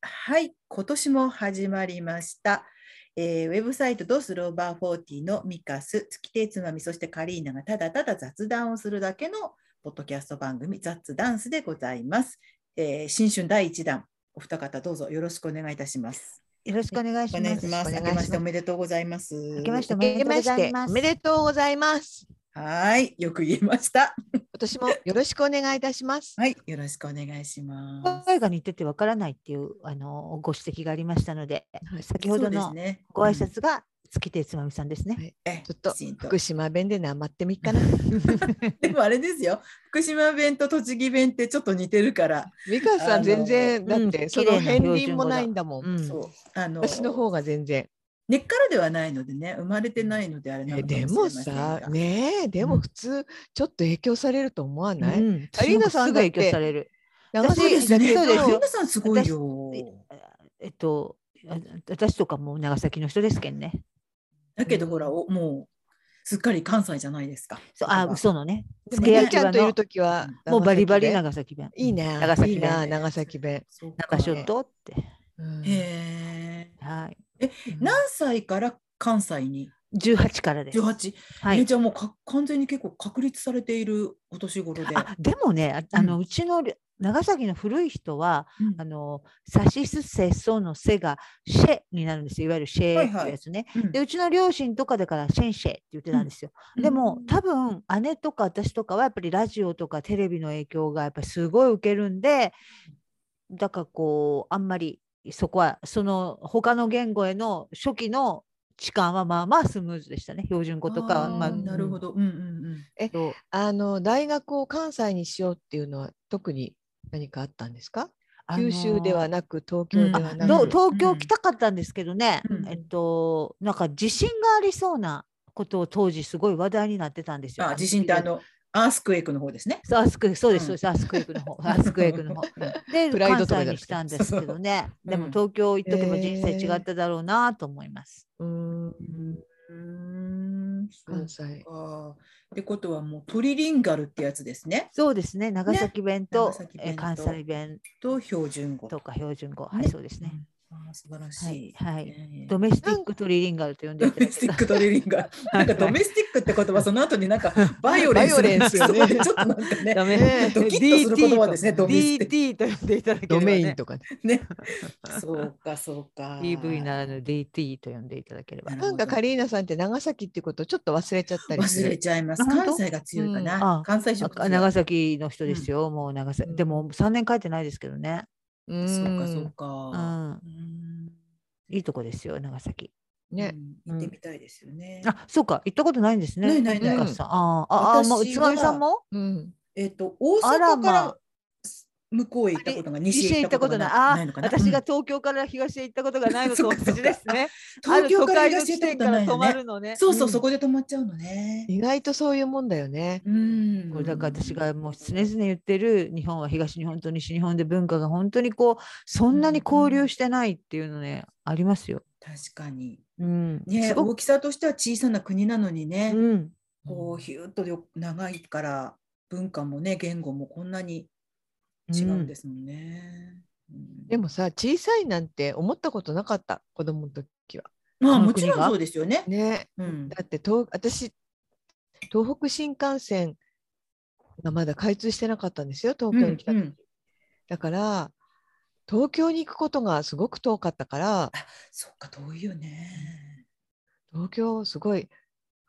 はい、今年も始まりました。えー、ウェブサイトドスローバー40のミカス、月手つまみ、そしてカリーナがただただ雑談をするだけのポッドキャスト番組、雑ダンスでございます。えー、新春第1弾、お二方どうぞよろしくお願いいたします。よろしくお願いします。ます明けましておめでとうございます。明けましておめでとうございます。。おめでとうございます。はい、よく言えました。今年もよろしくお願いいたします。はい、よろしくお願いします海外に行っててわからないっていうあのご指摘がありましたので、はい、先ほどのご挨拶が月手つまみさんですね。すねうん、はい、ちょっと福島弁でなまってみっかな。でもあれですよ、福島弁と栃木弁ってちょっと似てるから。 美香さん全然だってその片鱗もないんだもん。うん、そうあの私の方が全然。根っからではないのでね生まれてないのであれなのでもさねでも普通ちょっと影響されると思わない、うん、アリーナさんが影響される長崎ですねそうですよさんすごいよえっと私とかも長崎の人ですけんねだけどほら、うん、もうすっかり関西じゃないですか。そうあ、嘘のね。でも、ゆちゃんといるときは、もうバリバリ長崎弁。いいね。長崎弁。長崎弁。中諸島って。へえ。はい。え、何歳から関西に18からです。 18、はい、じゃあもうか完全に結構確立されているお年頃で。あでもねあの、うちの長崎の古い人は、あのさしすせそのせがシェになるんですよいわゆるシェってやつね。でうちの両親とかだからシェンシェって言ってたんですよ。でも多分姉とか私とかはやっぱりラジオとかテレビの影響がやっぱりすごい受けるんでだからこうあんまりそこはその他の言語への初期の時間はまあまあスムーズでしたね標準語とかまあ、なるほど、うんうんうん、えあの大学を関西にしようっていうのは特に何かあったんですか九州ではなく東京ではなく、東京来たかったんですけどね、えっとなんか地震がありそうなことを当時すごい話題になってたんですよ。あ地震ってあのアースクエイクの方ですね。そう、アースクエイク、そうです、そうです、アースクエイクの方、 アースクエイクの方。で、プライドとかにしたんですけどね。でも東京行っとけば人生違っただろうなと思います。うん。関西。あってことはもうプリリンガルってやつですね。そうですね。長崎弁と関西弁と標準語とか標準語。はい、そうですね。あ素晴らしい、はいドメスティックトリリンガルと呼んでドメスティックトリリン ガル。なんかドメスティックって言葉その後になん かバイオレンスですよね。 ちょっとなんかね、ダメドキッとする言葉ですね。ドメスティック。DT と呼んでいただけ ドメインとかね。そうかそう か。 EV ならぬ DT と呼んでいただければ。なんかカリーナさんって長崎ってことちょっと忘れちゃったり忘れちゃいます。関西が強いかな。関西色。長崎の人ですよ。もう長崎。でも3年帰ってないですけどね。うそうかそうか。いいとこですよ長崎。ね、行ってみたいですよね。あ、そうか行ったことないんですね。ないないない。ああ、あ、もうつばみさんも？えっと大阪から向こうへ行ったことが西へ行ったことない。あ、私が東京から東へ行ったことがないのと同じですね。東京から東へ行ったことない泊まるのね。そうそうそこで泊まっちゃうのね。意外とそういうもんだよね。うん。これだから私がもう常々言ってる日本は東日本と西日本で文化が本当にこうそんなに交流してないっていうのねありますよ。確かに、うん、ね、大きさとしては小さな国なのにね、うん、こうヒュッと長いから文化もね言語もこんなに違うんですもんね、うん、でもさ小さいなんて思ったことなかった子供の時は。まあもちろんそうですよね。ね、うん、だって東私東北新幹線がまだ開通してなかったんですよ東京に来た時。うんうん、だから東京に行くことがすごく遠かったからそっか遠いよね東京すごい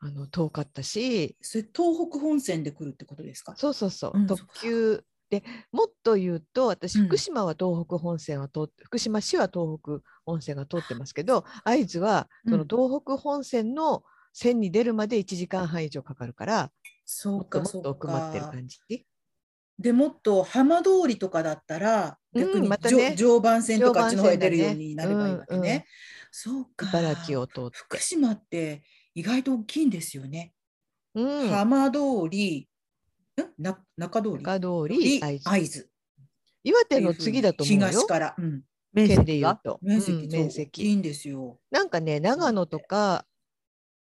あの遠かったしそれ東北本線で来るってことですかそうそうそう、うん、特急でもっと言うと私福島は東北本線は通って、うん、福島市は東北本線が通ってますけ ど会津はその東北本線の線に出るまで1時間半以上かかるから、うん、もっともっと奥まってる感じ。でもっと浜通りとかだったら逆に、またね、常磐線とかあっちの方へ出るようになればいいわけね。そうか茨城を通って福島って意外と大きいんですよね。うん、浜通りな中通り中通り会津岩手の次だと思うよ東から、うん、面積で言うと面積,、面積大きいんですよなんかね長野とか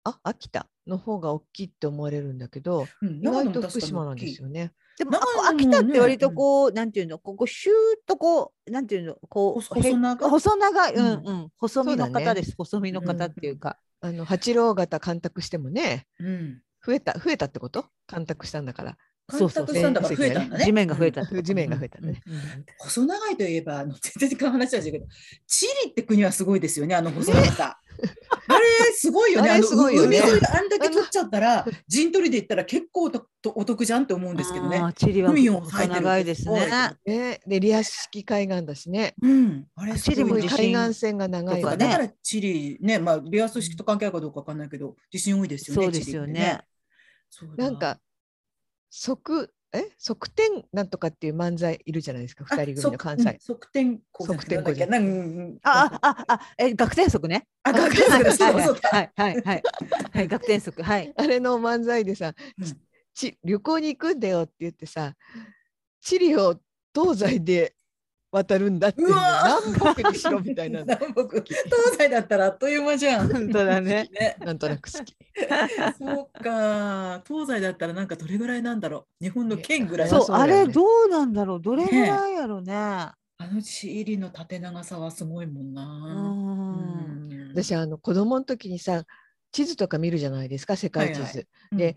あ秋田の方が大きいって思われるんだけど、うん、意外と福島なんですよね。でも長あ野も秋田ってね割とこう、なんていうのここシューッとこうなんていうのこう細細長へ細長い、うんううん、細身のそうだ方ねです、細身の方っていうか、あの八郎型干拓してもねうん。増えた増えたってこと干拓したんだからそうそ干う拓したんだから増えたんだね。地面が増えたうんってこと 地面が増えたね。うん細長いといえば、あの全然話は違うけど、チリって国はすごいですよね、あの細長さ。あれすごいよね。あれすごいよねあの海沿いであんだけ取っちゃったら、陣取りで行ったら結構ととお得じゃんって思うんですけどねあ。ーチリは海を細長いですね。ねでリア式海岸だしねうん、あれすチリごいもな地震海岸線が長いとわかだねからチリね、まあ、リアス式と関係あるかどうかわかんないけど、地震多いですよね。そうですよチリってね。。そうだなん、か即え側転なんとかっていう漫才いるじゃないですかあ二人組の関。そうん側西転校じゃなくてな側転校んだっけなんうんあ、あ、あ、あ、え、学天則ね。あ、学天はい則だそうそうだ。はい、はい、はいはい、はい、学天則、はい。あれの漫才でさ、うんち旅行に行くんだよって言ってさチリを東西で渡るんだっていううわ南北にしろみたいな 南北東西だったらあっという間じゃん。本当だね。ね、なんとなく好き。そうか、東西だったらなんかどれぐらいなんだろう。日本の県ぐらい そはう、そうあだよねれどうなんだろう、どれぐらいやろうね。あの地理の縦長さはすごいもんうな。ん。うん私あの子供の時にさ地図とか見るじゃないですか世界地図。はいはで、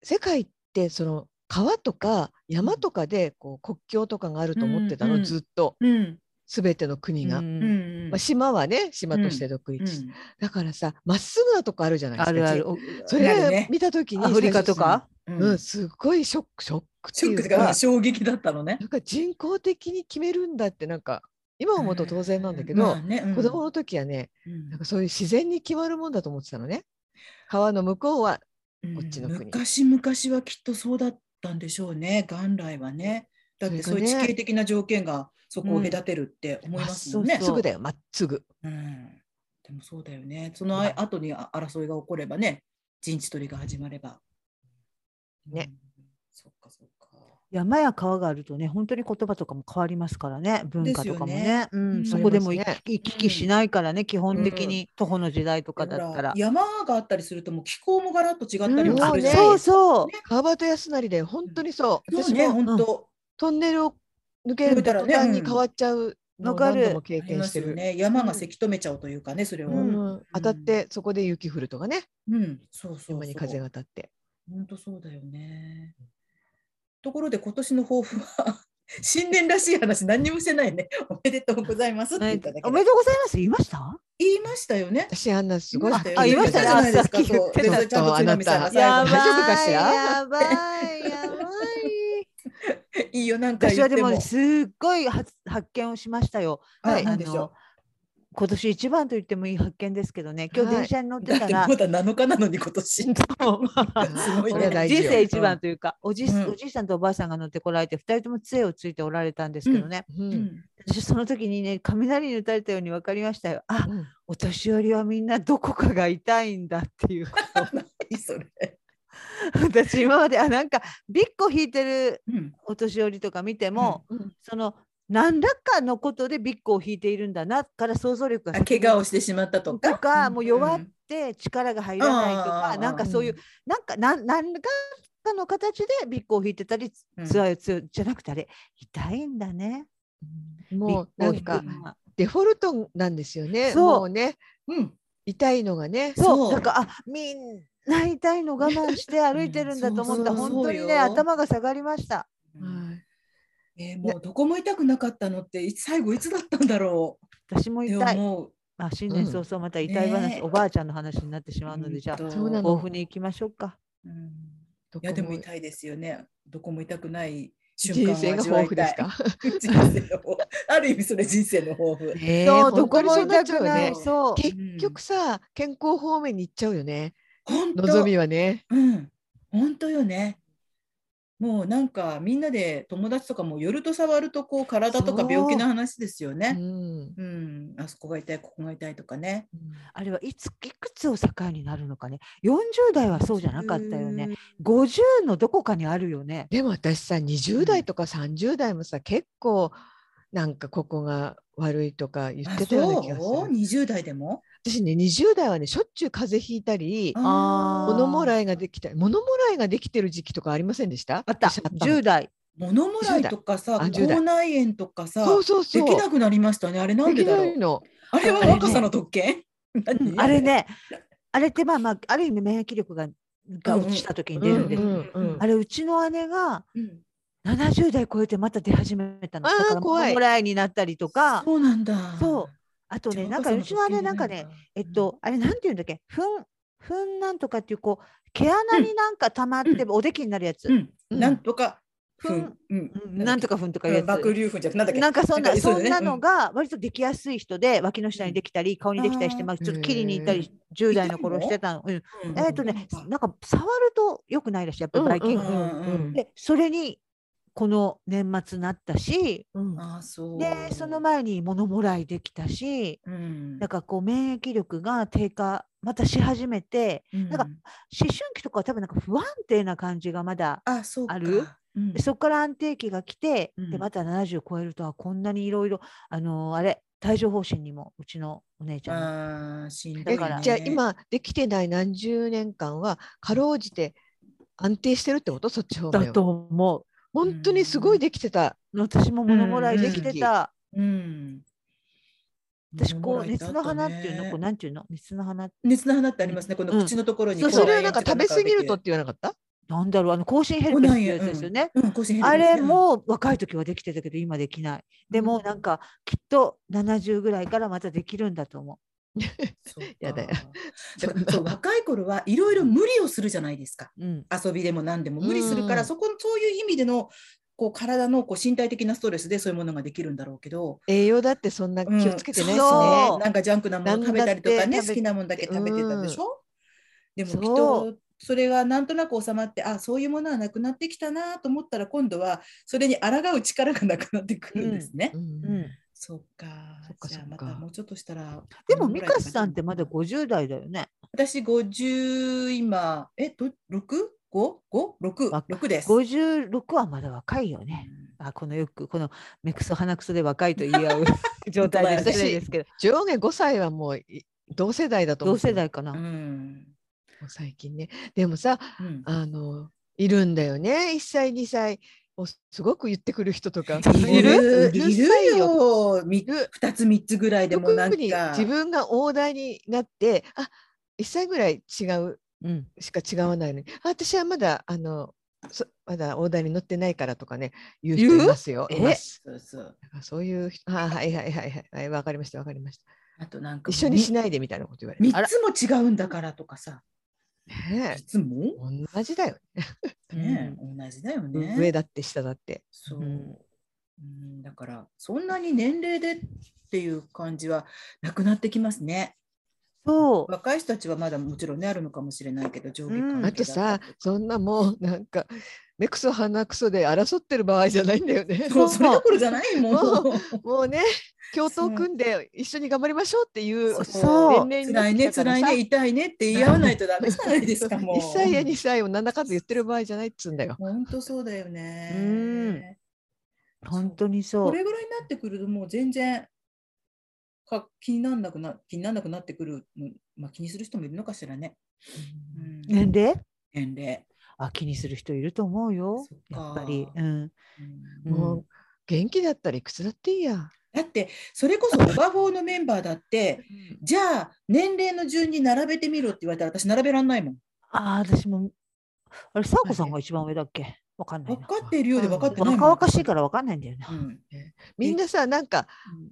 世界ってその川とか山とかでこう国境とかがあると思ってたの、うんうんずっとうん、全ての国が。うん、うんまあ、島はね島として独立して、だからさまっすぐなとこあるじゃないですあか。るある地。おそなるれね見た時にアフリカとか。う最ん初さうん、すっごいショックショックってショいックうとかか衝撃だったのねな。んか人工的に決めるんだってなんか今思うと当然なんだけど、まあねうん子供の時はねうんなんかそういう自然に決まるもんだと思ってたのね。川の向こうはこっちの国うん昔昔はきっとそうだったんでしょうね元来はねだってそそうれいうがね地形的な条件がそこを隔てるって思いますもんね、うんうあんそうすぐだよまっすぐ。でもそうだよねそのあ後にあ争いが起こればね陣地取りが始まればね、うんそっかそっか山や川があるとね、本当に言葉とかも変わりますからね、文化とかもですよね。ううんん、そこでも行ありますき行き来しないからね、基本的うに徒歩の時代とかだったらほ。山があったりするともう気候もガラッと違ったりうんもすあるじゃないそうですか、そう。川端康成で本当にそう。そう私ねも本当、トンネルを抜ける抜けたら途ね端にうん変わっちゃうのわをかる何度も経あり験ましすてよる。ね山がせき止めちゃうというかねそれを、ううんん当たってそこで雪降るとかねそうそうそう山に風が当たって。本当そうだよね。ところで今年の抱負は 新年らしい話何にもしてないね。おめでとうございますって言っただけでおめでとうございます。言いました。言いましたよね。私あんなすごい言好いましたきよねあ言じゃないいましたねですか。さっき言そっうてでたそれちゃんとつまみさんが最後あになた大丈夫かしらやばい。やばい。いいよなんか私言っはでても。もねすっごい発発見をしましたよ。は。はいいなあんでしょの今年一番と言ってもいい発見ですけどね。今日はい電車に乗っう。てだたってら、まだ7日なのに今年。 そうまあすごいこねれは大事人よ生一番というか、おじいうんおじいさんとおばあさんが乗ってこられて、二人とも杖をついておられたんですけどね。うんうん私その時にね、雷に打たれたように分かりましたよ。あう、んお年寄りはみんなどこかが痛いんだっていうことを。いいそれ。私今まであなんかビッコ引いてるうん。お年寄りとか見ても、うんその何らかのことでビッコを引いているんだなから想像力があ怪我をしてしまったととか。かもう弱うっんて力が入らないとか、あーなんかそういう、うんなんかなん何らかの形でビッコを引いてたりうんつわよつよじゃなくてあれ痛いんだね。もうなんビッコをか引くのはデフォルトなんですよね。そうもうねうん。痛いのがね。そそううなんかあみんな痛いの我慢して歩いてるんだと思った、うんそうそう本当にそうねよ頭が下がりました。はいえーもうどこも痛くなかったのってい最後いつだったんだろ私もうって痛い。思う。あ新年うん早々また痛い話、ねえおばあちゃんの話になってしまうのでじゃあ本当そうなの抱負に行きましょうか。うんどいやこでも痛いですよね。どこも痛くない瞬間を人生が味わ豊い富たですい。か。 人生の抱負ある意味それ人生の抱負。ねえそうど本当こにもそうな痛っちゃくうよなねい。。そうき結局さ健康方面に行っちゃうよね。本当望みはね。うん本当よね。もうなんかみんなで友達とかも寄ると触るとこう体とかそう病気の話ですようね。ん。うん、あそこが痛いここが痛いとかね。あれはいついくつを境になるのかね。40代はそうじゃなかったよね。50のどこかにあるよね。でも私さうん20代とか30代もさ結構なんかここが悪いとか言あ。ってたような気がすそうる。 20代でも私ね20代はねしょっちゅう風邪ひいたりあー物もらいができたり物もらいができてる時期とかありませんでしたあった私の10代物もらいとかさ10代あ10代口内炎とかさそうそうそうできなくなりましたねあれなんでだろできないうのあれは若さの特権何あれねあれってまあまあある意味免疫力がが落ちた時に出るんです、うんうんうんあれうちの姉がうん70代超えてまた出始めたのあーだから怖い物もらいになったりとかそうなんだそうあとじゃねあなんか若うさちの特姉権なんかじゃねいだえっと、あれなんていうんだっけ、ふん、ふんなんとかっていう、こう、毛穴になんか溜まって、うんおできになるやつ。ううんんなんとかふんうんなんとかかふんとかいうや爆つ。流粉じゃなくてなんだっけなんかそんな、なんかそそうだんねなのが、割とできやすい人で、脇の下にできたり、顔にできたりして、あーまあ、ちょっと切りに行ったへりー、 10代の頃痛いのしてたの。うんうんえっとね、なんか触ると良くないらしい、やっぱりばい菌うがんうんうんで、それに、この年末なったし、うんあーそうで、その前に物もらいできたし、うんなんかこう、免疫力が低下、またし始めて、うんなんか思春期とかは多分なんか不安定な感じがまだあそうかあるうんでそこから安定期が来て、うんでまた70超えるとはこんなにいろいろあのーあれ帯状疱疹にもうちのお姉ちゃんもあーしんどえいだからねじゃあ今できてない何十年間はかろうじて安定してるってことそっち方面だはと思う本当にすごいできてた、私も物もらいできてた、うん私こう熱の花花っていうのこうなんていうの熱の花熱の花ってありますねこの口のところにうんそれこはうなんか食べ過ぎるとって言わなかったなんだろうあの口唇ヘルペスっていうやつですよね、うん腰減るあんですねれも若い時はできてたけど今できないでもなんかきっと70ぐらいからまたできるんだと思そうかやだよだからそう若い頃はいろいろ無理をするじゃないですかう、うん、遊びでも何でも無理するかうらんそこそういう意味でのこう体のこう身体的なストレスでそういうものができるんだろうけど栄養だってそんな気をつけてないしね、そうなんかジャンクなもの食べたりとかなんだねって好きなものだけ食べてたでしょ、でもきっそとそれがなんとなく収まってあそういうものはなくなってきたなと思ったら今度はそれに抗う力がなくなってくるんですね。うんうん、そっかそっかじゃあそっまかたもうちょっとしたらでもミカスさんってまだ50代だよね私50今えど 6?5?5?6 若6です。 56はまだ若いよね。あこのよくこの目くそ鼻くそで若いと言い合 う状態です私ですけど上下5歳はもうい同世代だと思う同世代かな、うんもう最近ねでもさうんあのいるんだよね1歳2歳をすごく言ってくる人とかいるいいるるよ。みいる二つ三つぐらいでもなん特か。に自分が大台になってあ1歳ぐらい違ううん、しか違わないのに、あ私はまだあのそまだ大台に乗ってないからとかね言う人言ういますよ。えいますそうそう。だからそういう人あはいはいはいはいはいわかりましたわかりました。あとなんか一緒にしい。ないでみたいなこと言われ三る。つも違うんだからとかさ。ねえいつも同じだよね、同じだよね。ね。上だって下だって。そう。ううんんだからそんなに年齢でっていう感じはなくなってきますね。そう若い人たちはまだもちろんねあるのかもしれないけど上下う関ん係あとださったりそんなもうなんか目くそ鼻くそで争ってる場合じゃないんだよね。そうそれどころじゃないもそん。もうね共闘組んで一緒に頑張りましょうっていうそうそう年齢に 辛いねなってきたか辛らいさね痛いねって言い合わないとダメじゃないですかもう。 1歳や2歳をなんだかんだ言ってる場合じゃないっつうんだよ。本当そうだよね。うん本当にそこうれぐらいになってくるともう全然か気にならなくな気にならなくなってくるの、まあ、気にする人もいるのかしらね。うん年齢年齢。あ気にする人いると思うよそっかやっぱり、うんうんうんもう元気だったらいくつだっていいや。だってそれこそオバフォーのメンバーだってじゃあ年齢の順に並べてみろって言われたら私並べらんないもん。ああ私もあれサーコさんが一番上だっけわかんない分なかっているようで分かってないもん。若々しいからわかんないんだよな、うんみんなさなんか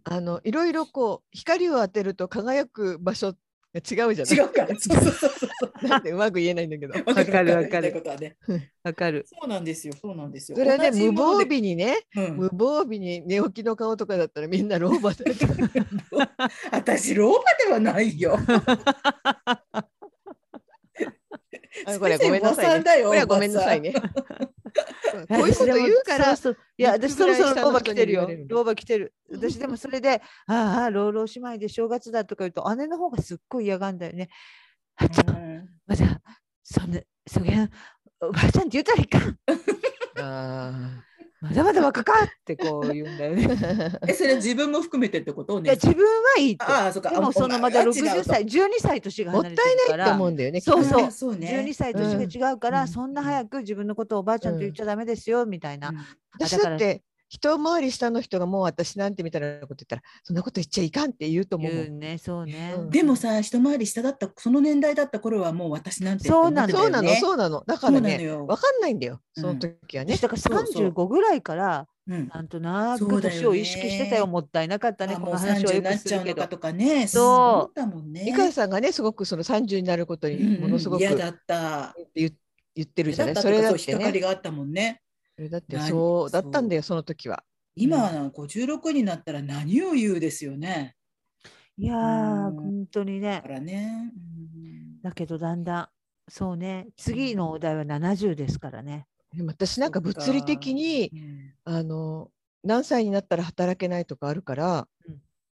あのいろいろこう光を当てると輝く場所が違うじゃない違うから。そうそうそうそう。なんでうまく言えないんだ けど。わかるわかる。わ言かるわかるいたいことはね。わかるそうなんですよ。そうなんですよ。それはね同じ無もの防で備にねうん無防備に寝起きの顔とかだったらみんな老 婆だよ私ローマではないよ。あのこれごめんなさいね。ねこれはごめんなさ いね。こういうこと言うからそろそろいや、三私つそろぐらいそろ下老の婆人来にてる言わよれるん。だ老婆来てる。私でもそれで、ああ、老老姉妹で正月だとか言うと、姉の方がすっごい嫌がんだよね。あちゃん、まだ、そんな、そげん、おばあちゃんって言うたらいかん。あまだまだ若かってこう言うんだよね。え、それは自分も含めてってこと いやね。自分はいいって。ああ、そうか。であもそのまだあ違うと60歳12歳年がもっ離たいれてるかないとら思うんだよね。そうああそうね。 12歳年が違うかうらんそんな早く自分のことをおばあちゃんと言っちゃダメですよみたいなうんあ私だかだらって一回り下の人がもう私なんてみたいなこと言ったらそんなこと言っちゃいかんって言うと思うもん言うねそうね。うんでもさ、一回り下だった、その年代だった頃はもう私なんてってそう思っなてんたよだそうなのね。そうなのだかそらうなのねよわ。かんないんだよその時はね私。だからそうそう35ぐらいからうんなんとなそうくだよね年を意識してたよもったいなかったねあこもうの話30はよになくっすちゃるうけのどか。とかね。そうだもんね。美香さんがねすごくその30になることにものすごく嫌言だった。言ってるじゃ嫌ないだったそとれかだそっう引てっかかりねがあったもんね。それだって何そうだったんだよその時は。今は56になったら何を言うですよね。いやーうん本当にねだか。らね。うんだけどだんだんそうね次のお題は70ですからね。でも私なんか物理的にうんあの何歳になったら働けないとかあるから、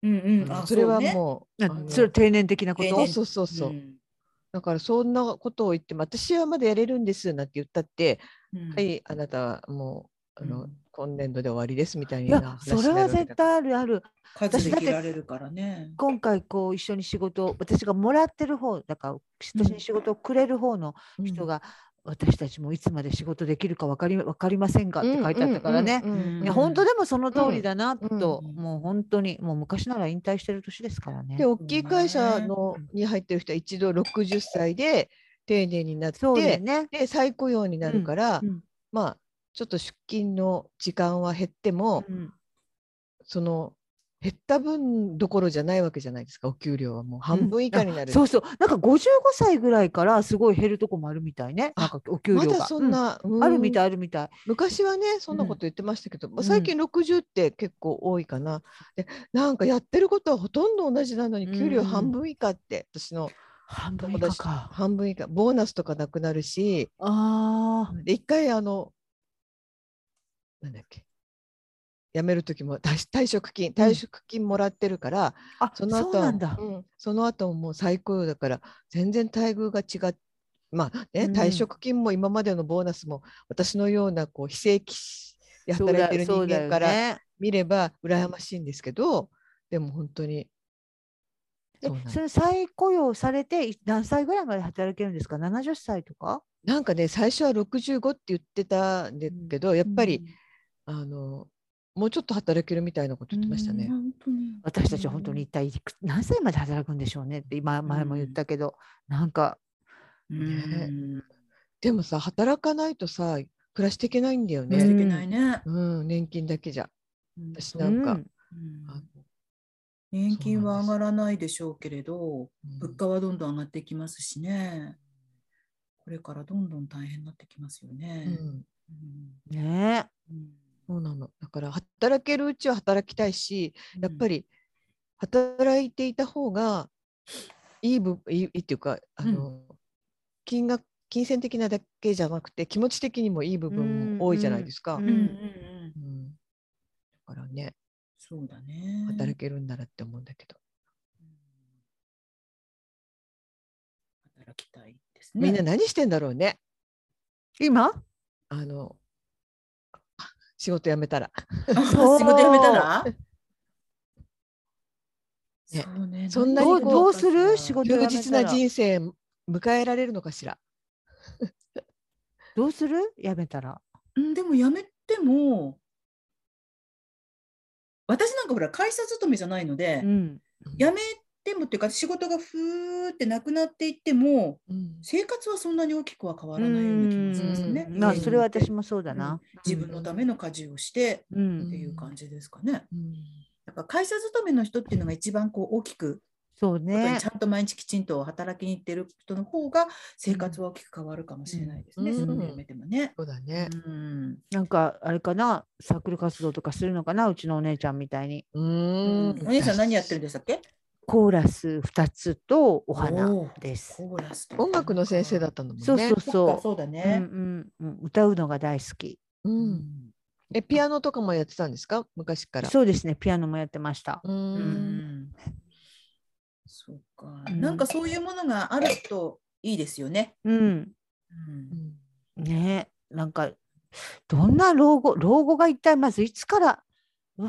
うんうん。あのあそれはうねもうああのそれ定年的なこ定とそう年そうそうそう、んだからそんなことを言っても私はまだやれるんですなんて言ったって、うんはいあなたはもうあの、うん今年度で終わりですみたいいなや話そにれなはるわけ絶だか対あらるある数私でだって切られるからね。今回こう一緒に仕事を私がもらってる方だから私に仕事をくれる方のうん人が、私たちもいつまで仕事できるか分かりわかりませんかって書いてあったからね、うんうんうんうんいや本当でもその通りだなうんと、うんもう本当にもう昔なら引退してる年ですからねで。大きい会社のうんに入ってる人は一度60歳で定年になってそうだよね、で再雇用になるから、うんまあちょっと出勤の時間は減っても、うんその減った分どころじゃないわけじゃないですかお給料はもう半分以下になる、そうそうなんか55歳ぐらいからすごい減るとこもあるみたいねあなんかお給料まが、だそんな、うんうんあるみたいあるみたい昔はねそんなこと言ってましたけど、まうあん最近60って結構多いかな、でなんかやってることはほとんど同じなのにうん給料半分以下って、私の半分以友下達か。半分以下ボーナスとかなくなるしああ、で一回あのなんだっけ辞める時も退退職金退職金もらってるから、あ、その後うなんだ。うんその後ももう再雇用だから全然待遇が違っまあね、うん退職金も今までのボーナスも私のようなこう非正規でそう働だいてる人そうだよ間からね、見れば羨ましいんですけどでも本当にえそうなのそれ再雇用されてい何歳ぐらいまで働けるんですか70歳とかなんかね最初は65って言ってたんですけど、やっぱり、あのもうちょっと働けるみたいなこと言ってましたね。本当に。私たちは本当に一体いくつ何歳まで働くんでしょうねって今前も言ったけど、なんかうん。でもさ働かないとさ暮らしていけないんだよね、いけね。ないね。うん、年金だけじゃうん私なんか、うんうんあの年金は上がらないでしょうけれど、うん物価はどんどん上がっていきますしね。これからどんどん大変になってきますよねう。ん、ねうんうんそうなの。だから働けるうちは働きたいし、やっぱり、り働いていた方がいいぶいいいいっていうか、あの、金額金銭的なだけじゃなくて気持ち的にもいい部分も多いじゃないですか。ううんんうんうんうん、だからね、そうだね。働けるんならって思うんだけど、働きたいですね。みんな何してんだろうね。今あの仕事辞めたら。あそう仕事辞めたら。ねそうねそんなにど何うこうどうする仕事辞充め実たなら人生迎えられるのかしら。どうする辞めたらうん、でも辞めても私なんかほら会社勤めじゃないので、うん辞めてもっていうか仕事がふーってなくなっていってもうん生活はそんなに大きくは変わらないような気がしますね。うんまあそれは私ももそうだな、自分のための家事をしてうっんていう感じですかね。うんやっぱ会社勤めの人っていうのが一番こう大きくそうことにねちゃんと毎日きちんと働きに行ってる人の方が生活は大きく変わるかもしれないですね。うんそういうのをやめてもね。そうだね。うんなんかあれかなサークル活動とかするのかなうちのお姉ちゃんみたいにうお姉さん何やってるんだでしたっけ？コーラス2つとお花おーです。コーラスとか音楽の先生だったんだもんね。そうそうそっかそそうだう。うんね。うんうん、歌うのが大好き。う。うんえ、ピアノとかもやってたんですか昔から。そうですね、ピアノもやってました。うー。うんんそうか。うんなんかそういうものがあるといいですよね。ううん、んうんね、なんかどんな老後、老後が一体まずいつから、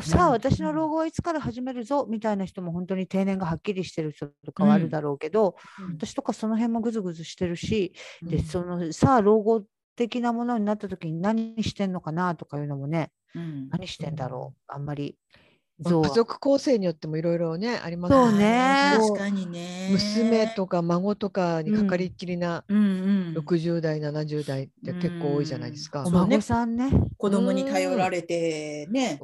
さあ私の老後はいつから始めるぞみたいな人も本当に定年がはっきりしてる人とかはあるだろうけど、うん私とかその辺もぐずぐずしてるし、でうんそのさあ老後的なものになった時に何してんのかなとかいうのもねうん何してんだろうあんまりまあ像は家族構成によってもいろいろねありますそうねもう確かにね。娘とか孫とかにかかりっきりなうんうん、 60代70代って結構多いじゃないですか。うんおそうね孫さんね子供に頼られてね。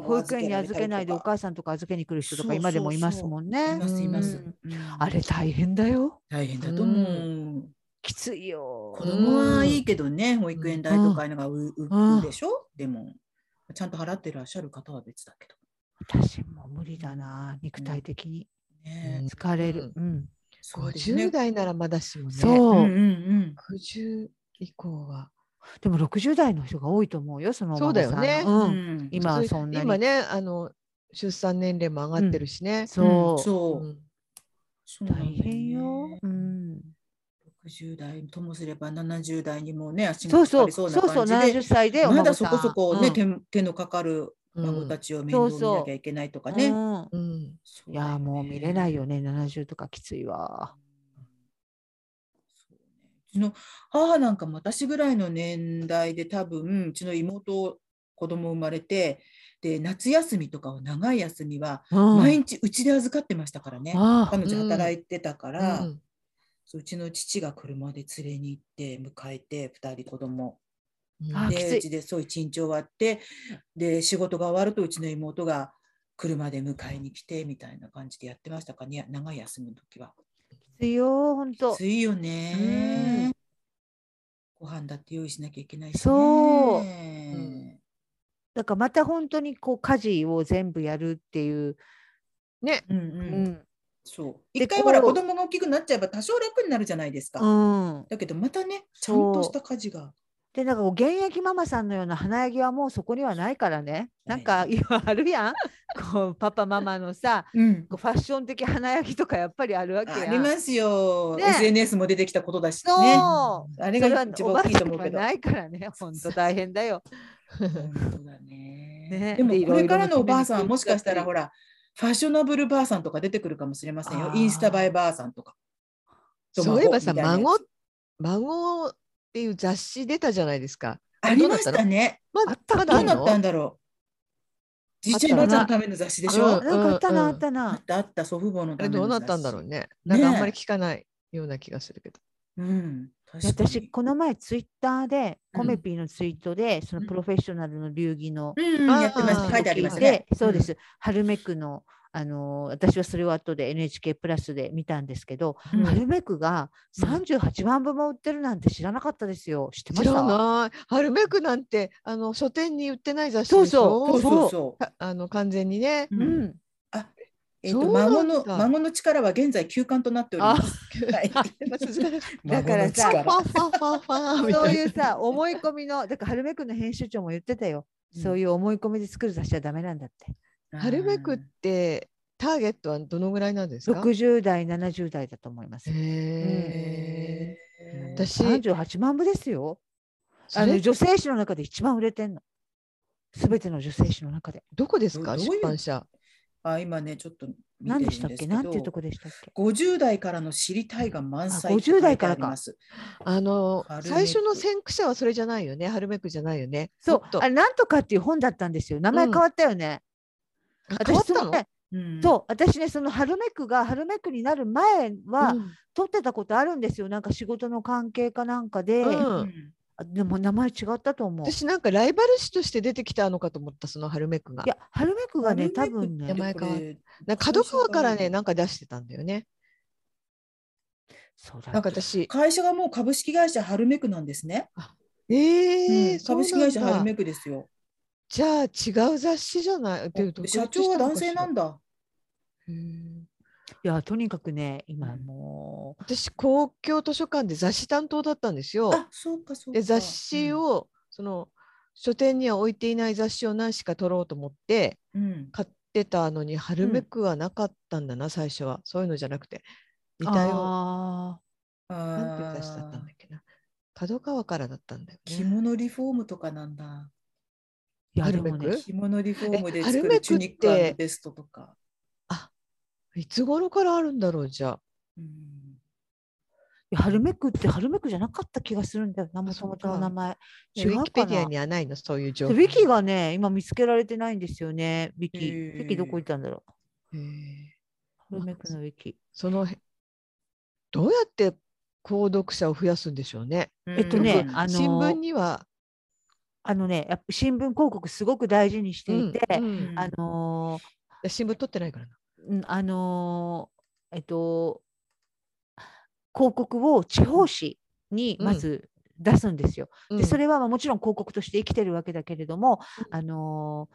うんう保育園に預けな預けられたりいでとかお母さんとか預けに来る人とそうか今でもいまそすうそうもんいねま。すいますうん。うんあれ大変だよ大変だと思うう。きついよ子。供はいいけどね、保育園代とかいうのがううん浮くでしょでも、ちゃんと払ってらっしゃる方は別だけど。私も無理だな肉体的にねうん疲れる。うんそうですね50代ならまだしもねそううんうん60以降はでも60代の人が多いと思うよそのおそ孫うださんよのねうんううんん。今はそんなに今ねあの出産年齢も上がってるしね。うんそうそうう。んそうなんだ大ね変よ。うん。 60代ともすれば70代にもね、足そがうかかそりう、そそううなそ感う、じ七で十。歳でまお孫ださそこん。そこね、うん手手のかかる孫たちを面倒見なきゃいけないとかね。うんうんいやー、もう見れいないよね、七十とかきついわ。そうねうちの母なんかも私ぐらいの年代で多分うちの妹子供生まれてで夏休みとかは長い休みは毎毎日うちで預かってましたからね、あ彼女働いてたかうら、んそううちの父が車で連れに行って迎えて2人子供うんあーきつでいうちでそう一日終わってで仕事が終わるとうちの妹が車で迎えに来てみたいな感じでやってましたかね長い休みの時は。きついよ、本当。暑いようね。ご飯だって用意しなきゃいけないし、ね。そううんだから、また本当にこう家事を全部やるっていう。ねうんううん。ん。そう。で一回ほらこう子供が大きくなっちゃえば多少楽になるじゃないですか。うん。だけどまたね、ちゃんそうとした家事が。で、なんかこう現役ママさんのような華やぎはもうそこにはないからね。なんか今あるやん。こうパパママのさ、うんこうファッション的華やぎとかやっぱりあるわけあやん。りますよ、ね SNS も出てきたことだしそう。ね。あそれれがは一お番ば大あきいちとゃん思にうけはど。ないからね、本当大変だよ。 本当だねねでもでこれからいろいろのおばあさんは決めにくいもしかしたらしほら、ファッショナブルばあさんとか出てくるかもしれませんよあ。ーインスタ映えばあさんとか。そういえばさみたなやつ孫孫っていう雑誌出たじゃないですか。ありましたね。まあだったまだどあうんなのったんだろう。じいちゃんばあちゃんのための雑誌でしょうなんん。かあったな、うんあったあなっ。たあった祖父母のあためれの雑誌。どうなったんだろうね。なんかあんまり聞かないような気がするけど。うん。確かに私、この前、ツイッターで、うんコメピーのツイートで、そのプロフェッショナルの流儀の、うんあーやってましうた。ん書いてありましすたね。そうです。春めくの、あのー私はそれを後で NHK プラスで見たんですけど、うん。春めくがうん38万部も売ってるなんて知らなかったですよ。知ってま知しらたない。春めくなんてあの書店に売ってない雑誌でしそょ。うそうそうそうそかあの完全にね。う。ううんん。えっとそうなんだ孫の孫の力は現在休刊となっておりあます。 はい。だからさ孫の力ファンファンファンファンみそたういないうさ、思い込みの、だから春めくの編集長も言ってたよ。そういう思い込みで作る雑誌はダメなんだって。春めくってターゲットはどのぐらいなんですか60代、70代だと思いますへ。えへー私38万部ですよ。そあのれ女性誌の中で一番売れてんの。すべての女性誌の中で。どこですかどどういう出版社あ今ねちょっと見てる何んででしすたっけなんていうとこでしたっけ50代からの知りたいが満載あって書いて50代からありかますあの春めく最初の先駆者はそれじゃないよね春めくじゃないよねそうもっ、とあれ、なんとかっていう本だったんですよ。名前うん変わったよね。あ変わっ私たそののね、うんそう、私ね、その春めくが春めくになる前は、うん撮ってたことあるんですよ。なんか仕事の関係かなんかで。うんうんあでも名前違ったと思う。私なんかライバル誌として出てきたのかと思ったその春めくがいや、春めくがね、多春めくっ分てね名、前変わっこれなんか角川か最初らからねなんか出してたんだよねそうだなんか私会社がもう株式会社春めくなんですね、うええん株式会社春めくくですよじゃあ違う雑誌じゃないっていうと社長は男性なんだだいや、とにかくね、今うんもう、私公共図書館で雑誌担当だったんですよあそうかそうかで雑誌、を、その書店には置いていない雑誌を何しか取ろうと思ってうんうん買ってたのに春めくはなかったんだな、最初はそういうのじゃなくて似たよあうななんていう雑誌だっあたーんだっけな角川からだったんだよ着ね。物リフォームとかなんだ。いやあでるべもくね着物リフォームで作えアルメクるってチュニックアンドベストとか。あいつ頃からあるんだろうじゃあ。うんいやハルメクってハルメクじゃなかった気がするんだよなもともとの名前ね違うウィキかペディなアにはないのそういう情で報。ウィキがね今見つけられてないんですよねウィキウへーィキどこ行ったんだろへえうハルメクのウィキそのへどうやって購読者を増やすんでしょうね。えっとねうんあの新聞には、あのねやっぱ新聞広告すごく大事にしていて、うんうんうんあのー新聞取ってないからな。うんあのーえっと広告を地方紙にまず出すんですよ。うでんそれはまあもちろん広告として生きてるわけだけれども、あのー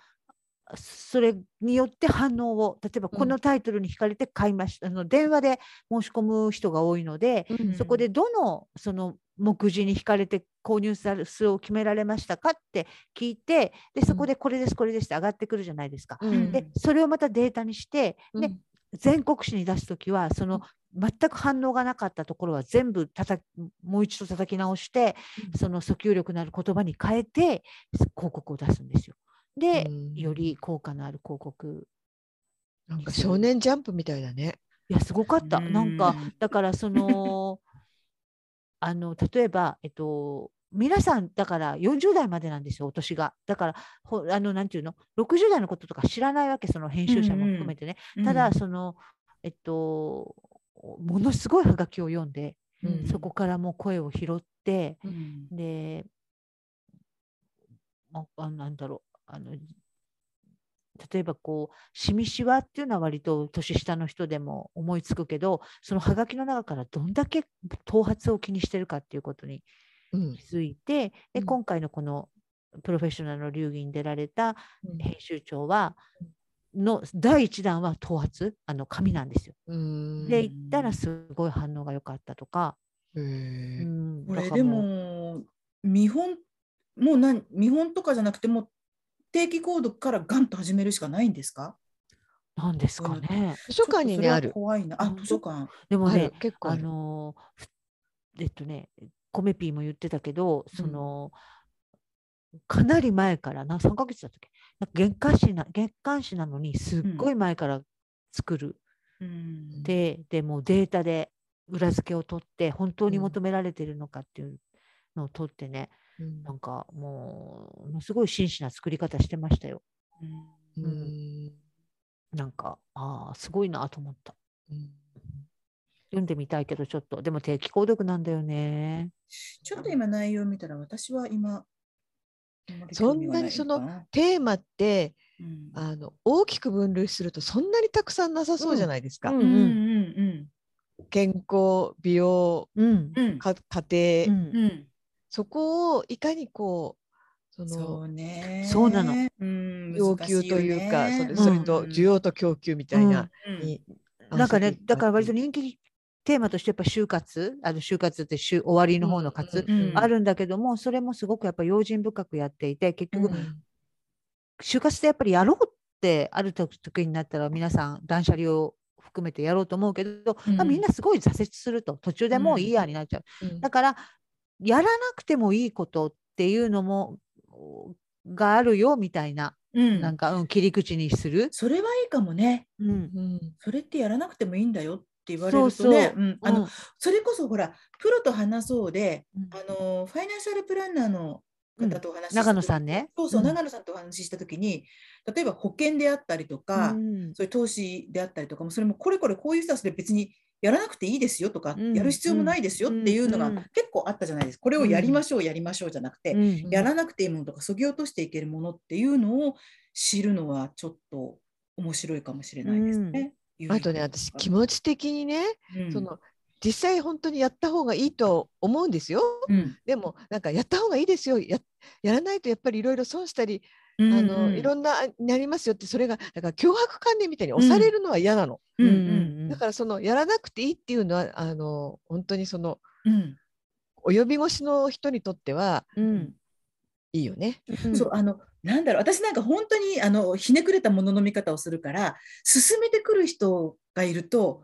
それによって反応を例えばうんこのタイトルに惹かれて買いました、あの電話で申し込む人が多いので、うんそこでどのその目次に惹かれて購入する数を決められましたかって聞いてでそこでこれですこれですって上がってくるじゃないですか。うんでそれをまたデータにして、ねうん全国紙に出す時はその全く反応がなかったところは全部叩きもう一度叩き直してその訴求力のある言葉に変えて広告を出すんですよ。で、うんより効果のある広告なんか少年ジャンプみたいだね。いやすごかった、なんかうんだからその あの例えばえっと皆さんだから40代までなんですよお年がだからほあのなんていうの60代のこととか知らないわけその編集者も含めてね、ただその、えっとものすごいハガキを読んで、うんそこからもう声を拾ってうんでああなんだろうあの例えばこう「しみしわ」っていうのは割と年下の人でも思いつくけどそのハガキの中からどんだけ頭髪を気にしてるかっていうことにうん気づいて、うんで今回のこのプロフェッショナルの流儀に出られたうん編集長はの第一弾は頭髪あの髪なんですよ。うんでうん行ったらすごい反応が良かったとか。へうえん、こだれかでらも見本もう何見本とかじゃなくてもう定期購読からガンと始めるしかないんですかなんですかね。図書館にねあちょっとそれは怖る。いなあ本当図書館でもあるね結構あある。のーふえっとね米ピーも言ってたけどその、かなり前からな3ヶ月だったっけなんか月刊誌な月刊誌なのにすっごい前から作る、うんででもうデータで裏付けを取って本当にうん求められてるのかっていうのを取ってね、うんなんかもうものすごい真摯な作り方してましたよ。うんうんなんかああすごいなと思った。うん読んでみたいけどちょっとでも定期購読なんだよね。ちょっと今内容見たら私は今そんなにそのテーマってあの大きく分類するとそんなにたくさんなさそうじゃないですか。うんうんうん健康美容うんうんうんか家う庭、んうんそこをいかにこうそそのうねそうなのうん要求というか、それそれと需要と供給みたいな、に合なわんかせていねくだから割とってい人気テーマとしてやっぱ就活あの就活って就終わりうの方の活、うんうんうんあるんだけどもそれもすごくやっぱ用心深くやっていて結局うん就活ってやっぱりやろうってある時になったら皆さん断捨離を含めてやろうと思うけど、まあうんみんなすごい挫折すると途中でもういいやになっちゃう、だからやらなくてもいいことっていうのもおがあるよみたいな,、うんなんか、うん、切り口にする、それはいいかもねうんうんそれってやらなくてもいいんだよって言われるとそうねそううんあのうんそれこそほらプロと話そうでうんあのファイナンシャルプランナーの方とお話しした長野さんんね。そうそう、うん長野さんとお話しした時に例えば保険であったりとか、うんそういう投資であったりとかもそれもこれこれこういう人たちで別にやらなくていいですよとか、うんやる必要もないですよっていうのがうん結構あったじゃないですか、これをやりましょう、やりましょうじゃなくて、うんやらなくていいものとかそぎ落としていけるものっていうのを知るのはちょっと面白いかもしれないですね。あとね私気持持ち的にね、ちその実際本当にやった方がいいと思うんですようんでもなんかやった方がいいですよややらないとやっぱりいろいろ損したり、うんあのいろんななりますよってそれがだから脅迫観念みたいに押されるのは嫌なの、うんだからそのやらなくていいっていうのはあの本当にそのうん及び腰の人にとってはうんいいよね。うんそうあのなんだろう私なんか本当にあのひねくれたものの見方をするから進めてくる人がいると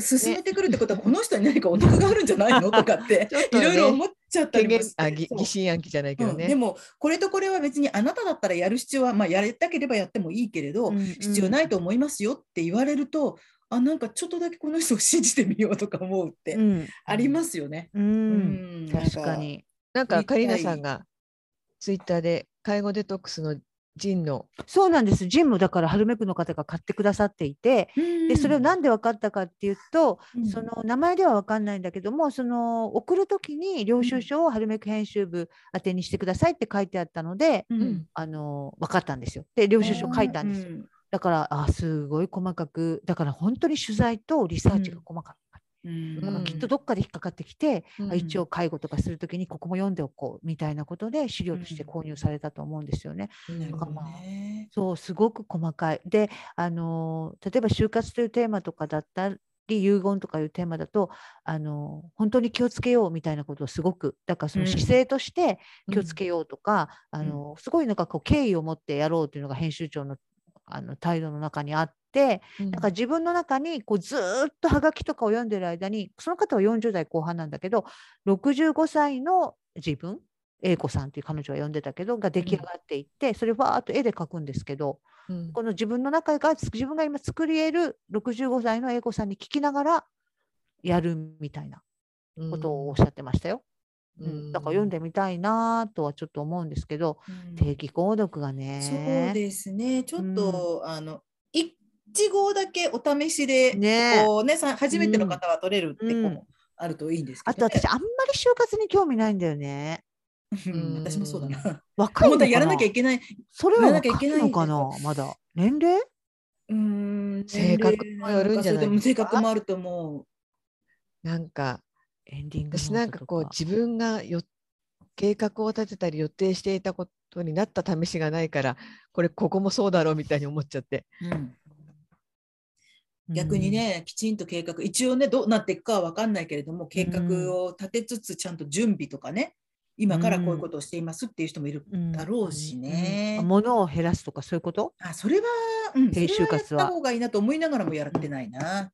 進めてくるってことは、この人に何かお得があるんじゃないのとかって ちょっといねろいろ思っちゃった権り限もしてあぎそう疑心暗鬼じゃないけどうね。んでもこれとこれは別にあなただったらやる必要は、まあ、やりたければやってもいいけれど、うんうん必要ないと思いますよって言われるとあなんかちょっとだけこの人を信じてみようとか思うってうんありますよね。ううんん確かになんか見たカいリーナさんがツイッターで介護デトックスのジンのそうなんですジンもだからハルメクの方が買ってくださっていてでそれをなんかなんで分かったかっていうと、うんその名前では分かんないんだけどもその送る時に領収書をハルメク編集部宛てにしてくださいって書いてあったので、うんうんあの分かったんですよ。で領収書書いたんですよ。よ。だからあすごい細かくだから本当に取材とリサーチが細かうんく、うんだからきっとどっかで引っかかってきて、あうん一応介護とかする時にここも読んでおこうみたいなことで資料として購入されたと思うんですよね。なるほどまあねそうすごく細かい。であの例えば就活というテーマとかだったり遺言とかいうテーマだとあの本当に気をつけようみたいなことをすごくだからそうのん姿勢として気をつけけようとか、んあのすごいなんかこう敬意を持ってやろうというのが編集長のあの態度の中にあってなんか自分の中にこうずーっとハガキとかを読んでる間にその方は40代後半なんだけど65歳の自分 A 子さんという彼女は呼んでたけどが出来上がっていって、それをバーっと絵で描くんですけどこの自分の中がつ自分が今作り得る65歳の A 子さんに聞きながらやるみたいなことをおっしゃってましたよ。うんだから読んででみたいなとはちょっと思うんですけど、うん定期購読がね。そうですねちょっと、あの一号だけお試しで、ねこうねさ初めての方は取れるってこううんもあるといいんですけあとど、ね私、あんまり就活に興味ないんだよね。うん私もそうだな。若いの本当はかなやらなきゃいけない。それやはらなきゃい若けいないのかなまだ。年齢うん性格もよるんじゃないですか性格もあると思う。なんかエンディングノート私なんかこうと自分がよ計画を立てたり予定していたことになった試しがないからこれここもそうだろうみたいに思っちゃってうん逆に。ね、きちんと計画、一応ね、どうなっていくかは分かんないけれども、計画を立てつつ、ちゃんと準備とかね、今からこういうことをしていますっていう人もいるうんだろうしね。うん物を減らすとかそういうことあ、それは、うん、それ編集はやっ活はた方がいいなと思いながらもやってないな。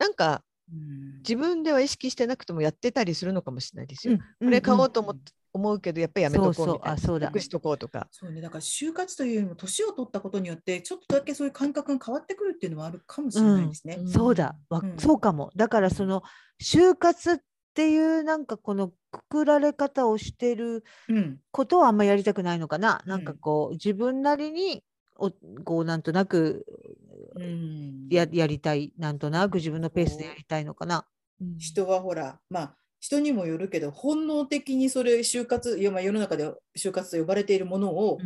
なんかうん自分では意識してなくてもやってたりするのかもしれないですよ。ここれ買おうとう思んうん思うけどやっぱりやめとこうみたいそなうそうあそうだ隠しとこうとか。そうね、だから就活というよりも年を取ったことによってちょっとだけそういう感覚が変わってくるっていうのはあるかもしれないですね。うんそうだ、わうんそうかも。だからその就活っていうなんかこのくくられ方をしてるうんことはあんまやりたくないのかな。なんかうんこう自分なりにおこうなんとなくうんややりたいなんとなく自分のペースでやりたいのかな。人はほらまあ人にもよるけど本能的にそれ就活いやまあ世の中で就活と呼ばれているものを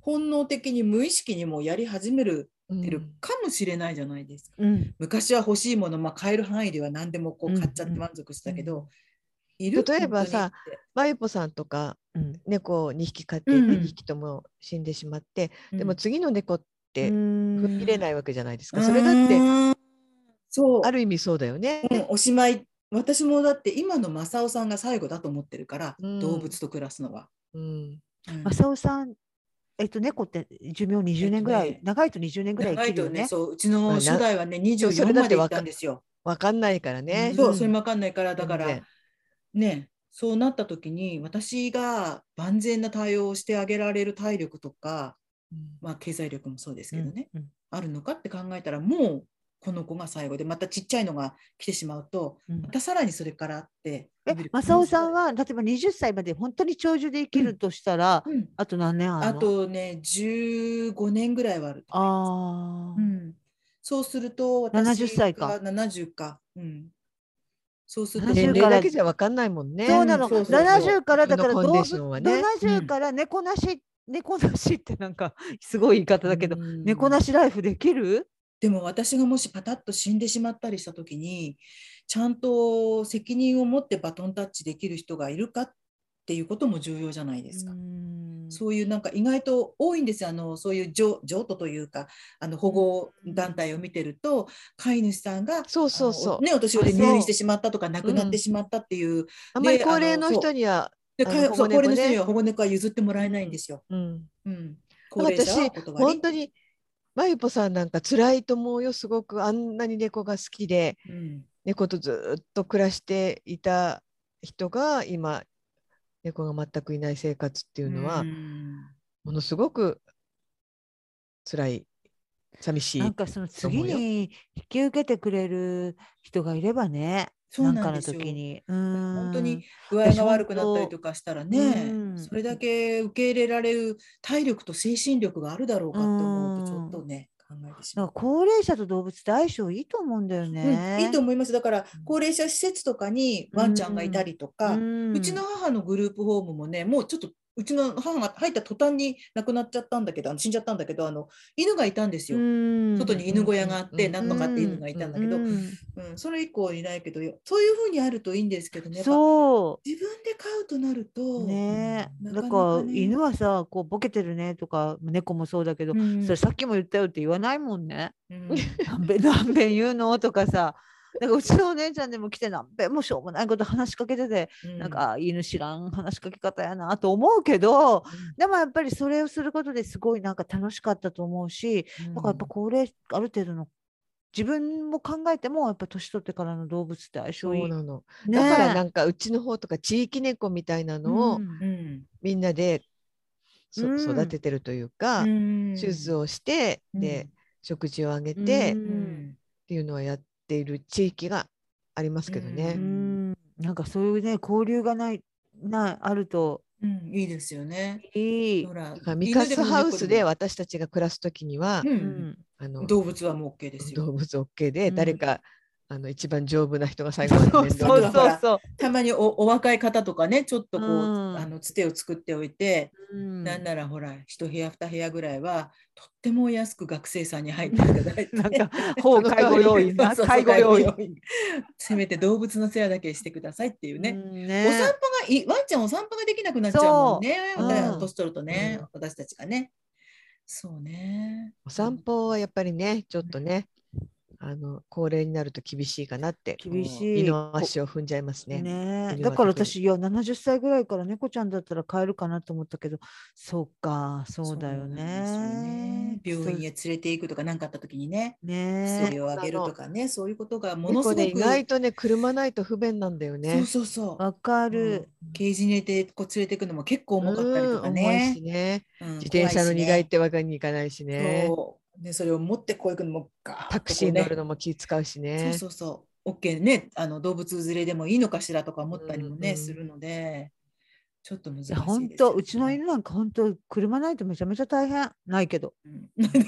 本能的に無意識にもうやり始めるうんてるかもしれないじゃないですか。うん昔は欲しいもの、まあ、買える範囲では何でもこうんう買っちゃって満足してたけど、い例えば本さ当にってまゆぽさんとかうん猫を2匹飼っていてうん2匹とも死んでしまって、でも次の猫って踏み踏入れい。ないわけじゃないですか。それだっててそうある意味そうだよね。うんおしまい私もだって今の正雄さんが最後だと思ってるから、うん動物と暮らすのは。うんうんマサオさん、えっと、猫って寿命20年ぐらい、えっとね長いと20年ぐらい生長きいるとよねね、。そううちのまあな初代はね、それ24だまってでわ行っかたんですよ。わかんないからね。んそうう、それもわかんないから、だから、全然ね、そうなった時に、私が万全な対応をしてあげられる体力とか、まあ、経済力もそうですけどね、うんうんあるのかって考えたら、もうこの子が最後で、またちっちゃいのが来てしまうと、うんまたさらにそれからあって。え伸びる、可マ能サオ性がさんは、例えば20歳まで本当に長寿で生きるとしたら、うん、あと何年あるのあとね、15年ぐらいはあると思います。あうー、ん、そうすると70歳か私が70か、うん、そうすると70年齢からだけじゃわかんないもんね。そうなの、そうそうそう70からだからコン動ディ物、ションはね70から猫なし、猫なしってなんか すごい言い方だけど、うん猫なしライフできるでも私がもしパタッと死んでしまったりした時にちゃんと責任を持ってバトンタッチできる人がいるかっていうことも重要じゃないですか。うんそういうなんか意外と多いんですよあのそういう譲譲渡というかあの保護団体を見てると飼い主さんがそうそうそうあのね、お年寄り入院してしまったとか亡くなってしまったっていうあんまりで高齢あののそう人には、で、あのかよそう保護高猫齢のね人には保護猫は譲ってもらえないんですよ。うん、うん、高齢者は私お断り本当にまゆぽさんなんか辛いと思うよすごくあんなに猫が好きでうん猫とずっと暮らしていた人が今猫が全くいない生活っていうのは、うんものすごく辛い寂しいなんかそのと思次うよに引き受けてくれる人がいればね、そうななんかんでのすよ時に。本本当に具合が悪くなったりとかしたらね、うんそれだけ受け入れられる体力と精神力があるだろうかと思うとちょっとね、考えてしまなんうか。高齢者と動物って相性いいと思うんだよね。うん、いいと思いますだからうん高齢者施設とかにワンちゃんがいたりとか、ううんちの母のグループホームもねもうちょっとうちの母が入った途端に亡くなっちゃったんだけどあの死んじゃったんだけどあの犬がいたんですよ、うん外に犬小屋があって、うんなんとかって犬がいたんだけど、ううんんそれ以降いないけどそういうふうにあるといいんですけどねやっぱそ自分で飼うとなると。うねうんだなかなからかね犬はさこうボケてるねとか猫もそうだけど、うんそれさっきも言ったよって言わないもんね。 うん何べん何べん言うのとかさなんかうちのお姉ちゃんでも来て何べんもしょうもないこと話しかけてて、なんか、あ犬知らん話しかけ方やなと思うけど、でもやっぱりそれをすることですごいなんか楽しかったと思うし、だからやっぱ高齢ある程度の自分も考えてもやっぱ年取ってからの動物って相そ。性いいうなの、ねだからなんかうちの方とか地域猫みたいなのをうんうんみんなで、そうん育ててるというか、うん手術をして、うでん食事をあげて、うっんていうのはやっている地域がありますけどね。ううんんなんかそういうね交流がないないあるとうんいいですよね。いいほ。らだからミカスハウスでは、私たちが暮らすときには、ううんんあの動物はもう OK ですよ。動物 OK で、うん誰かあの一番丈夫な人が最後まで面倒そそううだ見かそらうそう。たまにおお若い方とかねちょっとこう、うんあのつてを作っておいて、うんなんならほら一部屋二部屋ぐらいはとってもお安く学生さんに入っていただいて。なんか、法介護要員 な、そうそう介護要員。介護 せめて動物の世話だけしてくださいっていうね。うんお散歩がいワンちゃんお散歩ができなくなっちゃうもんね。そうお互いうん年取るとね、うん私たちがね。そうね。お散歩はやっぱりねちょっとねあの高齢になると厳しいかなって厳しい二の足を踏んじゃいますね。ねえ犬だかはら特に私いや70歳ぐらいから猫ちゃんだったら飼えるかなと思ったけどそうかそうだよそうなんね。ですよね病院へへ連れて行くとか何かあった時にね、薬ねをあげるとかね、そういうことがものす猫ごく。ね意外とね車ないと不便なんだよそうね。そうそえわかう。うる。んケージに入れてこう連れて行くのも結構重かったりとかうん重いしね。ね。うん自転車の荷台っ。てわかに行かないし怖いしねね。そうね、それを持ってこう行くのもガーッとこうねタクシーに乗るのも気使うしそうね。そうそう。OK ね、あの動物連れでもいいのかしらとか思ったりもね、うんうんするので、ちょっと難しいでいやすよね、本当うちの犬なんか本当車ないとめちゃめちゃ大変ないけど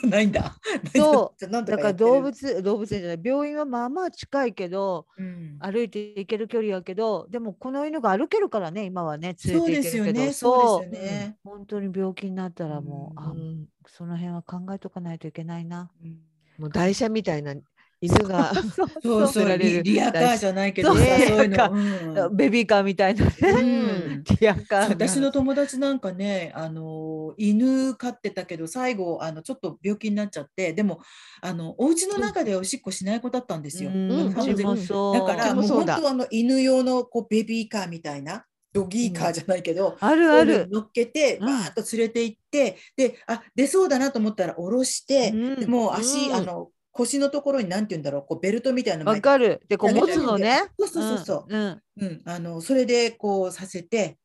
うん。ないん だ。。そう なんとだかやっらてる動、物動物園じゃない病院はまあまあ近いけどうん歩いて行ける距離やけどでもこの犬が歩けるからね今はね連そうれでてすよ行けるけどね。そうそうですよね。本当に病気になったらもう、うあうんその辺は考えとかないといけないな。うんもう台車みたいな犬がそうそうそうそうリリアカーじゃないけどさ、そうそういうリアのカ。うんベビーカーみたいなね。 うんティアカー私の友達なんかね、あの犬飼ってたけど最後あのちょっと病気になっちゃってでもあのお家の中でおしっこしない子だったんですよ。うん、う完ち全にもそう。だからうもうちも本そうだ当はあの犬用のこうベビーカーみたいなドギーカーじゃないけど、あるそういあうのにる。乗っけてうんわーっと連れて行って、であ出そうだなと思ったら下ろして、うんでもう足、うんあの腰のところになんて言うんだろうこうベルトみたいなのわかる。で、こうや持めてつのね。そうそうそうそううん。うんうん、あのそれでこうさせて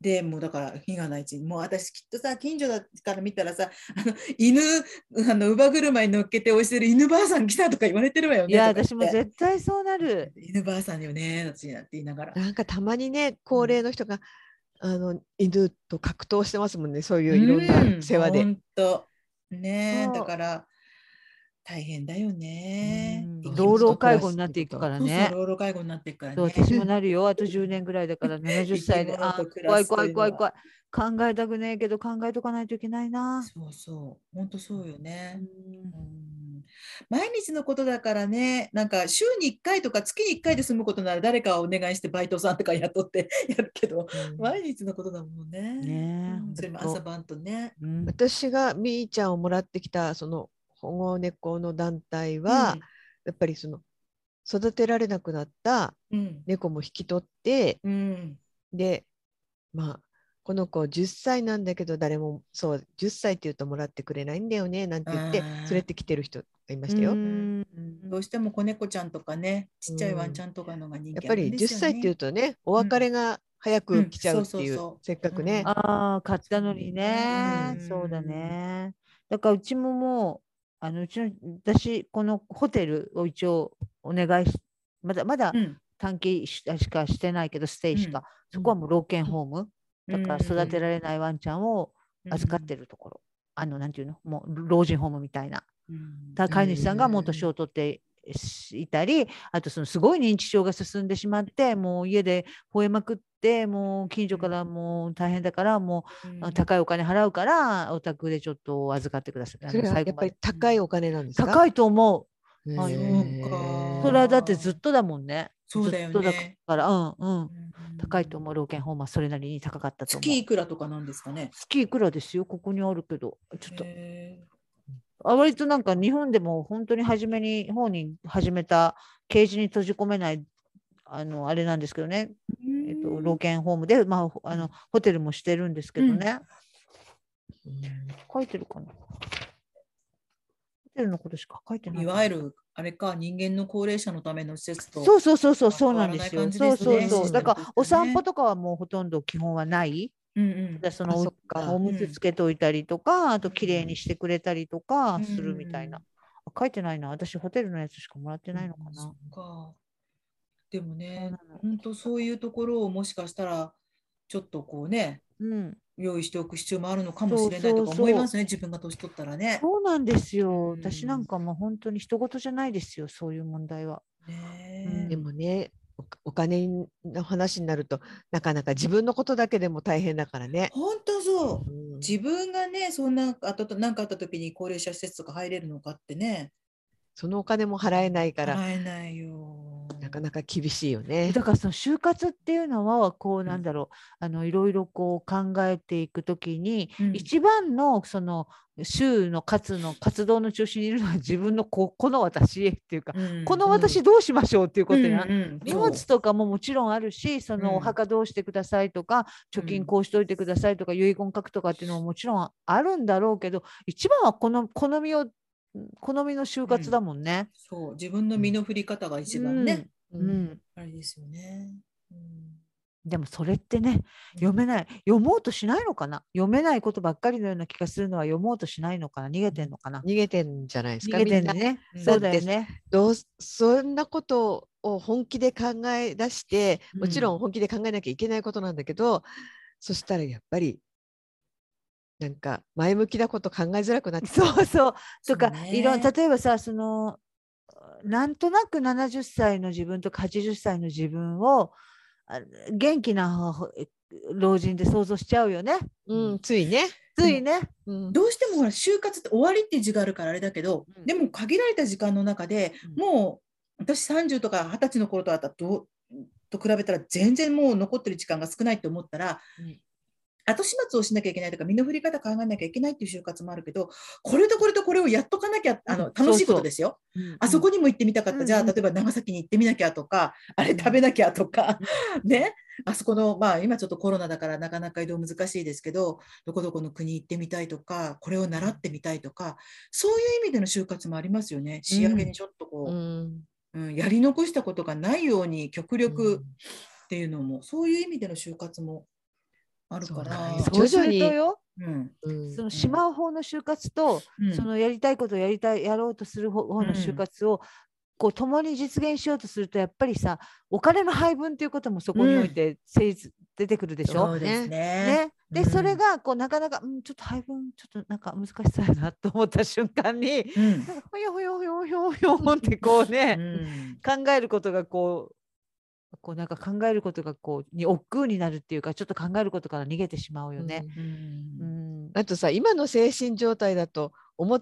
でもうだから日がないうちにもう私きっとさ近所だから見たらさあの犬あの乳母車に乗っけておいしてる犬ばあさん来たとか言われてるわよねいや、とか言って私も絶対そうなる。犬ばあさんよね私なんて言いながら。なんかたまにね高齢の人が、あの犬と格闘してますもんねそういういろんな世話で。本当ねえそうだから大変だよね。う生んき老物老と暮介らす護になっていくからそうねそう。老老介護になっていくからね。そう、私もなるよ。あと10年ぐらいだから70歳で。生き物あと暮ら怖いすと怖いういのは怖い怖い。考えたくねえけど考えとかないといけないな。そうそう本当そうよね。うんうん毎日のことだからね、なんか週に1回とか月に1回で済むことなら誰かをお願いしてバイトさんとか雇って やるけど、毎日のことだもんね。ねえうんそれもほんと朝晩とね。うん私がみーちゃんをもらってきたその保護猫の団体は、やっぱりその育てられなくなったうん、猫も引き取ってうん、でまあこの子10歳なんだけど誰もそう10歳って言うともらってくれないんだよねなんて言ってあー連れてきてる人がいましたよ。うんどうしても子猫ちゃんとかね、ちっちゃいワンちゃんとかのが人やっ気あぱるりんで10すよね歳っていうとねお別れが早く来ちゃうっていうんそうそううそうせっかくね。ああ、買ったのにね。うんそうだね。だからうちももう、あのうちの私、このホテルを一応お願いし、まだまだうん短期ししかしてないけど、ステイしか、うんそこはもう老犬ホーム、だから育てられないワンちゃんを預かってるところ、あの、なんていうの、もう老人ホームみたいな。うんだ飼い主さんがもう年を取っていたり、あとそのすごい認知症が進んでしまってもう家で吠えまくってもう近所からもう大変だからもうあ高いお金払うからお宅でちょっと預かってください。あのそれは最や後っまぱりで高いお金なんですか高いと思へあーそうかう。それはだってずっとだもんね。そうだよねずっとだから、うんうん。うん高いと思う老犬ホームはそれなりに高かったと思う。月いくらとかなんですかね。月いくらですよ、ここにあるけど。ちょっとへーあ割となんか日本でも本当に初めに方に始めたケージに閉じ込めないあのあれなんですけどね、えっと、老犬ホームで、まあ、ほあのホテルもしてるんですけどね、書いてるかなホテルのことしか書いてないいわゆるあれか人間の高齢者のための施設と。そうそうそうそう変そわうならんでないすよ感じそでうすそうねそうだからおそうですね散歩とかはもうほとんど基本はないうんうんだからそあそのっかおむつつけといたりとか、あと綺麗にしてくれたりとかするみたいな、うんあ書いてないな私ホテルのやつしかもらってないのかな、そっか。でもそうねな、の本当そういうところをもしかしたらちょっとこうねうん、用意しておく必要もあるのかもしれないとかそうそうそう思いますね。自分が年取ったらね。そうなんですよ。うん私なんかもう本当に人事じゃないですよ、そういう問題は。ねえでもねおお金の話になるとなかなか自分のことだけでも大変だからね。本当そう。うん自分がね、そんなあとなんかあった時に高齢者施設とか入れるのかってね、そのお金も払えないから払えないよ。なかなか厳しいよね。だからその就活っていうのはこううんなんだろう、あのいろいろこう考えていくときに、うん一番のその週の活の活動の中心にいるのは自分のここの私っていうか、うんこの私どうしましょうっていうことになうんうん荷物とかももちろんあるし、そうんのお墓どうしてくださいとか、貯うん金こうしておいてくださいとか、遺言書くとかっていうのももちろんあるんだろうけど、一番はこの好みを、好みの就活だもんね。そうそう自分の身の振り方が一番ね、う。うんんうんあれですよね。うんでもそれってね、読めない、読もうとしないのかな読めないことばっかりのような気がするのは読もうとしないのかな逃げてんのかな逃げてんじゃないです逃か。げてんみのんなねう。んそうだよね。どうそんなことを本気で考え出してうんもちろん本気で考えなきゃいけないことなんだけど、そしたらやっぱりなんか前向きなこと考えづらくなってそうそう。とか、そうねいろん例えばさそのなんとなく70歳の自分とか80歳の自分をあ元気なほほ老人で想像しちゃうよねうん、ついね。ついね。うんどうしてもほら就活って終わりっていう字があるからあれだけど、うんでも限られた時間の中で、うんもう私30とか20歳の頃とあったとと比べたら全然もう残ってる時間が少ないと思ったら、うん後始末をしなきゃいけないとか身の振り方考えなきゃいけないっていう就活もあるけどこれとこれとこれをやっとかなきゃあのうん楽しいこそうそとうですよ。ああそこにも行ってみたかった、うんじゃあうん例えば長崎に行ってみなきゃとかあれ食べなきゃとか、 ねあそこのまあ今ちょっとコロナだからなかなか移動難しいですけどどこどこの国行ってみたいとかこれを習ってみたいとかそういう意味での就活もありますよね仕上げにちょっとうこんう、うんやり残したことがないように極うん力っていうのも、そういう意味での就活もあるかそうだらね。そうす徐々るとによ、うんうんそのシマオ法の就活と、うんそのやりたいことをやりたいやろうとする方方の就活を、こう共に実現しようとするとやっぱりさお金の配分ということもそこにおいて成立、出てくるでしょ。そうですね。ね、で、うんそれがこうなかなか、うん、ちょっと配分ちょっとなんか難しそうやなと思った瞬間にうんなんかほよほよほよほよほよほんってこううね、ん考えることがこうこうなんか考えることがこうに億劫になるっていうかちょっと考えることから逃げてしまうよね。ううんんあとさ今の精神状態だと思っ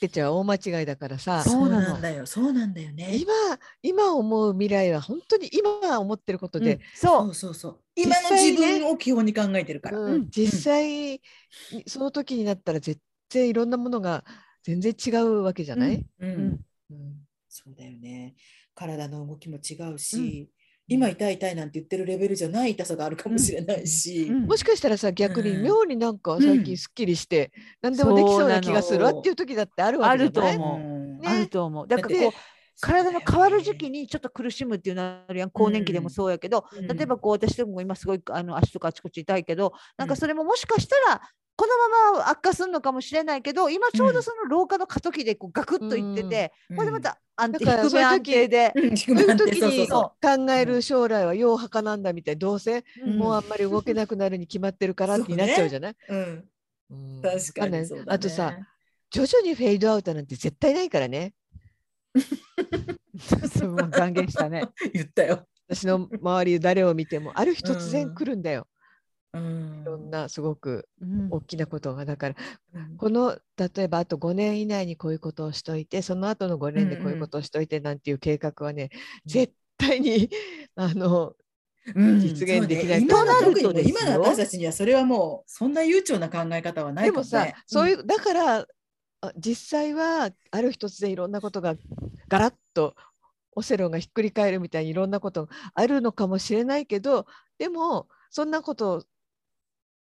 てちゃ大間違いだからさそうなのなんだよ、そうなんだよね。今今思う未来は本当に今思ってることで、そそううそうそう。実今の際ね自分を基本に考えてるから。うんうん実際にその時になったら絶対いろんなものが全然違うわけじゃない、ううんそうだよね。体の動きも違ううんし、今痛い痛いなんて言ってるレベルじゃない痛さがあるかもしれないし、うんもしかしたらさ逆にうん妙になんか最近すっきりして、何でもできそうな気がするそうわなのっていう時だってあるわけじゃなあいると思ううんねあると思う。だからだこっそううだよ体ねの変わる時期にちょっと苦しむっていうのはあるやん更年期でもそうやけど、うん例えばこう私でも今すごいあの足とかあちこち痛いけどなうんかんそれももしかしたらこのまま悪化するのかもしれないけど今ちょうどその廊下の過渡期でこうガクッといってて、うんこれでまた安定だから低め安定で。うん低そうめいなうんて時そうそうにそ考える将来はようはかなんだみたいなどうせんもうあんまり動けなくなるに決まってるからってなっちゃうじゃない、う、うん、うん確かにわそんうだ、ね、ないあとさ徐々にフェードアウトなんて絶対ないからねそうもう断言したね。言ったよ、私の周り誰を見てもある日突然来るんだよ、うんいろんなすごくうん大きなことがだからこの例えばあと5年以内にこういうことをしといてその後の5年でこういうことをしといてなんていう計画はね、絶対に あのうん実現できなそうねい今のとなる特にともうですよ今の私たちにはそれはもうそんな悠長な考え方はないでかももさ、ね。そういうだからあ実際はある日突然いろんなことがガラッとオセロがひっくり返るみたいにいろんなことがあるのかもしれないけどでもそんなこと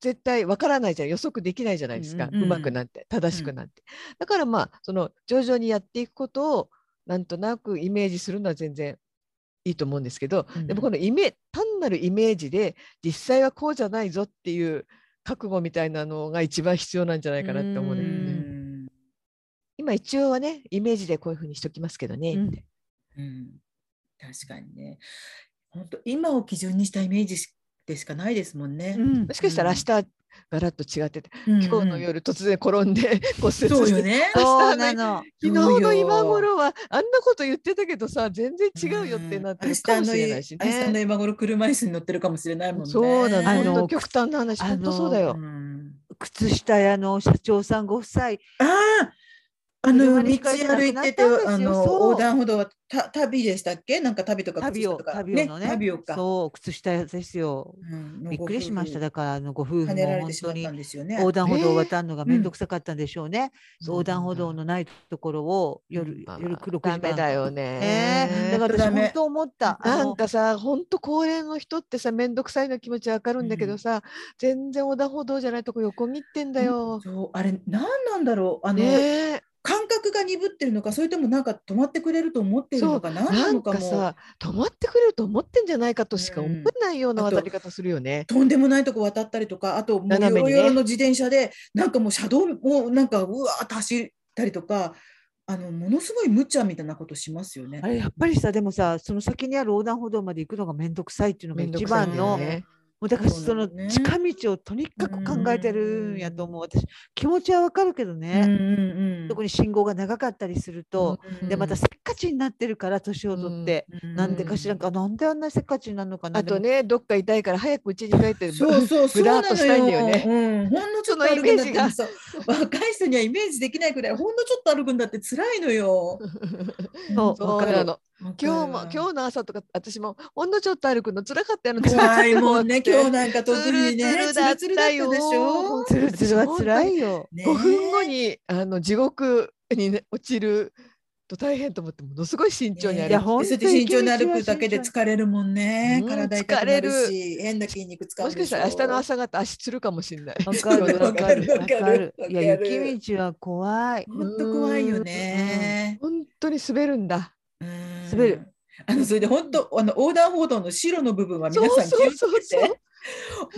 絶対わからないじゃん予測できないじゃないですか、ううんうんうんまくなんて正しくなんて、だからまあその徐々にやっていくことをなんとなくイメージするのは全然いいと思うんですけど、うんでもこのイメ単なるイメージで実際はこうじゃないぞっていう覚悟みたいなのが一番必要なんじゃないかなって思ううね。ん今一応はねイメージでこういうふうにしときますけどね、うんってうん確かにね。本当今を基準にしたイメージしでしかないですもんね。うんもしかしたら明日ガラッと違ってて、うん今日の夜突然転んで骨折してそうよね。そうなの。そう昨日よの今頃はあんなこと言ってたけどさ全然違うよってなってるかもしれないしうん明日のね。今頃車椅子に乗ってるかもしれないもんね。そうなあのの本当極端な話あの本当そうだよう。ん靴下屋の社長さんご夫妻ああ、あの車道に控えてなくなったん歩いですよてて、あのそう横断歩道はた旅でしたっけ？なんか旅とか旅を靴下とか旅をのね旅をか。そう靴下屋ですようんびっくりしました。のだからあのご夫ご夫婦婦跳ねもられ本てしま当ったにんですよね。横断歩道をえー渡るのが面倒くさかったんでしょうね、横断歩道のないところを夜まあ夜黒くダメだよねね。えだかほんとダら私メ本当思ったあなのんかさほんと高齢の人ってさ面倒くさいの気持ちわかるんだけどさ、全然横断歩道じゃないとこ横切ってんだよ。そうあれ何なんだろうあの、ねえ感覚が鈍ってるのかそれともなんか止まってくれると思ってるのか何ななのんかかもさ止まってくれると思ってんじゃないかとしか思えないようなうんあと渡り方するよね。とんでもないとこ渡ったりとかあともう斜めヨにロねヨロの自転車で、なんかもう車道をなんかうわーっと走ったりとかあのものすごい無茶みたいなことしますよねあ。れやっぱりさでもさその先にある横断歩道まで行くのが面倒くさいっていうのが面倒一くさいん番だよの、ねもうだからそそうなののね近道をとにかく考えてるんやと思う私気持ちはわかるけどうんうね、んうん特に信号が長かったりすると、うんでまたせっかちになってるから年を取って、なんでかしらんかなんであんなせっかちになるのかなあとでもねどっか痛いから早く家に帰ってそうそうそぶうならっのよとしたいんだよね。うん、ほんのちょっと歩くんだってもさ若い人にはイメージできないくらいほんのちょっと歩くんだって辛いのよ。そう そうわかるなの今日も今日の朝とか私もほんのちょっと歩くの辛かったよ辛怖いもんね今日ねなんか特にねつるつるだったよでしょつるつるは辛いよ。ねえ5分後にあの地獄に、ね、落ちると大変と思ってものすごい慎重にね歩えいやほんいそとうやって慎重に歩くだけで疲れるもんね、うん体痛くなるし変な筋肉使うもでししょかしたら明日の朝方足つるかもしれない。わかるわわかかるるわかるわかる。いや雪道は怖い。本当怖いよね 本当に滑るんだ。うん滑るあのそれで本当あの横断歩道の白の部分は皆さん気をつそうそうけそうて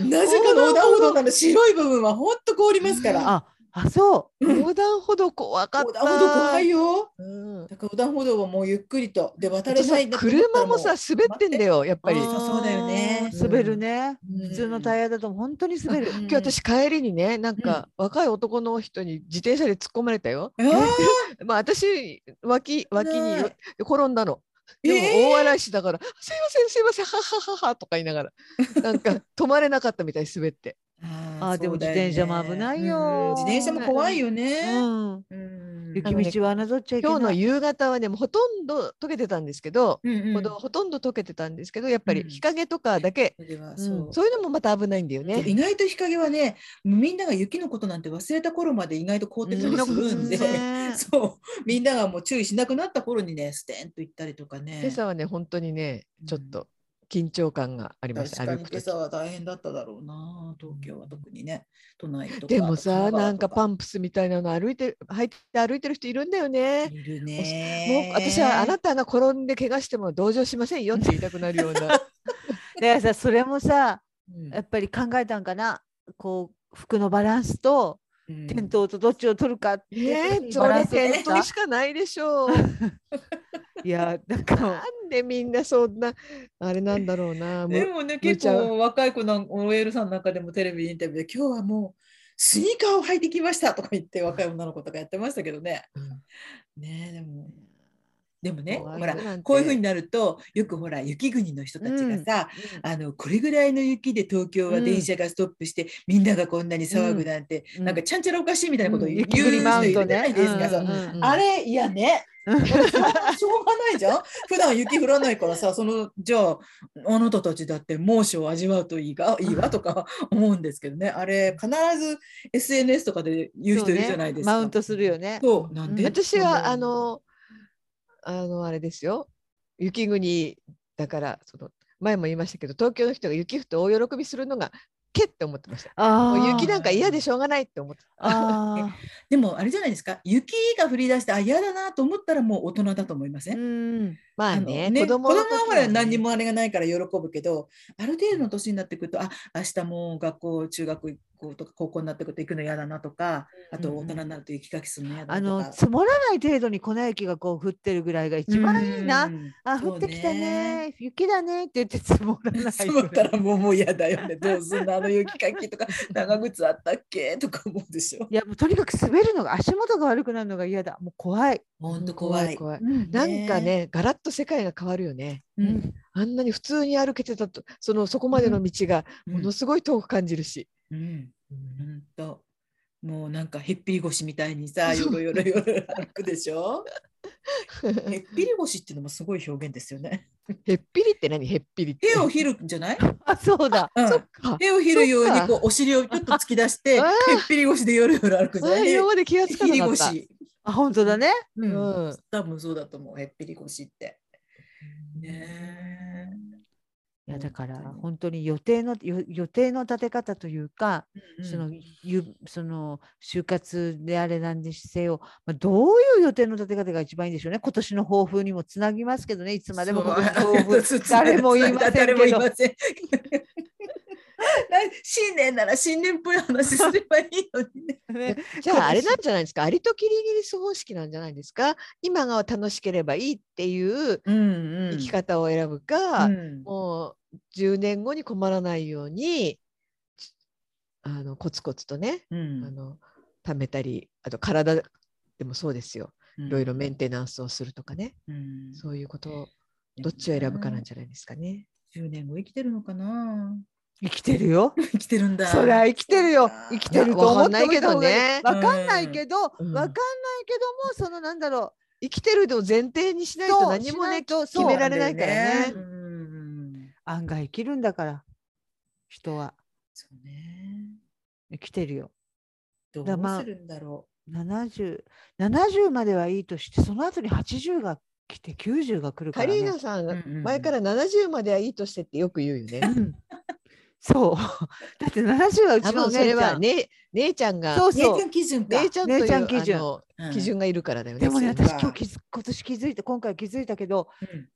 なぜかの横断歩道なの白い部分は本当凍りますからあ、あそうん横断歩道怖かった。横断歩道怖いようんだから横断歩道はもうゆっくりとで渡れさないんだと思った車らもさ滑ってんだよやっう。ぱり。あ今ーそうだよね滑るね。うん普通のタイヤだと本当に滑る。うん日私帰りにねなんか若い男の人に自転車で突っ込まれたよ。えーまあ私脇脇によね転んだの。でもえー大笑いしながら「すいませんすいませんはははは」とか言いながらなんか止まれなかったみたい滑って。ああーでも自転車も危ないようん自転車も怖いよね。うん。うん雪道は侮っちゃいけ今日なのい。夕方はねもうほとんど溶けてたんですけど、うんうんほどほとんど溶けてたんですけどやっぱりうん日陰とかだけ、それはうんそうそういうのもまた危ないんだよね。意外と日陰はねみんなが雪のことなんて忘れた頃まで意外と凍ってたりするんで、うんそうみんながもう注意しなくなった頃にねステンと行ったりとかね今朝はね本当にねちょっと緊張感がありま確すか歩にく今と朝は大変だっただろうな東京は特にね都内とかでもさなんかパンンプスみたいなの歩いてる履いて歩いてる人いるんだよね。いるもうね私はあなたが転んで怪我しても同情しませんよって言いたくなるよう な。からさそれもさうんやっぱり考えたんかなこう服のバランスとうん転倒とどっちを取るかってえいうー、そバランれスを取転った倒しかないで しょう。いやなんかなんでみんなそんなあれなんだろうな。でむもね、む結ちゃ構若い子の OL さんなんかでもテレビインタビューで、今日はもうスニーカーを履いてきましたとか言って若い女の子とかやってましたけどね。ねえでもでもね、怖いほらなんてこういうふうになるとよくほら雪国の人たちがさ、あのこれぐらいの雪で東京は電車がストップして、みんながこんなに騒ぐなんて、うんなんかちゃんちゃらおかしいみたいなことを言う雪降りマウントね言う人いるじゃないですか。うんそううんうんあれいやねしょうがないじゃん 普段雪降らないからさそのじゃああなたたちだって猛暑を味わうといいがいいわとか思うんですけどねあれ必ず SNS とかで言う人いるじゃないですか。マウントするよね。そうなんで、うん私はあそのあのあれですよ雪国だからその前も言いましたけど東京の人が雪降って大喜びするのがけって思ってました。あもうー雪なんか嫌でしょうがないって思ってた。あでもあれじゃないですか雪が降り出してあ嫌だなと思ったらもう大人だと思いませーん、うんまああのねね子子供供の時はほねら何にもあれがないから喜ぶけどある程度の年になってくるとあ明日もう学校中学校とか高校になってくると行くの嫌だなとかあと大人になると雪かきするの嫌だあなとかの。積もらない程度に粉雪がこう降ってるぐらいが一番いいな。うんあ降ってきたね。雪だねって言って積も らない。そうねそうったらもうもう嫌だよ ね。どうすんのあの雪かきとか長靴あったっけとか思うでし ょ。いやもうとにかく滑るのが足元が悪くなるのが嫌だ。もう怖い。 本当怖い怖いなんか。ねガラッと世界が変わるよね。うんあんなに普通に歩けてたとそのそこまでの道がものすごい遠く感じるし。うん本当。もうなんかへっぴり腰みたいにさ、よろよろよろ歩くでしょ。へっぴり腰っていうのもすごい表現ですよね。へっぴりって何へっぴりって。手をひるんじゃない？あそうだ。うんそっか。手をひるようにこうお尻をちょっと突き出して、 へっあーぴり腰でよろよろ歩くじゃあない？今へまで気がっつかぴなりかった。腰。あ本当 だね。ううんん、多分そうだと思う。へっぴり腰って。ねいやだから本当に本当に予定のよ予定の立て方というか、えそのゆその就活であれなんにせよ、まあ、どういう予定の立て方が一番いいんでしょうね。今年の抱負にもつなぎますけどね。いつまでもそう今年の抱負 誰誰もも言言いいまませせんんけけどど。新年なら新年っぽい話すればいいのに ね。ねじゃああれなんじゃないですか。アリとキリギリス方式なんじゃないですか。今が楽しければいいっていううん生き方を選ぶか、うんもう10年後に困らないようにちあのコツコツとね、うあんの貯めたりあと体でもそうですよいいろいろメンテナンスをするとかね、うんそういうことをどっちを選ぶかなんじゃないですかね。 10年後生きてるのかな 生きてるよ。生きてるんだそりゃ生きてるよ。生きてると思っておいた方がいい。わかわんかんなないいけけど、わかうんんないけども、そのなんだろ生きてるのを前提にしう。ないとそう何もしなねいと決そうめられないからねうんうん案外生きるんだから、人はそうね。生きてるよ。どだまあうするんだろ70、70まではいいとして、その後に80が来て90が来るかカら、リーねナ。さんう。がうんうん前から70まではいいとしてってよく言うよね。うんそう。 だって70はう多ちのお分そ姉れちゃはん。ね姉ちゃんがそう姉そちゃ。うん基準か姉。ちゃんという姉ちゃん基準あのうん基準がいるからだよね。でもね、そうか私今日気づ今年気づいて、今回気づいたけど、うん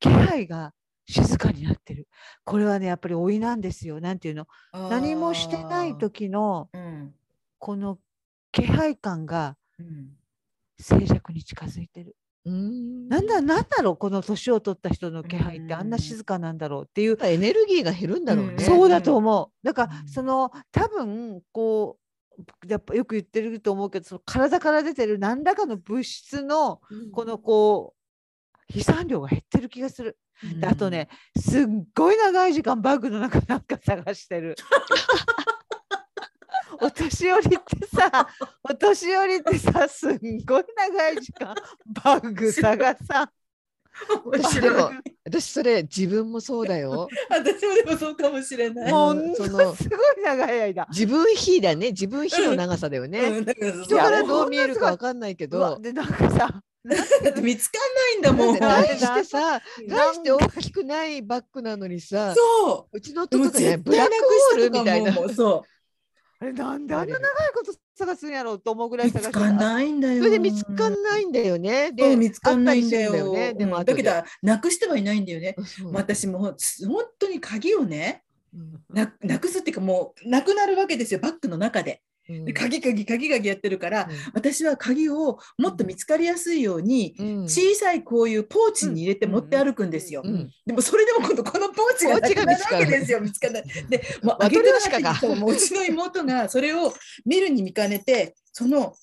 気配が静かになってる。これはね、やっぱり老いなんですよ。なんていうの何もしてない。時のあーうんこの気配感がうん静寂に近づいてる。うーんなんだなんだろうこの年を取った人の気配ってあんなうん静かなんだろうっていう、やっぱエネルギーが減るんだろうね。うんそうだと思う。だからうんその多分こうやっぱよく言ってると思うけどその体から出てる何らかの物質のうんこのこう飛散量が減ってる気がする。うんであとねすっごい長い時間バッグの中なんか探してる。お年寄りってさお年寄りってさすんごい長い時間バッグ探さ面私で白いも私それ自分もそう だよ。私もでもそうかもしれない。もうそすのごい長い間。自分比だね。自分比の長さだよね。うんだから人そうかいやらどう見えるかわかんないけうわど、でなんかさだって見つかんないんだもん。大だしてさ、大して大きくないバッグなのにさ、そうちのう。夫とかね、ブラックホールみたいな。もうそあれなんであんな長いこと探すんやろうと思うぐう。らい見探しつてかんないんだよ。。それで見つかんないいんだよね。そうで、見つかんないんだよ。あったりするんだよねでもうん後だでけどなくしてはいないんだよね。そう私もほん本当に鍵をねうんななくすっていうかもうなくなるわけですよバッグの中で。うんで鍵鍵鍵鍵やってるから私は鍵をもっと見つかりやすいようにうん小さいこういうポーチに入れて持って歩くんですよ。うんでもそれでも今度このポーチがなくなるわけですよ見つからない。でもうマあトげリてョーなシカがいもううちの妹がそれを見るに見かねてその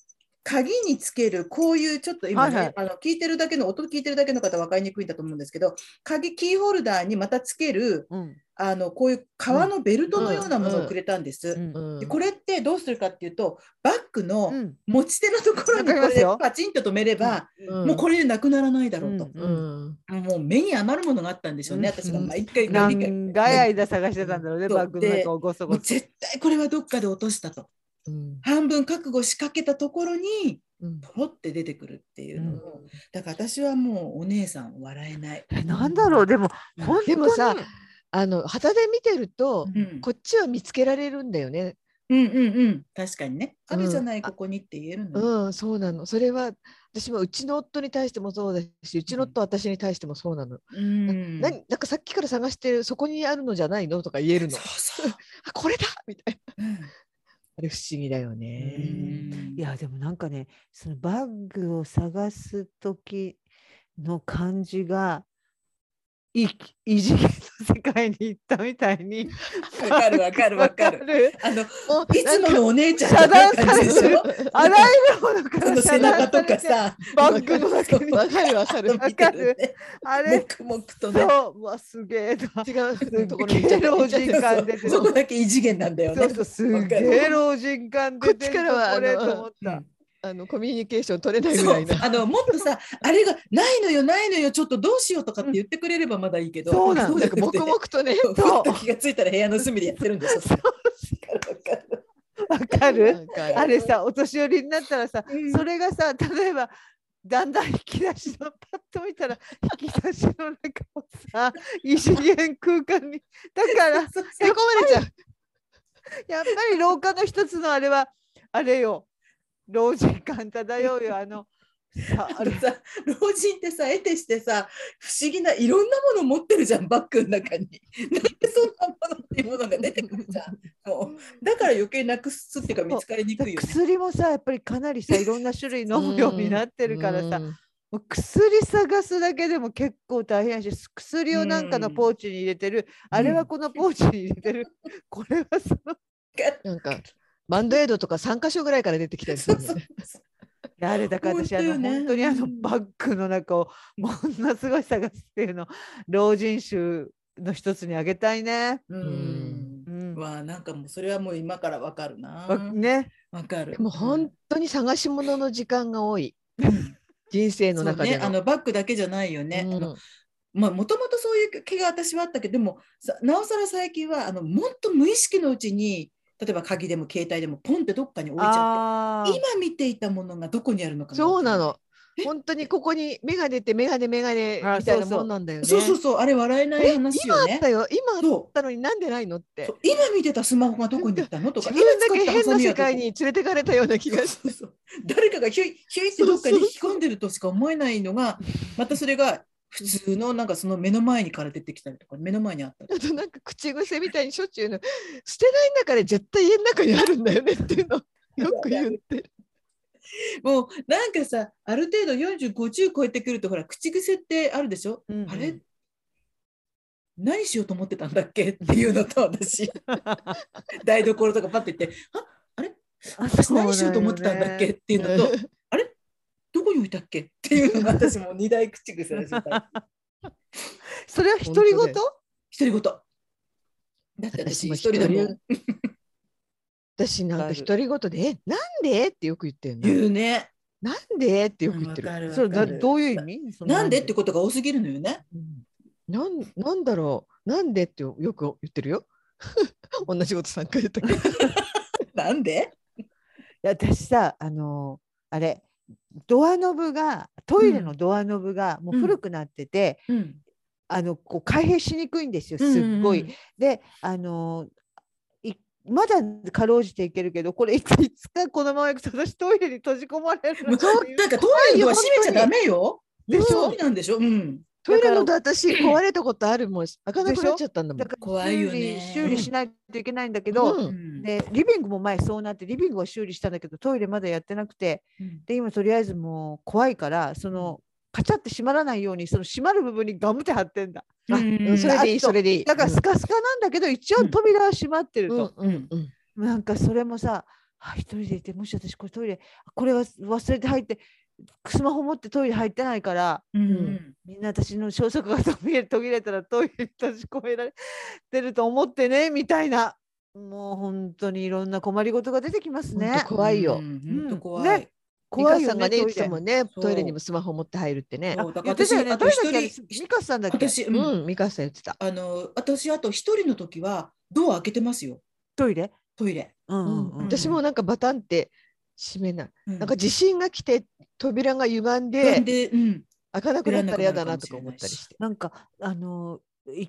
鍵につけるこういうちょっと今ね、はいはいあの聞いてるだけの音聞いてるだけの方分かりにくいんだと思うんですけど鍵キーホルダーにまたつけるうんあのこういう革のベルトのようなものをくれたんです。うんうんでこれってどうするかっていうとバッグのうん持ち手のところにこわかりまれすでよパチンと止めれば、うんもうこれでなくならないだろうと、うんうんもう目に余るものがあったんでしょうね、うん私が毎回長毎回い間探してたんだろうね、そうバッグの中をごそもごうそ。絶対これはどっかで落としたとうん半分覚悟しかけたところにうんポロって出てくるっていうのうんを、だから私はもうお姉さん笑えない。えなんだろう、でも、本当にでもさ、あの旗で見てると、うん、こっちは見つけられるんだよね。うんうんうん確かにねあるじゃない、うんここにって言えるのよ、うん、そうなの。それは私はうちの夫に対してもそうだし、うちの夫は私に対してもそうなの。うんななんかさっきから探してるそこにあるのじゃないのとか言えるのそう。そう、あこれだみたいな。うんあれ不思議だようね。んいや、でもなんかね、そのバッグを探す時の感じが、い異次元の世界に行ったみたいに。 わかるわかるわかる。る。あのいもうつものお姉ちゃん遮断みたいなされてる。あらゆるものかそらの背中とかさ、バッグの 中に。わかるわかる。見てるね。あれ黙々とね。そう、うわ、すげえな。違うところ消えるお時そう間出てるそこだけ異次元なんだよそねう。そう、すっげえ老人感出てこっちからはこあのれと思った。あのコミュニケーション取れないぐそらういな。あのもっとさあれがないのよないのよちょっとどうしようとかって言ってくれればまだいいけど、そうなののなんか黙々とね。ふっと気がついたら部屋の隅でやってるんでしょ。わかるわかるわかるなんかあれさ、お年寄りになったらさ、うんそれがさ、例えば、だんだん引き出しの、パッと見たら、引き出しの中をさ、異次元空間に。だ から、そう吸い込まれちゃう。やっぱり廊下の一つのあれは、あれよ、老人感漂うよ、あの、さ、ああの れさ老人ってさ得てしてさ不思議ないろんなもの持ってるじゃんバッグの中に。なんでそんなものっていうものが出てくるじゃん。もうだから余計なくすっていうか見つかりにくいよね。薬もさ、やっぱりかなりさ、いろんな種類飲むようになってるからさ、もう薬探すだけでも結構大変やしす薬をなんかのうんポーチに入れてる、あれうはんこのポーチに入れてるこれはそのなんかバンドエイドとか三箇所ぐらいから出てきたりすそうるそうそうあれだから私あ本当よのね本当にあうのんバッグの中を ものすごい探すっていうの老人種の一つにあげたいね。うんう。んわあなんかもうそれはもう今からわかるな。わね、わかる。もう本当に探し物の時間が多いうん人生のそう中でね、あの。のバッグだけじゃないよね。あうのんまあもともとそういう気が私はあったけどでもさなおさら最近はあのもっと無意識のうちに例えば鍵でも携帯でもポンってどっかに置いちゃあってー今見ていたものがどこにあるのかそうなわの。本当にここに眼鏡って眼鏡眼鏡あみたいなそうそうもんなんだよかんね。ない。そうそうそうあれ笑えない話よあねっ。たよ。今あっそたのになんでないのっうてそう。今見てたスマホがどこに行ったのとか自分だ今け使ったハ変サなミは世どこ界に連れてかれたような気がすそうそう誰かがひゅいひゅいってどっかに引き込んでるとしか思えないのがまたそれが普通のなんかその目の前にから出てきたりとか目の前にあったりる。あとなんか口癖みたいにしょっちゅうの捨てない中で絶対家の中にあるんだよねっていうのをよく言ってる。もうなんかさある程度4050超えてくるとほら口癖ってあるでしょ、うんうんあれ何しようと思ってたんだっけっていうのと 私台所とかパッて行ってああれ私何しようと思ってたんだっけ、っていうのと、あれどこに置いたっけっていうのが私もう二大口癖 ですよ最近それは独り本言当独り言。だって私一人で私もも独り私なんか独り言で「えなんで?」ってよく言ってる言うね。なんでってよく言ってわかる。るわそれかだるどういう意味そのなんでってことが多すぎるのよね。 うんなんなんだろうなんでってよく言ってるよ。同じこと3回言ったけど。なんでいや私さあのあれドアノブがトイレのドアノブがもう古くなってて、うんあのこう開閉しにくいんですよすっごうい。んうんうんであのいまだかろうじていけるけどこれいつ いつかこのままいくと私トイレに閉じ込まれるもうなとっていうなんかトイレは閉めちゃダメよ。でしそょうなんでしょ。うん。トイレのドア私壊れたことあるもん開かなくなっちゃったんだもだんから怖いよね修理修理しないといけないんだけど、うんでリビングも前そうなってリビングは修理したんだけどトイレまだやってなくてうんで今とりあえずもう怖いからそのカチャって閉まらないようにその閉まる部分にガムテ貼ってんだあうんそれでいあいとそれでいいだからスカスカなんだけど一う応ん扉は閉まってるうんと、うんうんなんかそれもさあ一人でいてもし私これトイレこれは忘れて入ってスマホ持ってトイレ入ってないからうんみんな私の消息が途切れ途切れたらトイレに閉じ込められてると思ってねみたいなもう本当にいろんな困りごとが出てきます本ね当。怖いよ本当怖いね。怖い美香よさんがねね言トっイてたレもんねそうトイレにもスマホ持って入るってねそうだから言って私たよねあと誰だっけ一人ミカさんだっけ私、う、うんん美香さん言ってたあの私あと一人の時はドア開けてますよトイレ、トイレ。うんうんうん、私もなんかバタンって閉めないななんか地震が来て扉が歪んででで、うん、開かなくなったら嫌だなとか思ったりして。なんかあのい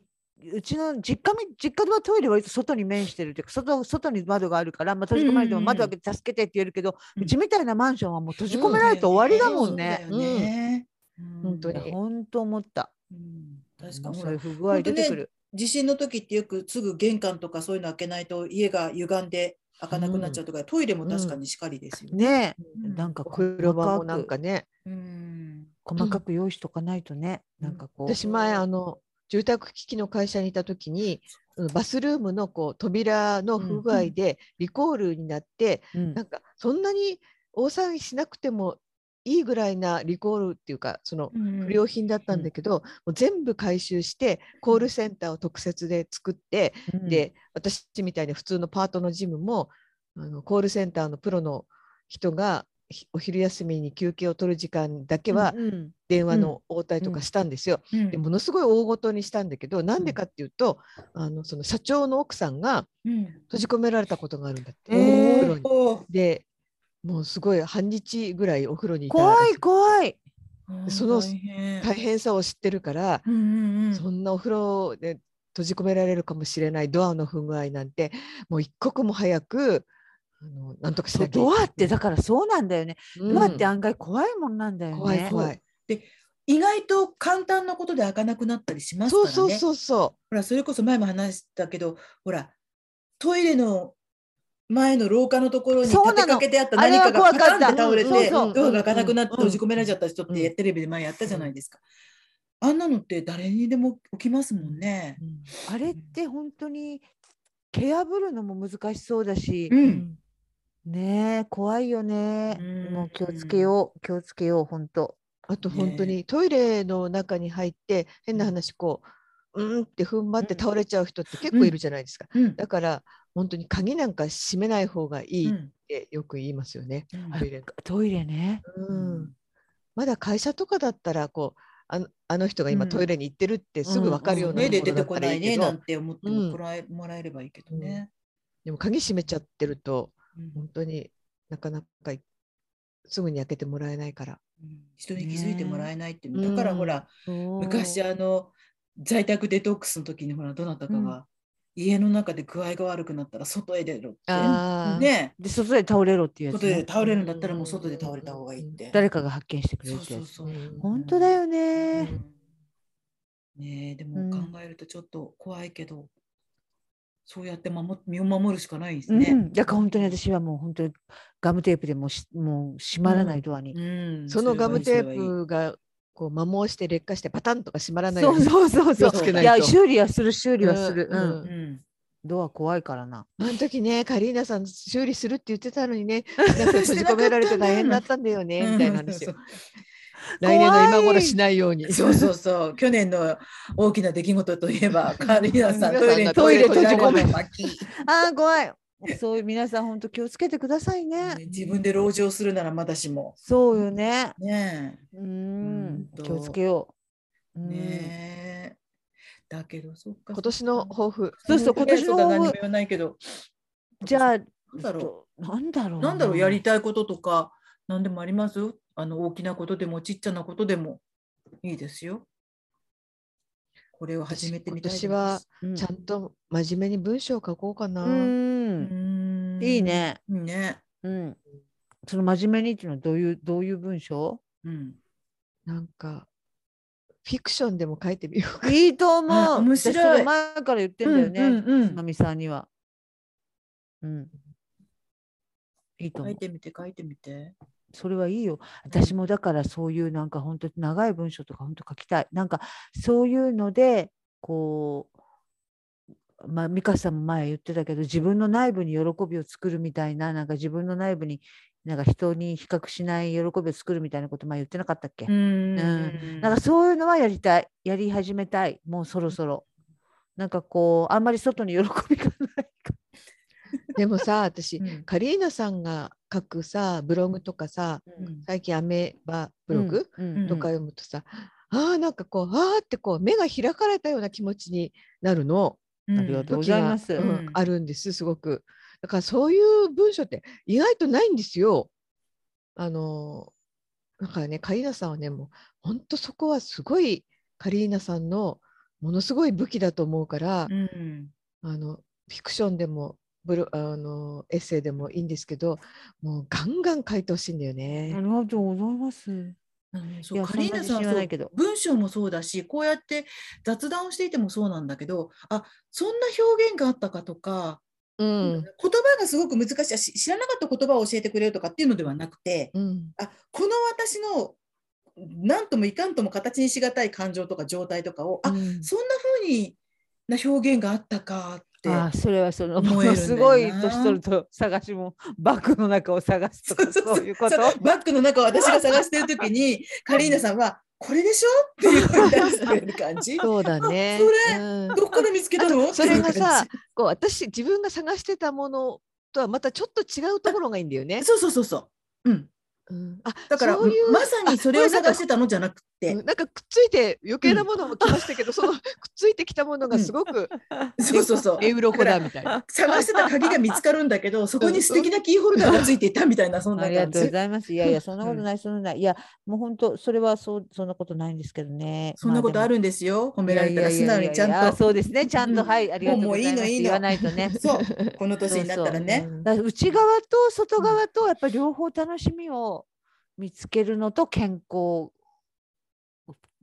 うちの実家み実家はトイレ割と外に面してるっていうか外外に窓があるから、まあ、閉じ込められてもうんうんうん窓開けて助けてって言えるけど、ううんちみたいなマンションはもう閉じ込止められて終わりだもんね。そうだよね本当いにや本当思った。うん確かもうほそうらいう不具合出てくる。地震の時ってよくすぐ玄関とかそういうの開けないと家が歪んで開かなくなっちゃうとか、トイレも確かにしかりですよね。ねうんなんか車もな細んかかくねうん細かく用意しとかないとね、うんなんかこう。私前あの住宅機器の会社にいた時にうんバスルームのこう扉の不具合でリコールになって、うんなんかそんなに大騒ぎしなくてもいいぐらいなリコールっていうかその不良品だったんだけど、もう全部回収してコールセンターを特設で作って、うんで私みたいな普通のパートのジムもあのコールセンターのプロの人がひお昼休みに休憩を取る時間だけはうんうん電話の応対とかしたんですよ。うんでものすごい大ごとにしたんだけどなんでかっていうとあのその社長の奥さんがうん閉じ込められたことがあるんだって、えーお風呂に。おーでもうすごい半日ぐらいお風呂にいたら怖い怖い。その大変大変さを知ってるから、うんうんうんそんなお風呂で閉じ込められるかもしれないドアの不具合なんてもう一刻も早くあのなんとかしそうなきゃいけドないアってだからそうなんだよね。うんドアって案外怖いもんなんだよね。怖い怖い。意外と簡単なことで開かなくなったりしますかそらうね。そうそうそほらそれこそ前も話したけどほらトイレの前の廊下のところにそうな立のてかけてあったあれ何かはが怖パかタっンたって倒れうんてそうそうドアが開かなくなってうん閉じ込められちゃった人っうてテレビで前やったじゃないですか。あんなのって誰にでも起きますもんねう。。うんあれって本当に蹴破るのも難しそうだし、うん。ねえ怖いよね、うんもう気をつけよう気をつけよう本当あと本当ねえにトイレの中に入って変な話こううんって踏ん張ってうん倒れちゃう人って結構いるじゃないですか。うん。だから本当に鍵なんか閉めない方がいいっうんてよく言いますよね。うんトイレのトイレねうんまだ会社とかだったらこうあのあの人がう今んトイレに行ってるってすぐ分かるような目でところ出だてっこたならいいいねけなどんて思ってうんもらえもらえればいいけどね。でも鍵閉めちゃってるとうん本当になかなかいすぐに開けてもらえないから。人に気づいてもらえないっていうのねえだからほら昔はあの在宅デトックスの時にほらどなたかが、うん家の中で具合が悪くなったら外へ出ろってあーねで外で倒れろっていうやつ外ね、で倒れるんだったらもう外で倒れた方がいいって。誰かが発見してくれそるうってそやうつそう。うん本当だようね、んねえでうんも考えるとちょっと怖いけど、そうやって守っ身を守るしかないですうんね。だから本当に私はもう本当にガムテープでもしもう閉まらないドアに、うんそのガムテー。れプがこう摩耗して劣化してパタンとか閉まらないよそううにそうそう気そをうつけないいとや修理はする修理はする、うんうんはいいうんドア怖いからなあの時ねカリーナさん修理するって言ってたのに ねなんか閉じ込められて大変だったんだよねみたいな話そをう来年の今怖頃いしないようにそうそうそう 去年の大きな出来事といえ ばカリーナさんトイレにトイレトイレ閉じ込めの巻あー怖い。そういう皆さん本当気をつけてくださいね。ね自分で籠城するならまだしも。そうよね。ねうーん本、当気をつけよう。うえ。んねえ。だけど、そっか。今年の抱負そうそう今年の抱負。抱負何も言わないけど。じゃあ、なんだろう。なんだろう。う。なんだろう、やり。たいこととか、何でもありますよ。あの大きなことでもちっちゃなことでもいいですよ。これを始めてみたいです。私はちゃんと真面目に文章を書こうかな。う、うんんいい。ね。いいね。うん。その真面目にっていうのはどういうどういう文章？うん。なんかフィクションでも書いてみようか。いいと思あう。面白い私それ前から言ってんだよね。うんうんうんつまみさんには。うん。いいと書思うい。てみて書いてみて。それはいいよ。私もだからそういうなんか本当長い文章とか本当書きたい。なんかそういうのでこう、まあ、美香さんも前言ってたけど自分の内部に喜びを作るみたいななんか自分の内部になんか人に比較しない喜びを作るみたいなこと前言ってなかったっけ、んなんかそういうのはやりたいやり始めたいもうそろそろ。なんかこうあんまり外に喜びがないか でもさ私うんカリーナさんが書くさブログとかさら、うん最近アメーバブログうんうんとか読むとさ、あーなんかこうあーってこう目が開かれたような気持ちになるの。うんありがとうご時ざいがますうんうんあるんですすごく。だからそういう文章って意外とないんですよ。あのだからねカリーナさんはねもう本当そこはすごいカリーナさんのものすごい武器だと思うから、うんあのフィクションでもブロあのエッセイでもいいんですけどもうガンガン書いてほしいんだよあね。りがとうございます。あのねいそうやカリーナそんさな自ん信はそなういけど文章もそうだしこうやって雑談をしていてもそうなんだけどあそんな表現があったかとか、う言ん葉がすごく難しいし知らなかった言葉を教えてくれるとかっていうのではなくて、うんあこの私の何ともいかんとも形にしがたい感情とか状態とかを、うあんそんな風にな表現があったかって。あーそれはそのも思えるのんだよすごいな年取ると探しもバッグの中を探すとか そうそうそうそういうことそうバッグの中を私が探してる時にカリーナさんは「これでしょ?」っていうふうに出してくれる感 じ。そうだね。そうんどっから見つけたのそれがっていう感さこう私自分が探してたものとはまたちょっと違うところがいいんだよねじ。そうそうそうそう。うん。うん、あだからそういうまさにそれをあこれなんか探してたのじゃなくてうん、なんかくっついて余計なものも来ましたけど、そのくっついてきたものがすごくそうそうそう。エウロコだみたいな。探してた鍵が見つかるんだけど、そこに素敵なキーホルダーがついていたみたいなそんあなりが感とうごじ。ざいます。いやいや、そんなことうんない、そんなことない。いや、もう本当、それはそう、そんなことないんですけどね。そんなことあるるんですよ。褒められたら素直にちゃんと。そうですね、ちゃんと、うんはい、ありがとうございます。もうもういいのいいの言わないとね。そう。この年になったらね。だから内側と外側と、やっぱり両方楽しみを見つけるのと健康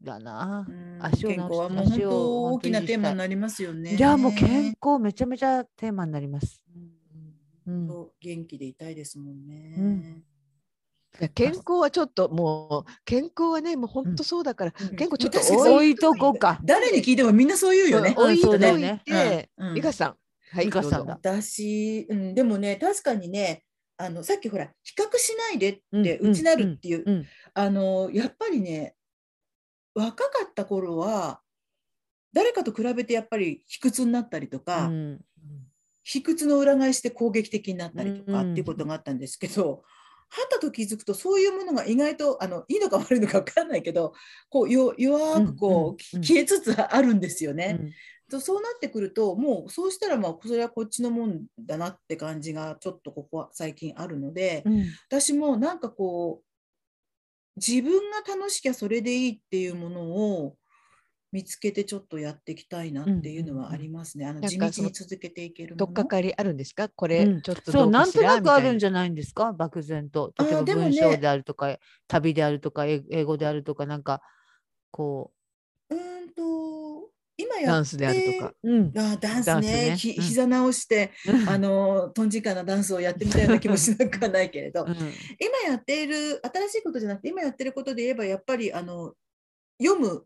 だな。うん足を健直し康てはもう本足当を大きなテーマになりますよね。いや、もう健康めちゃめちゃテーマになります。うんそう元気でいたいですもんね。うんいや健康はちょっともう健康はねもう本当そうだから、うん健康ちょっと確かに多置いとこうか。誰に聞いてもみんなそう言うよね。うん置いといそうだよてね、うんうん美香さん。はい、美香さんだ私、うん、でもね確かにねあのさっきほら比較しないでうっんてうちなるっていう、うん。あのやっぱりね若かった頃は誰かと比べてやっぱり卑屈になったりとうか、ん。卑屈の裏返しで攻撃的になったりとかうんっていうことがあったんですけど、はたと気づくとそういうものが意外とあのいいのか悪いのか分かんないけどこうよ弱くこう、うんうんうん消えつつあるんですよね。うんとそうなってくるともうそうしたらまあそれはこっちのもんだなって感じがちょっとここは最近あるので、うん私もなんかこう自分が楽しきゃそれでいいっていうものを見つけてちょっとやっていきたいなっていうのはありますね。あのなん地か道に続けていけるどっかものかりあるんですかこうれんちょっとそどううなかんしとらなくあるんみじゃないんですか漠然とあー例えばでもね文章であるとか、旅であるとかえ英語であるとかなんかこうーんと今たいなダやンスであるとか。う、うん、あダンスダねンスねひうん膝直して、あのトンジカなダンスをやってみたいな気もしなくはないけれど、うん今やっている新しいことじゃなくて今やってることで言えばやっぱぱりあの読む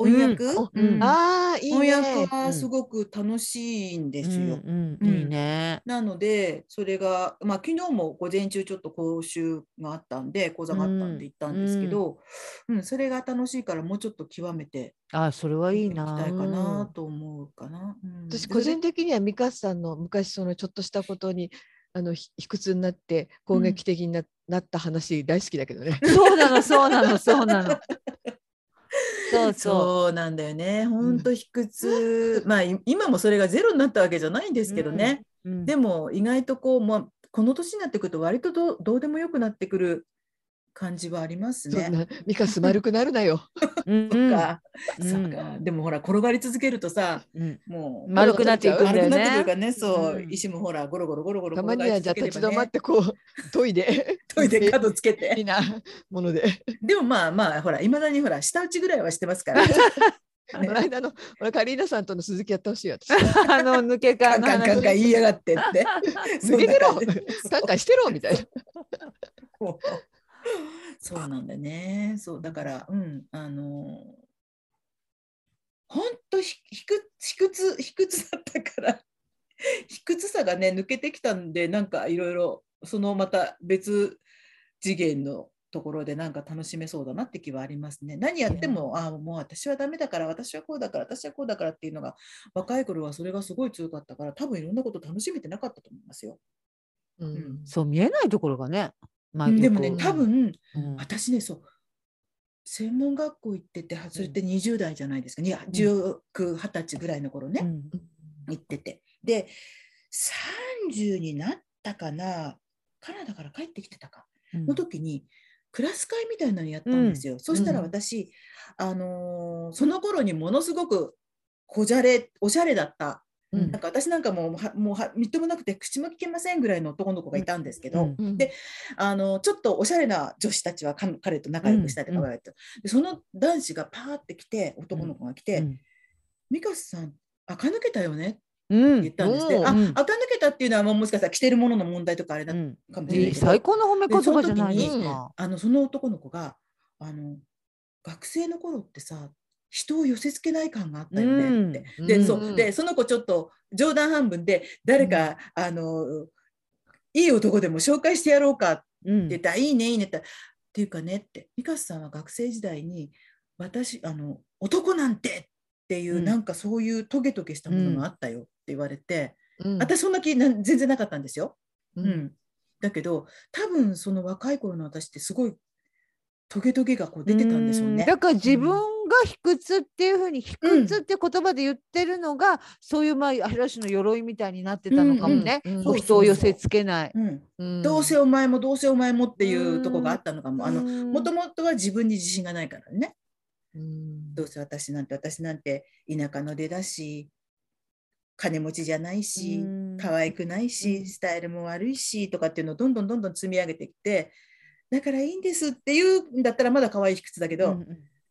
翻訳、うんうんああいい翻訳ね。はすごく楽しいんですよ。うんううんん、いいね。なのでそれが、まあ、昨日も午前中ちょっと講習があったんで講座があったんで行ったんですけど、うんそれが楽しいからもうちょっと極めてあーそれはいいな。きたいかうんなと思うかな。うん私個人的には美香さんの昔そのちょっとしたことにあのひ卑屈になって攻撃的にな,、なった話大好きだけどね。そうなのそうなのそうなの。そうそう。そうなんだよね。本当卑屈、まあい今もそれがゼロになったわけじゃないんですけどね。うんでも意外とこう、まあ、この年になってくると割とどうどうでもよくなってくる感じはありますそんね。なミカス丸くなるなよ。うんそっか、うんそっか。でもほら転がり続けるとさ、うんもう丸くなっていくんだ丸よくなってくるかね。らね、そう、うん石もほらゴロゴロゴロゴロたま転にがりはじゃ続あければね。立ち止まってこう研いで研いで角つけいいて。なもので。でもまあまあほらいまだにほら下打ちぐらいはしてますから。この間の俺カリーナさんとの鈴木やってほしい私。あの抜けカ感ンのカンカンカン話。言いやがってって。脱げてろそんな感じカンカンしてろみたいな。そうそうなんだね。そうだから、うん、あのーほんとひひく卑屈卑屈だったから卑屈さがね抜けてきたんでなんかいろいろそのまた別次元のところでなんか楽しめそうだなって気はありますね。何やっても、ああもう私はダメだから私はこうだから私はこうだからっていうのが若い頃はそれがすごい強かったから多分いろんなこと楽しめてなかったと思いますよ。うんそう見えないところがね。毎うん回でもねこう多分うん私ねそう専門学校行っててそれって20代じゃないですか、いや1920歳ぐらいの頃ね、うん行っててで30になったかなカナダから帰ってきてたかうんの時にクラス会みたいなのやったんですよ、そしたら私、あのーその頃にものすごくこじゃれおしゃれだったうんなんか私なんかもうはもうはみっともなくて口も聞けませんぐらいの男の子がいたんですけど、うんうんであのちょっとおしゃれな女子たちはか彼と仲良くしたりとか言われて、でその男子がパーって来て男の子が来て「ミカスさん垢抜けたよね」うんって言ったんですって、うんあうん垢抜けたっていうのはもうもしかしたら着てるものの問題とかあれだうっんたかもしれないいいけ最ど、高の褒め言葉じゃないですでその時にか。あのその男の子があの「学生の頃ってさ人を寄せ付けない感があったよね」って。うんで,、うんそうでその子ちょっと冗談半分で誰か、あのいい男でも紹介してやろうかうんって言ったらいいね、いいねって言ったら。っていうかねって、ミカスさんは学生時代に、私、あの、男なんてっていう、うんなんかそういうトゲトゲしたものがあったよって言われて、うん私、そんな気なん全然なかったんですよ。ううんん。だけど、多分その若い頃の私ってすごいトゲトゲがこう出てたんでしょううね。だから自分が卑屈っていうふうに卑屈って言葉で言ってるのが、そういうまあ嵐の鎧みたいになってたのかもね。うんうんうんこう人を寄せつけない。うん、うんどうせお前もどうせお前もっていうとこがあったのかも。あの、ももともとは自分に自信がないからね。うんどうせ私なんて私なんて田舎の出だし金持ちじゃないし可愛くないしスタイルも悪いしとかっていうのをどんどんどんどん積み上げてきてだからいいんですって言うんだったらまだ可愛い卑屈だけど、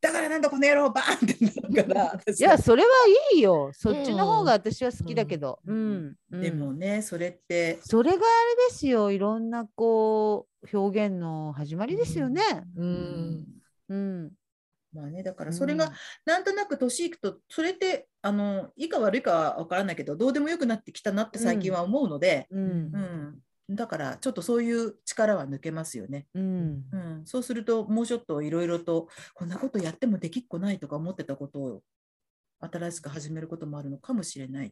だからなんだこの野郎バーンってなるからい私はやそれはいいよ。そっちの方が私は好きだけど。ううんん。うんでもねそれってそれがあれですよ。いろんなこう表現の始まりですよね。ううんうん。まあねだからそれがなんとなく年いくとそれってあのいいか悪いかは分からないけどどうでもよくなってきたなって最近は思うので、うんう。んだからちょっとそういう力は抜けますよね。うん。うん、そうするともうちょっといろいろとこんなことやってもできっこないとか思ってたことを新しく始めることもあるのかもしれない。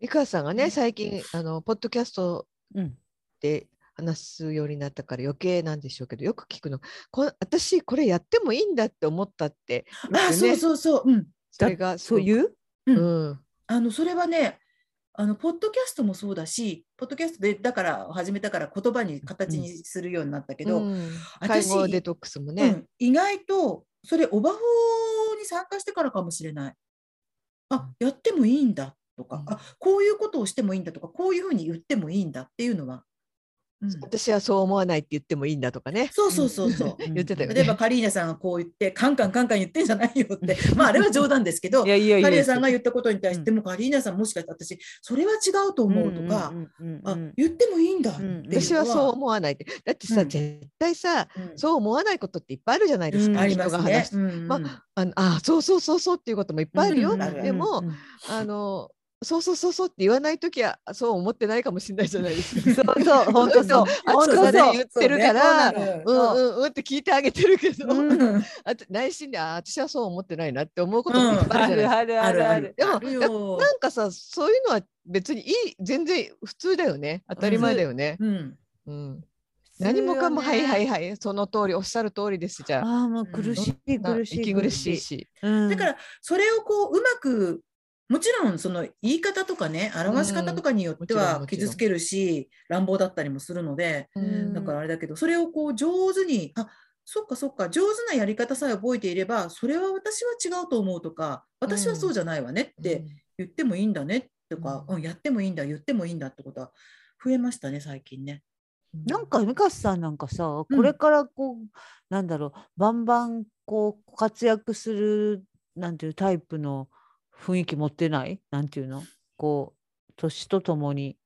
美川さんがね最近あのポッドキャストうん。で話すようになったから余計なんでしょうけどよく聞くのこ私これやってもいいんだって思ったって言っあてそうねそうそう、うん、それがそういうう。うんあのそれはねあのポッドキャストもそうだしポッドキャストでだから始めたから言葉に形にするようになったけど、うん介私護デトックスもうね、ん意外とそれオバホに参加してからかもしれない。あやってもいいんだとか、うんあこういうことをしてもいいんだとかこういうふうに言ってもいいんだっていうのは。うん私はそう思わないって言ってもいいんだとかねそうそうそうそう。うん言ってたよ例えばね。カリーナさんがこう言ってカンカンカンカン言ってんじゃないよっ てまああれは冗談ですけどいやいやいや。カリーナさんが言ったことに対してもカリーナさんもしかして私それは違うと思うとかんうんうんうんあうん言ってもいいんだっていうの私はそう思わないってだってさ、うん絶対さうんそう思わないことっていっぱいあるじゃないですうか、んありま人すがね話す。。うんうんまあのあそうそうそうそうっていうこともいっぱいあるよ、うんうんでも、あのそうそうそうそうって言わないときはそう思ってないかもしれないじゃないですか。 そうそう、本 当そう、あ本ち当こちそうで言ってるから、そうねうそんなのうんうんって聞いてあげてるけど、うんうんあと内心であ私はそう思ってないなって思うこともいっぱいああるじるゃないですか。あるああるるああるる。あるよなんかさそういうのは別にいい全然普通だよね当たり前だよね。うんうん何もかも、はいはいはいその通りおっしゃる通りですじゃああ。あもう苦しいな苦しい息苦しい。し。うんだからそれをこううまくもちろんその言い方とかね表し方とかによってうんはもちろ傷んもちろんつけるし乱暴だったりもするのでうんだからあれだけど、それをこう上手に、あそっかそっか上手なやり方さえ覚えていればそれは私は違うと思うとか私はそうじゃないわねって言ってもいいんだねとか、うんやってもいいんだ言ってもいいんだってことは増えましたね最近ね。なんか美香さんなんかさこれからこう、なんだろうバンバンこう活躍するなんていうタイプの雰囲気持ってないなんていうのこう年とともに。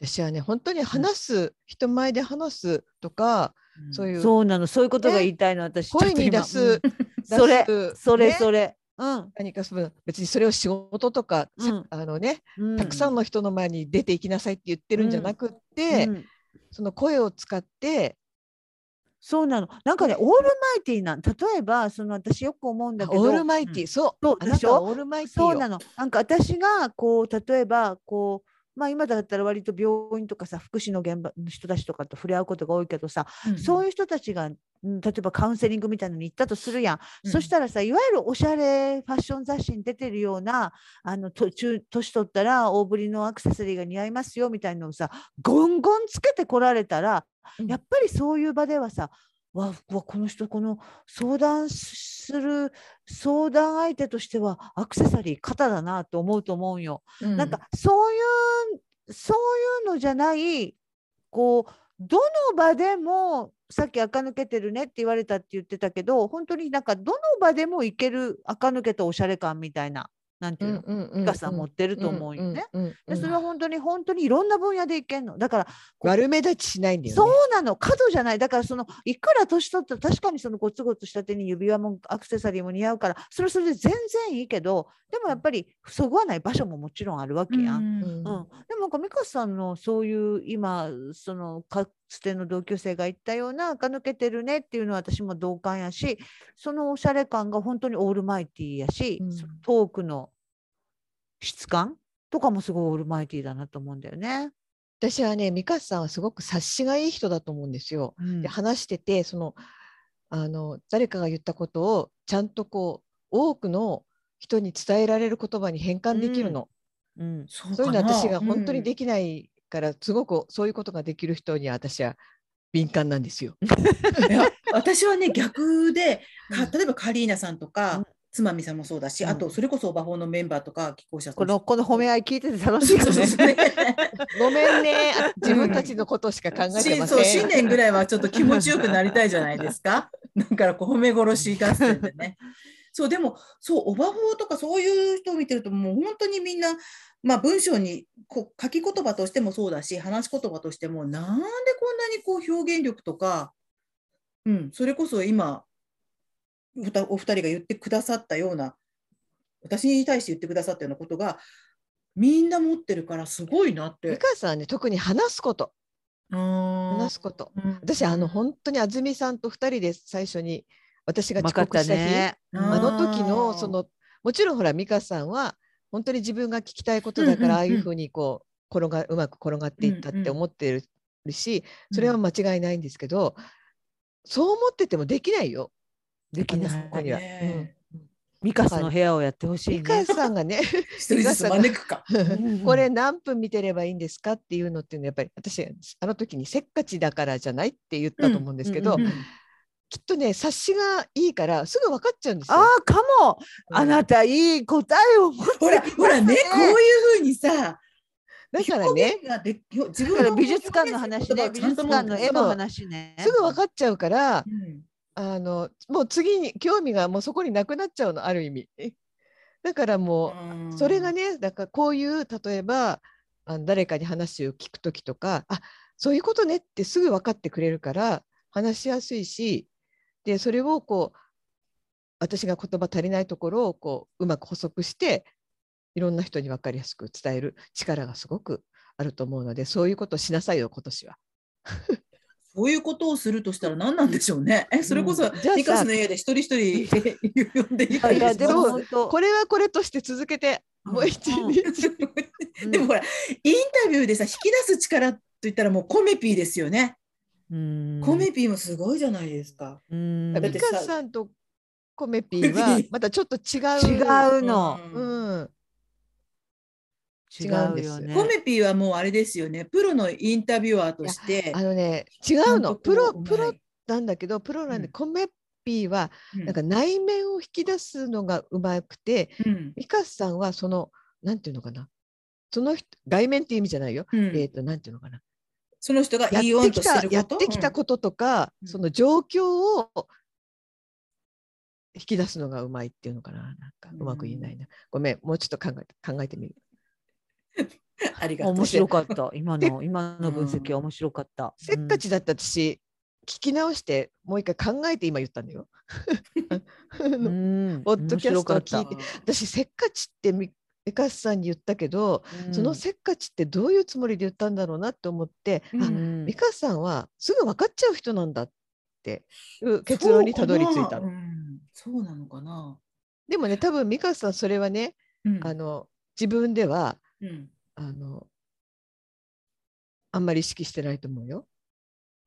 私はね本当に話す、人前で話すとか、うんそういうそうなのそういうことが言いたいの私声ちょに出っと今うすんそれ出すそれねそれ、うん何かその別にそれを仕事とか、さうんあのねうんたくさんの人の前に出ていきなさいって言ってるんじゃなくって、うんその声を使ってそうなのなんかねオールマイティーな例えばその私よく思うんだけどオールマイティー、うんそうそうあでなしょたはオールマイティーよそうなの。なんか私がこう例えばこうまあ今だったら割と病院とかさ福祉の現場の人たちとかと触れ合うことが多いけどさ、そういう人たちがうん例えばカウンセリングみたいなのに行ったとするやん、そしたらさいわゆるおしゃれファッション雑誌に出てるようなあの途中年取ったら大ぶりのアクセサリーが似合いますよみたいなのをさゴンゴンつけてこられたら、うんやっぱりそういう場ではさわうわこの人この相談する相談相手としてはアクセサリー肩だなと思うと思うんよ。らなんかそういうそういうのじゃないこうどの場でもさっき垢抜けてるねって言われたって言ってたけど本当になんかどの場でもいける垢抜けたおしゃれ感みたいななんていうの、深さ持ってると思うよね。うんうんうんでそれは本当に本当にいろんな分野でいけんのだから悪目立ちしないんだよね。そうなの角じゃないだからそのいくら年取ったら確かにそのゴツゴツした手に指輪もアクセサリーも似合うからそれはそれで全然いいけどでもやっぱりそぐわない場所ももちろんあるわけやん。うんうんでもなんか美香さんのそういう今そのかつての同級生が言ったような垢抜けてるねっていうのは私も同感やしそのおしゃれ感が本当にオールマイティーやし、うんそのトークの質感とかもすごいオールマイティーだなと思うんだよね。私はね、美香さんはすごく察しがいい人だと思うんですよ。うんで話してて、そのあの誰かが言ったことをちゃんとこう多くの人に伝えられる言葉に変換できるの。うんそうそういうの私が本当にでききないから、すごくそういうことができる人には私は敏感なんですよ。いや私はね逆でかうん例えばカリーナさんとか、うんつまみさんもそうだし、うんあとそれこそオバホーのメンバーとか寄稿者さんこのこの褒め合い聞いてて楽しいそうよそうそう ね。ごめんね、あ自分たちのことしか考えて新まそうせん。新年ぐらいはちょっと気持ちよくなりたいじゃないです か。だからこう褒め殺し合戦でね。そうでもそうオバホーとかそういう人を見てるともう本当にみんな、まあ、文章にこう書き言葉としてもそうだし話し言葉としてもなんでこんなにこう表現力とか、うん、それこそ今お二お二人が言ってくださったような私に対して言ってくださったようなことがみんな持ってるからすごいなっ美て。香さんはね、特に話すこと、話話すこと。私、あの、本当に安住さんと二人で最初に、私がうま遅かっ刻たした日、ね。ああの時の、そあの、もちろんほら、美香さんは、本当に自分が聞きたいことだから、ああうんうんうんいうふうにこう、転が、うまく転がっていったっうんうんて思ってるし、ーそれは間違いないんですけど、そう思っててもできないよ、できあんななそこにい。は。ねうんミカスの部屋をやってほしいね美香。さんがね、一人ずつ招くか。うんこれ何分見てればいいんですかっていうのっていうのはやっぱり私あの時にせっかちだからじゃないって言ったと思うんですけど、うんうんきっとね察しがいいからすぐ分かっちゃうんですよ。ああかもうんあなたいい答えを持ってほら、きますほらね、こういうふうにさ、だから表ね現がで自だか分らの美術館の話言葉ねを美ちゃん術と館の絵そのう話ねすぐ分かっちゃうからうんあのもう次に興味がもうそこになくなっちゃうのある意味。だからもう、それがねだからこういう例えばあの誰かに話を聞く時とかあそういうことねってすぐ分かってくれるから話しやすいしでそれをこう私が言葉足りないところをこううまく補足していろんな人に分かりやすく伝える力がすごくあると思うのでそういうことをしなさいよ今年は。そういうことをするとしたら何なんでしょうね。え、それこそ、うんじゃあさミカスの家で一人一人呼んでいいかいやしでまもす本当これはこれとして続けてもう一うん日、うんでもほら、インタビューでさ、引き出す力と言ったらもうコメピーですよね。うんコメピーもすごいじゃないですか。うんだっ美て違香さんとコメピーはまたちょっと違う。うのうん、違違うんうですよねコメピーはもうあれですよね、プロのインタビュアーとしてあ。のね違うちゃんのとプロこうプロうなんだけどプロなんでうんコメッピーはなんか内面を引き出すのがうまくて、うんミカさんはそのなんていうのかなその人外面っていう意味じゃないよ、うんえっ、となんていうのかなその人がや言いようっとてきしたてることやってきたこととか、うんその状況を引き出すのがうまいっていうのかななんかうまく言えないな、ごめんもうちょっと考え考えてみるうんありがとう面白かった。今の、今の分析は面白かった。せっかちだった私、聞き直してもう一回考えて今言ったんだよ。うん、うんポッドキャストを聞い面て 私せっかちってみえかすさんに言ったけど、白かったそのせっかちってどういうつもりで言ったんだろうなって思って、うんあうんミカさんはすぐ分かっちゃう人なんだっていう結論にたどり着いたそうかな,、うん、そうなのかな、でもね多分ミカさんそれはね、うんあの自分ではうんあのあんまり意識してないと思うよ。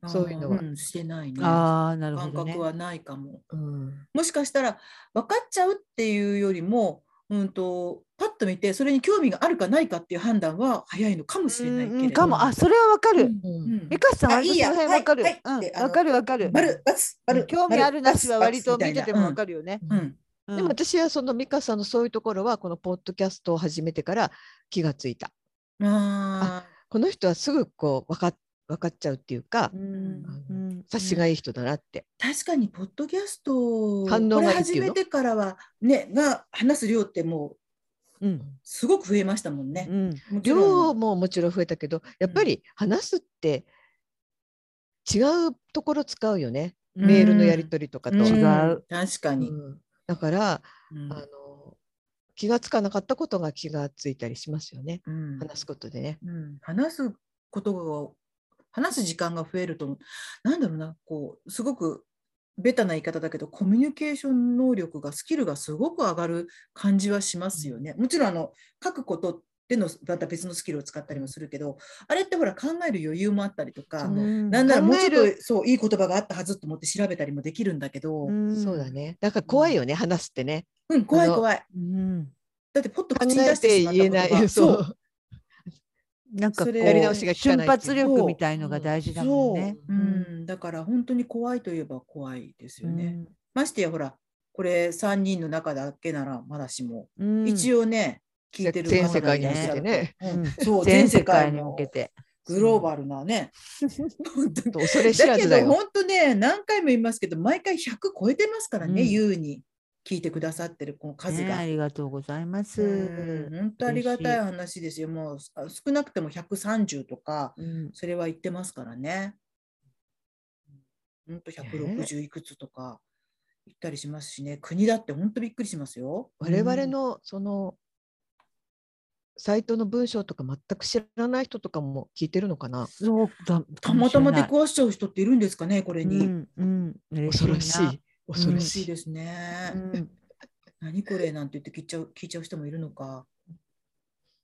そういうのはんしてないねああ、なるほ感ど、ね。覚はないかもうんもしかしたら分かっちゃうっていうよりも、うん、とパッと見てそれに興味があるかないかっていう判断は早いのかもしれないけれど、うんうんかも、あ、それはわかうる。んうんうんミカさんあはいいやその辺わかる。はいはいってうん、あのわかるわかる。バルバツバル興味あるなしは割と見ててもわるかるよね。バツバツみたいな。うんうんでも私はその美香さんのそういうところはこのポッドキャストを始めてから気がついた。うんあこの人はすぐこう分かっ分かっちゃうっていうかう、んうん察しがいい人だなって。ー確かにポッドキャストを反こ応れがいいってい始うめのてからはねが話す量ってもううんすごく増えましたもんねう。んもちろ量んももちろん増えたけど、やっぱり話すって違うところ使うよね。うんメールのやり取りとかと。量ん違う確かに、うんだから、うんあの気がつかなかったことが気がついたりしますよね。うん話すことでね。うん、話すことが話す時間が増えると思うなんだろうなこうすごくベタな言い方だけどコミュニケーション能力がスキルがすごく上がる感じはしますよね。もちろんあの書くことでのまた別のスキルを使ったりもするけどあれってほら考える余裕もあったりとかそ。のうんなんならもうち考えるょっとそういい言葉があったはずと思って調べたりもできるんだけど、うん、そうだ。ね。だから怖いよね、話すってね。怖いあの怖い。うんだってポッと考口にえ出しててしまった言えことがない。そう。なんかこそうれやり直しが効か瞬ない発力みたいのが大事だもんね。そう、うん、だから本当に怖いといえば怖いですよね。ましてやほらこれ3人の中だけならまだしも、うん一応ね聞いてる全方世が界いにらっ向しけゃてるね。うんそう全全世世界界に向のけて。グローバルなね、本当に恐れ知だらけずだどよ。本当ね何回も言いますけど毎回100超えてますからね、うん優に聞いてくださってるこの数ねが。ありがとうございます。うん本当ありがたい話ですよ。もうあ少なくても130とか、うんそれは言ってますからね。本当160いくつとか言ったりしますしね、国だって本当びっくりしますよ。我々のそのサイトの文章とか全く知らない人とかも聞いてるのかな。そうだたまたま出でくわしちゃう人っているんですかね、これに。うんうん嬉恐ろし。しいない恐ろ嬉ししいい。ですね。うん何これなんて言って聞いちゃう聞いちゃう人もいるのか。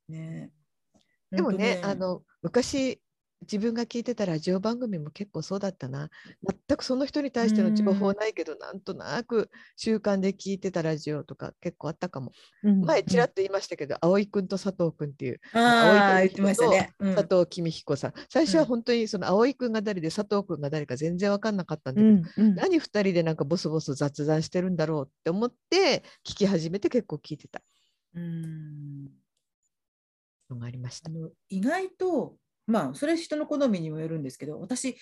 ねえでもね、あ本当の昔自分が聞いてたラジオ番組も結構そうだったな。全くその人に対しての情報ないけど、なんとなく習慣で聞いてたラジオとか結構あったかも。 うん前ちらっと言いましたけど、葵くんと佐藤くんっていうああ、青言いってましたね。うん佐藤公彦さん、最初うはん本当にその葵くんが誰で佐藤くんが誰か全然分かんなかったんだうけんど、うん何二人でなんかボソボソ雑談してるんだろうって思って聞き始めて結構聞いてたうんのがありましあた。の意外とまあそれは人の好みにもよるんですけど私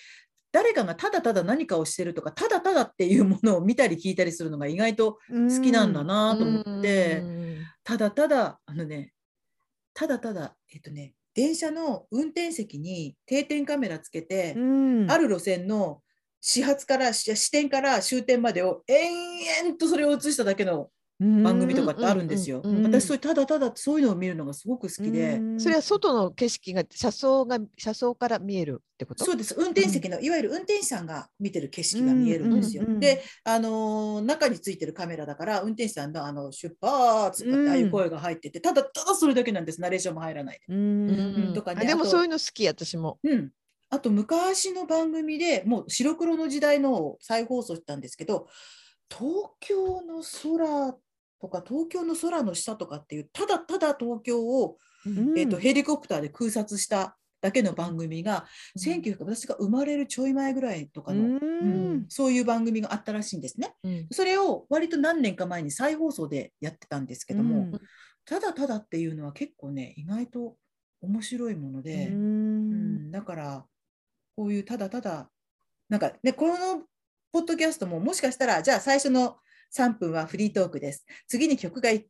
誰かがただただ何かをしてるとかただただっていうものを見たり聞いたりするのが意外と好きなんだなと思ってうんただただあのねただただえっとね電車の運転席に定点カメラつけてうんある路線の始発からし支点から終点までを延々とそれを映しただけの番組とかってあるんですよ。うんうんうんうん私そういうただただそういうのを見るのがすごく好きで。それは外の景色が車窓が車窓から見えるってことそうです運転席の、いわゆる運転手さんが見てる景色が見えるんですよ。うんうんうんで、あのー中についてるカメラだから運転手さんのあの出発とかってああいう声が入ってて、ただただそれだけなんですナレーションも入らないで。うんうんとかねあであもとそういうの好き私も。うんあと昔の番組でもう白黒の時代のを再放送したんですけど東京の空とか東京の空の下とかっていうただただ東京を、うんえっとヘリコプターで空撮しただけの番組が、うん1900私が生まれるちょい前ぐらいとかの、うんそういう番組があったらしいんですね。うんそれを割と何年か前に再放送でやってたんですけども、うんただただっていうのは結構ね意外と面白いもので、うんだからこういうただただなんかねこのポッドキャストももしかしたらじゃあ最初の3分はフリートークです次に曲が1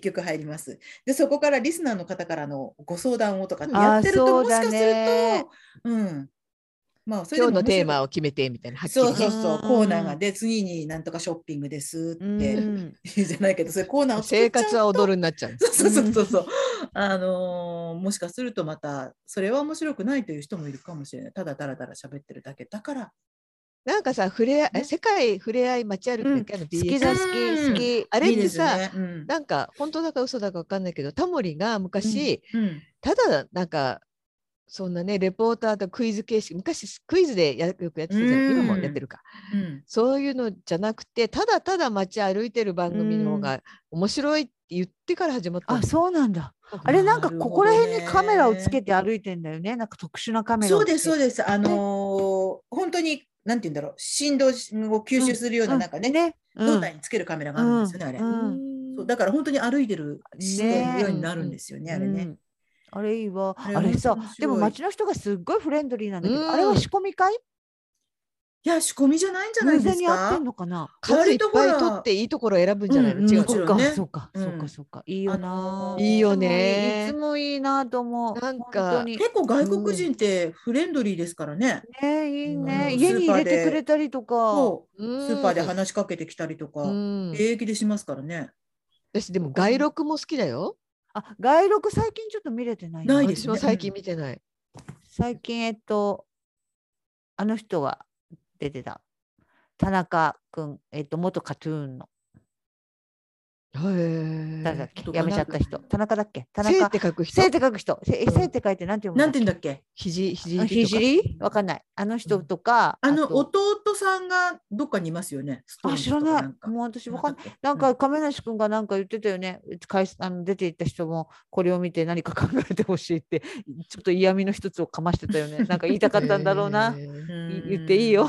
曲入りますでそこからリスナーの方からのご相談をとかってやってるあとーそうもしだかするとねうんまあそれで今も日のテーマをを決めてみたいなはっきりそうねそうそううんコーナーがで次になんとかショッピングですって、いんいじゃないけどそういうコーナーを作っ生ちゃうと活は踊るになっちゃう。そうそうそうそう。あのーもしかするとまたそれは面白くないという人もいるかもしれない。ただだらだら喋ってるだけだから。なんかさ、触れ合い、ね世界触れ合い街歩きだけの好 BS きだ好き好き。あれっていさいですねうんなんか本当だか嘘だかわかんないけど、タモリが昔、うんただなんかそんなねレポーターとクイズ形式、昔クイズでやよくやってたうじゃ。んん今もやってるか。うんそういうのじゃなくて、ただただ街歩いてる番組の方が面白いって言ってから始まったのあ、そうなんだ。あれなんかなるほどこねこら辺にカメラをつけて歩いてんだよね。なんか特殊なカメラそをうつでけて。すそうです。あのー本当になんて言うんだろう振動を吸収するようななんかね、ね。うん胴体につけるカメラがあるんですよね、あれ。うんそうだから本当に歩いてる視点のようになるんですよねあれね。うんあれいいわ。あれあれさ面白い、でも街の人がすっごいフレンドリーなんだけうんど、あれは仕込み会いや仕込みじゃないんじゃな偶いで然すにやってかん。のかな数いっ割とほぱいら取っていいところを選ぶんじゃないの、うん違ううそんのもっちろんか、ねそうか、そううんか、そうか。いいよなあのぁ。ーいいよねいつもいいなぁと思う。なんか本当に結構外国人ってフレンドリーですからね。ね、いいうんね。家に入れてくれたりとか。そうススーパーで話しかけてきたりとか、うん、英気でしますからね。私でも外録も好きだよ。あ、外録最近ちょっと見れてない。ないです私ねも最近見てない。最近、えっと、あの人が出てた。田中君、えっと、元カトゥーンの、へ誰だっえ。えけっとやめちゃった人。田中だっけ田背っ中。て書く人背っ。て書く人。背えうん背って書いてなんて読むなんのて言うんだっけ肘肘あひとじか。りわかんない。あの人とか。あのと弟さんがどっかにいますよね。ストーあ、ンズ知とらかないん。かもう私わかんない。い。なんか亀梨君がなんか言ってたよね。会社あの出て行った人もこれを見て何か考えてほしいってちょっと嫌味の一つをかましてたよね。なんか言いたかったんだろう な。へー。うん、い言っていいよ。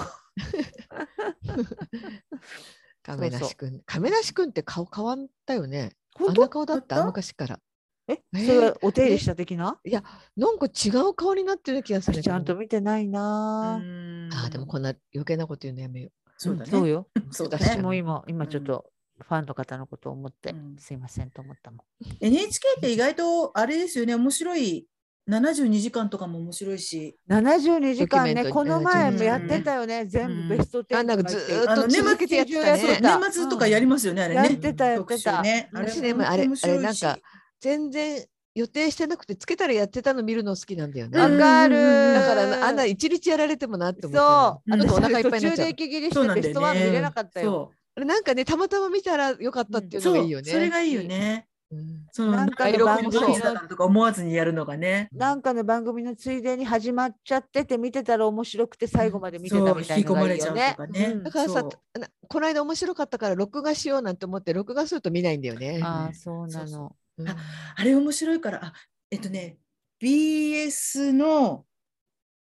亀梨君。亀梨君って顔変わったよね。あ本んな当？顔だっ変たわった昔から。え、えーそれはお手入れした的な？いや、なんか違う顔になってるような気がするん私ちだけどゃんと。見てないなぁ。うんああ、でもこんな余計なこと言うのやめよそうだね。そうよ。う。そうだね私もう今今ちょっうんとファンの方のことを思って、うんすいませんと思ったもん。 NHK って意外とあれですよね。面白い。72時間とかも面白いし、 72時間ドキュメンねトこの前もやっうんうてんたよね。全部ベストあ10なんかとずか言っーてっあとの続けてやってた年末そう中ね。年末とかやりますよね、あれね。やってたやって特集た。ね。あれ私ね、まああれ、面あ白いれしなんか、全然予定してなくて、つけたらやってたの見るの好きなんだよね。わかるうんー。だからな、あんな一日やられてもなってそ思うってるの。んちょっとお私腹いっぱいになっ途中ちゃでう息切れしそうなてんベだスよトワンね。見れなかったそ。よ。あれ。なんかね、たまたま見たらよかったっていううのがそいいよう、ね。それがいいよね。うん。そのなんなかんかの録音したとか思わずにやるのがね。なんかの番組のついでに始まっちゃってて見てたら面白くて最後まで見てたみたいなのがいいよねそう。引き込まれちゃうとかねうんだからそさう、なこの間面白かったから録画しようなんて思って録画すると見ないんだよね。ああそうなそうその。うんああれ面白いから、あえっとね、BS の、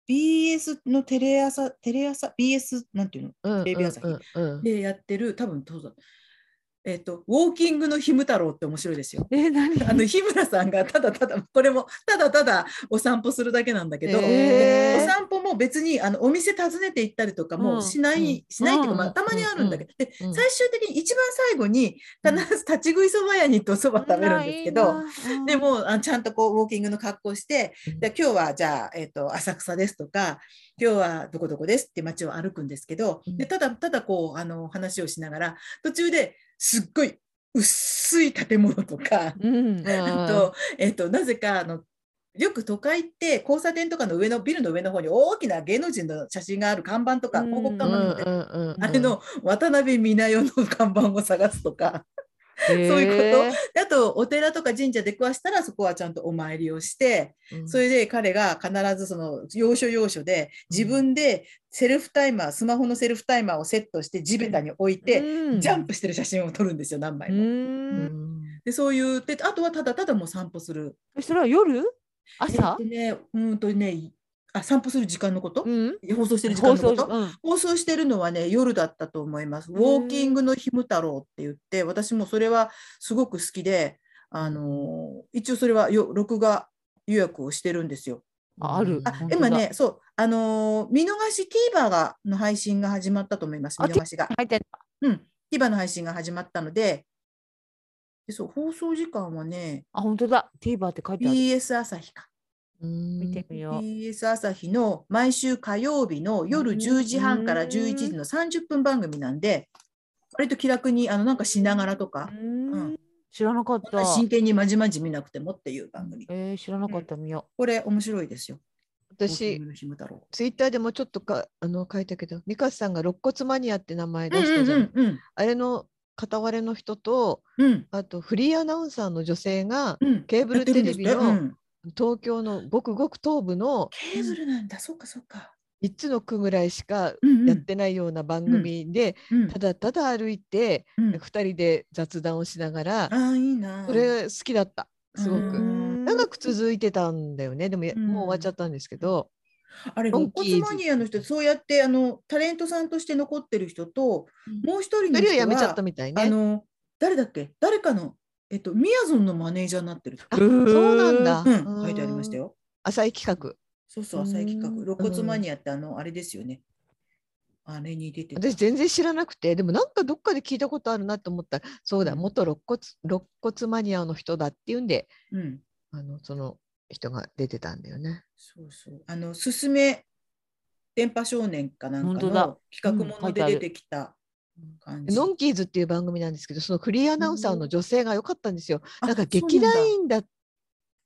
BS のテレ朝、テレ朝、BS なんていううんテレビ朝日うんうんうんのでやってる、多分どうぞ。えっと、ウォーキングのひむ太郎って面白いですよ。え何？あの日村さんがただただこれもただただお散歩するだけなんだけど、へおー散歩も別にあのお店訪ねて行ったりとかうもんしない、うんしないっていうか、まうあ、んたまにあるんだけど、でうん最終的に一番最後に必ず立ち食いそば屋に行っておそば食べるんですけど、でももあのちゃんとこうウォーキングの格好して、うんで今日はじゃあ、えっと浅草ですとか今日はどこどこですって街を歩くんですけど、うんでただただこうあの話をしながら途中ですっごい薄い建物とか。 うんあと、えっと、なぜかあのよく都会って交差点とかの上のビルの上の方に大きな芸能人の写真がある看板とかうん広告う看んう板んとかうんうんあれの渡辺美奈代の看板を探すとかそういうであとお寺とか神社出くわしたらそこはちゃんとお参りをしてうんそれで彼が必ずその要所要所で自分でセルフタイマースマホのセルフタイマーをセットして地べたに置いてジャンプしてる写真を撮るんですよ何枚う。も。うんんでそういうであとはただただもう散歩するそれは夜？朝えっとね、うんとね、あ、散歩する時間のこと、うん、放送してる時間放のこ送とうん放送してるのはね夜だったと思います。ウォーキングのひむ太郎って言って私もそれはすごく好きで、あのー一応それはよ録画予約をしてるんですよ。ああるあ本当だ今ねそうあのー見逃し TVer がの配信が始まったと思いますあ見逃しが。入ってんうん、TVer の配信が始まったのででそう放送時間はねあ本当だ TVer って書いてある BS 朝日か。見てみよう BS 朝日の毎週火曜日の夜うん10時半から11時の30分番組なんで、割と気楽にあのなんかしながらとか、うん知らなかっそんたな真剣にまじまじ見なくてもっていう番組。えー知らなかった見よこれ面白いですよ。私ひむ太郎。ツイッターでもちょっとかあの書いたけどミカスさんが肋骨マニアって名前出うんしうたんじゃん,、うんあれの片割れの人とうんあとフリーアナウンサーの女性がうん。ケーブルテレビやってるんのですね東京のごくごく東部のうんケーブルなんだ。そうかそうか。 3つの区ぐらいしかうんうんやってないような番組で、うんただただ歩いて、うん2人で雑談をしながら、ああいいな。それ好きだったすごく、ううん長く続いてたんだよねでも、やうんもう終わっちゃったんですけど、あれロ肋ンキーズ骨マニアの人そうやってあのタレントさんとして残ってる人と、うんもう一人一の人人ははやめちゃったみたいあね。の誰だっけ誰かのえっとミヤゾンのマネージャーになってるとかうあーんそうなんだ。うん、書いてありましたよ。よ。浅い企そうそう浅い企画う肋骨マニアってあのあれですよね。あれに出て画。た私全然知らなくて、でもなんかどっかで聞いたことあるなと思ったら、そうだ、うん元肋骨肋骨マニアの人だっていうんで、うんあのその人が出てたんだよね。そうそうあのすすめ電波少年かなんか本当だの企画もうん書のいてである出てきた感じ。ノンキーズっていう番組なんですけど、そのクリーアナウンサーの女性が良かったんですよ。あなんかそう劇団だ員だっ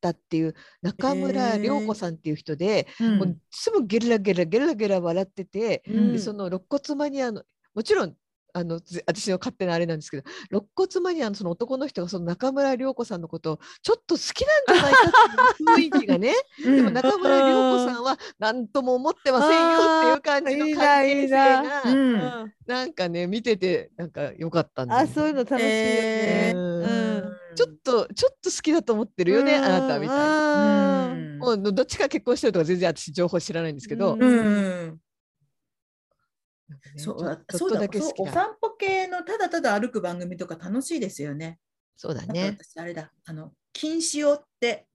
たっていう中村涼子さんっていう人で、うんもういつもゲラゲラゲラゲラ笑ってて、うんでその肋骨マニアのもちろんあのぜ私の勝手なあれなんですけど肋骨マニアのその男の人がその中村涼子さんのことをちょっと好きなんじゃないかっていう雰囲気が ねうんでも中村涼子さんは何とも思ってませんよっていう感じのあ関ーい係い性ながうう、んうん、なんかね見ててなんか良かったんだよあねそういうの楽しいよえね、ーうんちょっとちょっと好きだと思ってるよねあなたみたいなな。ううんんもうどっちか結婚してるとか全然私情報知らないんですけど、うんうんなんかねそうちょあちょそっうとだだけそう好きおな散歩系のただただ歩く番組とか楽しいですよね。そうだなんねか私あれだ、あの、金塩って、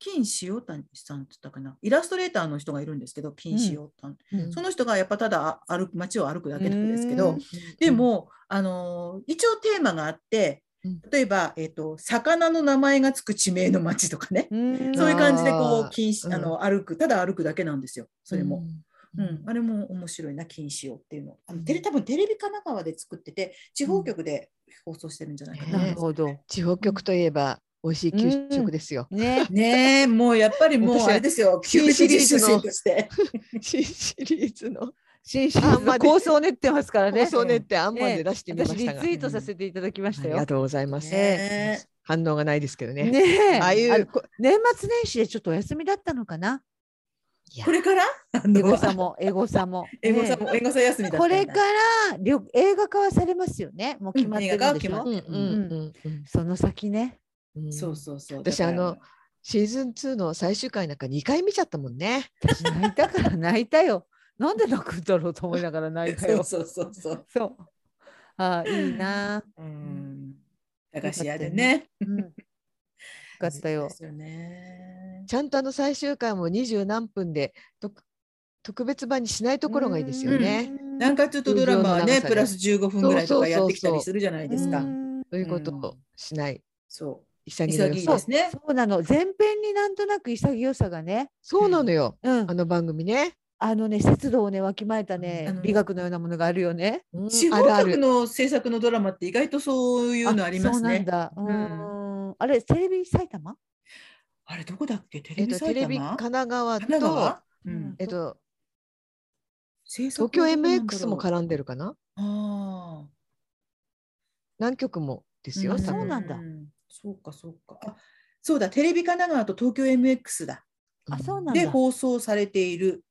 金塩谷さんって言ったかな、イラストレーターの人がいるんですけど、金塩谷、うんその人がやっぱただあ歩く街を歩くだけなんですけうどん、でも、あのー一応テーマがあってうん、例えば、えっ、と、魚の名前がつく地名の街とかね、うんそういう感じでこあーう、禁止、あの、歩く、ただ歩くだけなんですよ、それも。ううんん、あれも面白いな、禁止をっていうの。あうのんテレ多分テレビ神奈川で作ってて、地方局で放送してるんじゃないかな。なるほど地方局といえば美味しい給うん食ですよ。ねねえ、もうやっぱりもう私はあれですよ、旧禁止シリリーズ出の身として。新シリーズの新シリあーんズまのり構想練ってますからね放送ねってあんまえでえ出してみま私しリたが、ツイートさせていただきましあたりよがとうございます。ねえ反応がないですけどね。ねえああいあうのこ年末年始でちょっとお休みだったのかなこれからあのエゴサもエゴサも エゴサねもエゴサ休みだったんだこれから旅映画化はされますよねもう決まってるんでしうん映画は決まっょうんうんうんその先ねうんうんそうそうそう。私だからあの、シーズン2の最終回なんか2回見ちゃったもんね。私泣いたから 泣いたよなんで泣くんだろうと思いながら泣いたそようそうそうそう。そうああいいなあうん。駄菓子屋でね。うんよかったよそうですよね。ちゃんとあの最終回も二十何分でと特別版にしないところがいいですよね。うんなんかちょっとドラマは通常の長ね、さでプラス15分ぐらいとかやってきたそうそうそりうそうするじゃないですうか。んということうんをしないそ潔う。さ潔いですね。そうなの前編になんとなく潔さがねそうなのよ、うんあの番組ね。あのね節度をねわきまえたねあの美学のようなものがあるよねうん地あ方るあ局る。の制作のドラマって意外とそういうのありますそうなんね。だ。ううんーん。あれテレビ埼玉？あれどこだっけテえレっビとテ埼レビ神玉奈川と神奈川ううんんえっと制東作京はどうなんだろう MX も絡んでるかなああ。何曲もですよ、うん多そう分なんだそうか、そうか。あ、そうだ、テレビ神奈川と東京 MX だ。あそうなんだで、放送されている。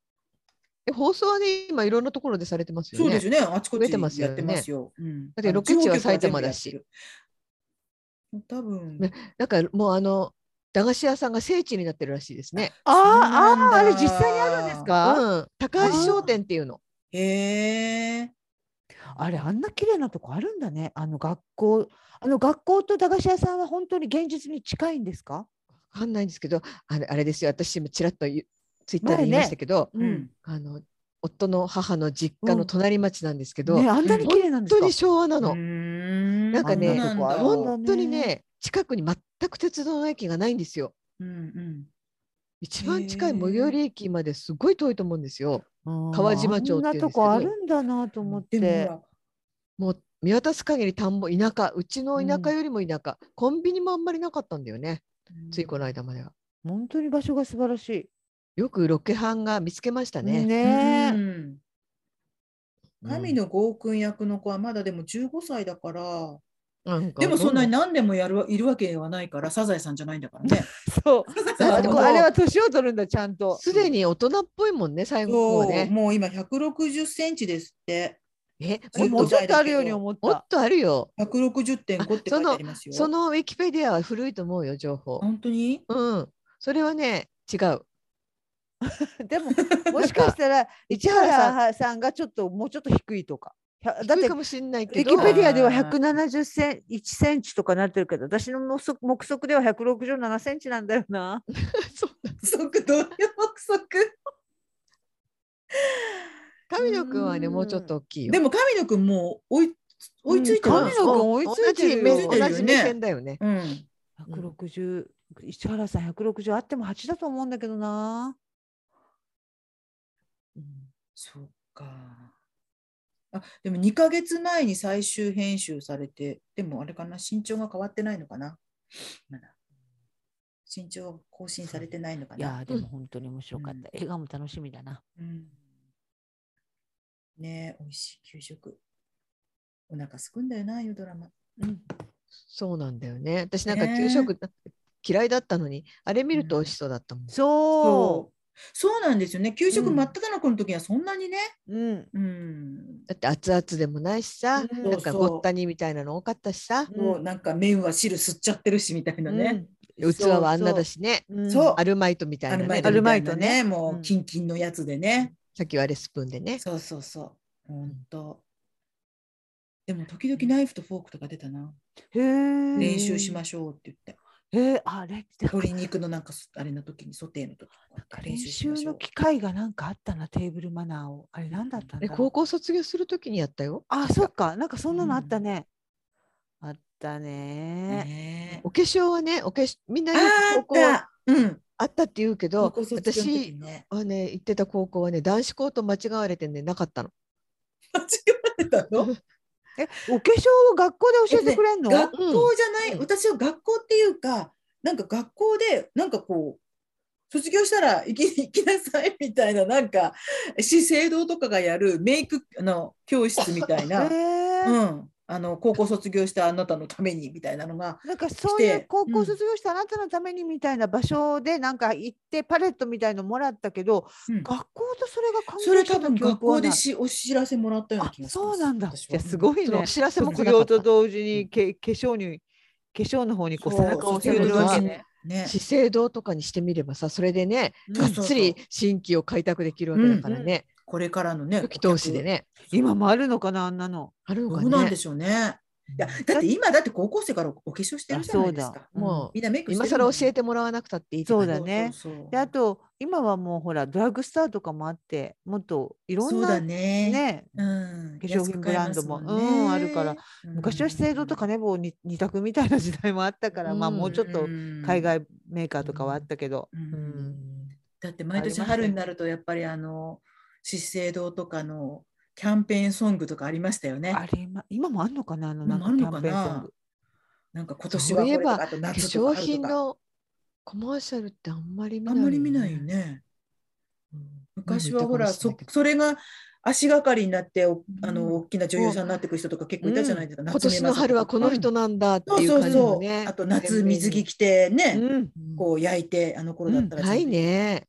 で放送はね今いろんなところでされてますよそうねですよね。あちこ増えてますちよやねってますよ。うんだってロケ地は埼玉だし。あの地方局は全部やってる多分ねだからもうあの駄菓子屋さんが聖地になってるらしいですね。あーあー、あれ実そうなんだ際にあるんですか、うん、高橋商店っていうの。へえ。あれあんな綺麗なとこあるんだね。あの学校、あの学校と駄菓子屋さんは本当に現実に近いんですか？わかんないんですけど、あれあれですよ。私もちらっと言うツイッターで言いましたけど、ううんん。あの夫の母の実家うのん隣町なんですけど、ね、あんなに綺麗なん本です当かに？昭和なの。ななんかねなんあだるんだ本当にね、近くに全く鉄道の駅がないんですよ。うんうん。一番近い最寄り駅まですごい遠いと思うんですよ。うん川島町っていうんですけどあんなとこあるんだなと思っでて。ももう見渡す限り田んぼ田舎うちの田舎よりも田舎、コンビニもあんまりなかったんだよねついこの間までは。本当に場所が素晴らしい。よくロケハンが見つけましたね。ほねら、えうんうん神の剛君役の子はまだでも15歳だから、なんかでもそんなにど何年もやるわいるわけではないから、サザエさんじゃないんだから ね。そう。サザエださんあってはこもううあれは年を取るんだちゃんと。すでに大人っぽいもんね最後そはうね。もう今160センチですって。えもうももうっちとょっとあるように思っ。もったとあるよ。 160.5って書いてありますよ。そのウィキペディアは古いと思うよ情報。本当にうんそれはね違う。でももしかしたら市原さんがちょっともうちょっと低いとか。ひゃだっ低いてかもしれないウィけど。キペディアではあー170セン1センチとかなってるけど、私の目測目測では167センチなんだよな。 そう 即同様即。神野くんはねうんもうちょっと大きいよ。でも神野くんもう追い追いついて神ま野すくんか追いついてるよ同じ目同じ目線だよね。うん。 160、市原さん160あっても8だと思うんだけどな。そうか。あでも2ヶ月前に最終編集されて、でもあれかな、身長が変わってないのかな。まだ身長更新されてないのかいな。やー、でも本当に面白かった。映画も楽しみだな。うん、ねえ、美味しい給食。お腹すくんだよな、ああいうドラマ。うん、そうなんだよね。私なんかねえ給食嫌いだったのに、あれ見ると美味しそうだったもん。そそうそうなんですよね。給食うん真っ只中の時はそんなにね。う。うん。うん。だって熱々でもないしさ、うんなんかそうそうごったにみたいなの多かったしさ、もうなんか麺は汁吸っちゃってるしみたいなね。器はあんなだしね、うん。そうそうう。アルマイトみたいアなルマイねト、みたいなアルマね。イトねもううんキンキンのやつでね。さっきはあれスプーンでね。そうそうそう。本当。でも時々ナイフとフォークとか出たな。へえ。練習しましょうって言って。す。へえ、あれって。鶏肉のなんかすあれの時にソテーの時となんかか練練習しま習しょのう。機会がなんかあったな、テーブルマナーを。あれなんだったんだえろう高校卒業するときにやったよ。あ、そっか。なんかそんなのあったうんね。あったね。ねえお化粧はね、お化粧みんなよあーあっく高校た。うん。あったって言うけ高ど、校卒業の時私ね。はね行ってた高校はね男子校と間違われてねなかったの。間違えたの。え、お化粧を学校で教えてくれんの？学校じゃない、うん私は学校っていうかなんか学校でなんかこう卒業したら行き行きなさいみたいななんか資生堂とかがやるメイクあの教室みたいな、えーうん、あの高校卒業したあなたのためにみたいなのがなんかそうい来てう高うん校卒業したあなたのためにみたいな場所でなんか行ってパレットみたいのもらったけど、うん学校とそれが関それ係して多た分記学憶は校なでい。しお知らせもらったような気がしますあそうなんだ私はいやすごい そのおね。知らせも来卒なか業ったと同時にけ化粧に化粧の方にこうそう背中を卒押業されるわけ同時にね。ね資生堂とかにしてみればさそれでねそがうっそうつり新規を開拓できるわけだからね、これからのね初期投資でね今もあるのかなあんなの。ある顧のか客どうなんでねしょうねいやだって今だって高校生からおお化粧してるあじゃなそいうですだか。もうみんなメイクして今るもん更教えてもらわなくたっていいって感そじうだねそうそうであと今はもうほらドラッグスターとかもあってもっといろそんうなだね。ねうん、化粧品ブランドもうんあるから、昔は資生堂とかねもうに二択みたいな時代もあったから、まあうんもうちょっと海、外メーカーとかはあったけど、うんううんんだって毎年春になるとやっぱりあの資生堂とかのキャンペーンソングとかありましたよねあ。れ今今もあんのかなあの今なんもかあるキのかャンペーンソンなグ。なんか今年はそうこいれえとかばあと化夏とか粧春と品かのコマーシャルってあんまり見なあんいよね、まり見ないよね。うん昔はほ前らも言そったかもしれないけどそれが足がかりになっておあうのん大きな女優さんになっていく人とか結構いたじゃないですか。今夏目年の雅子春はとかこの人なんだっていうそうそう感じそのう、ねあと夏水着着てね、うん、うんこう焼いてあの頃だったらちゃんなといね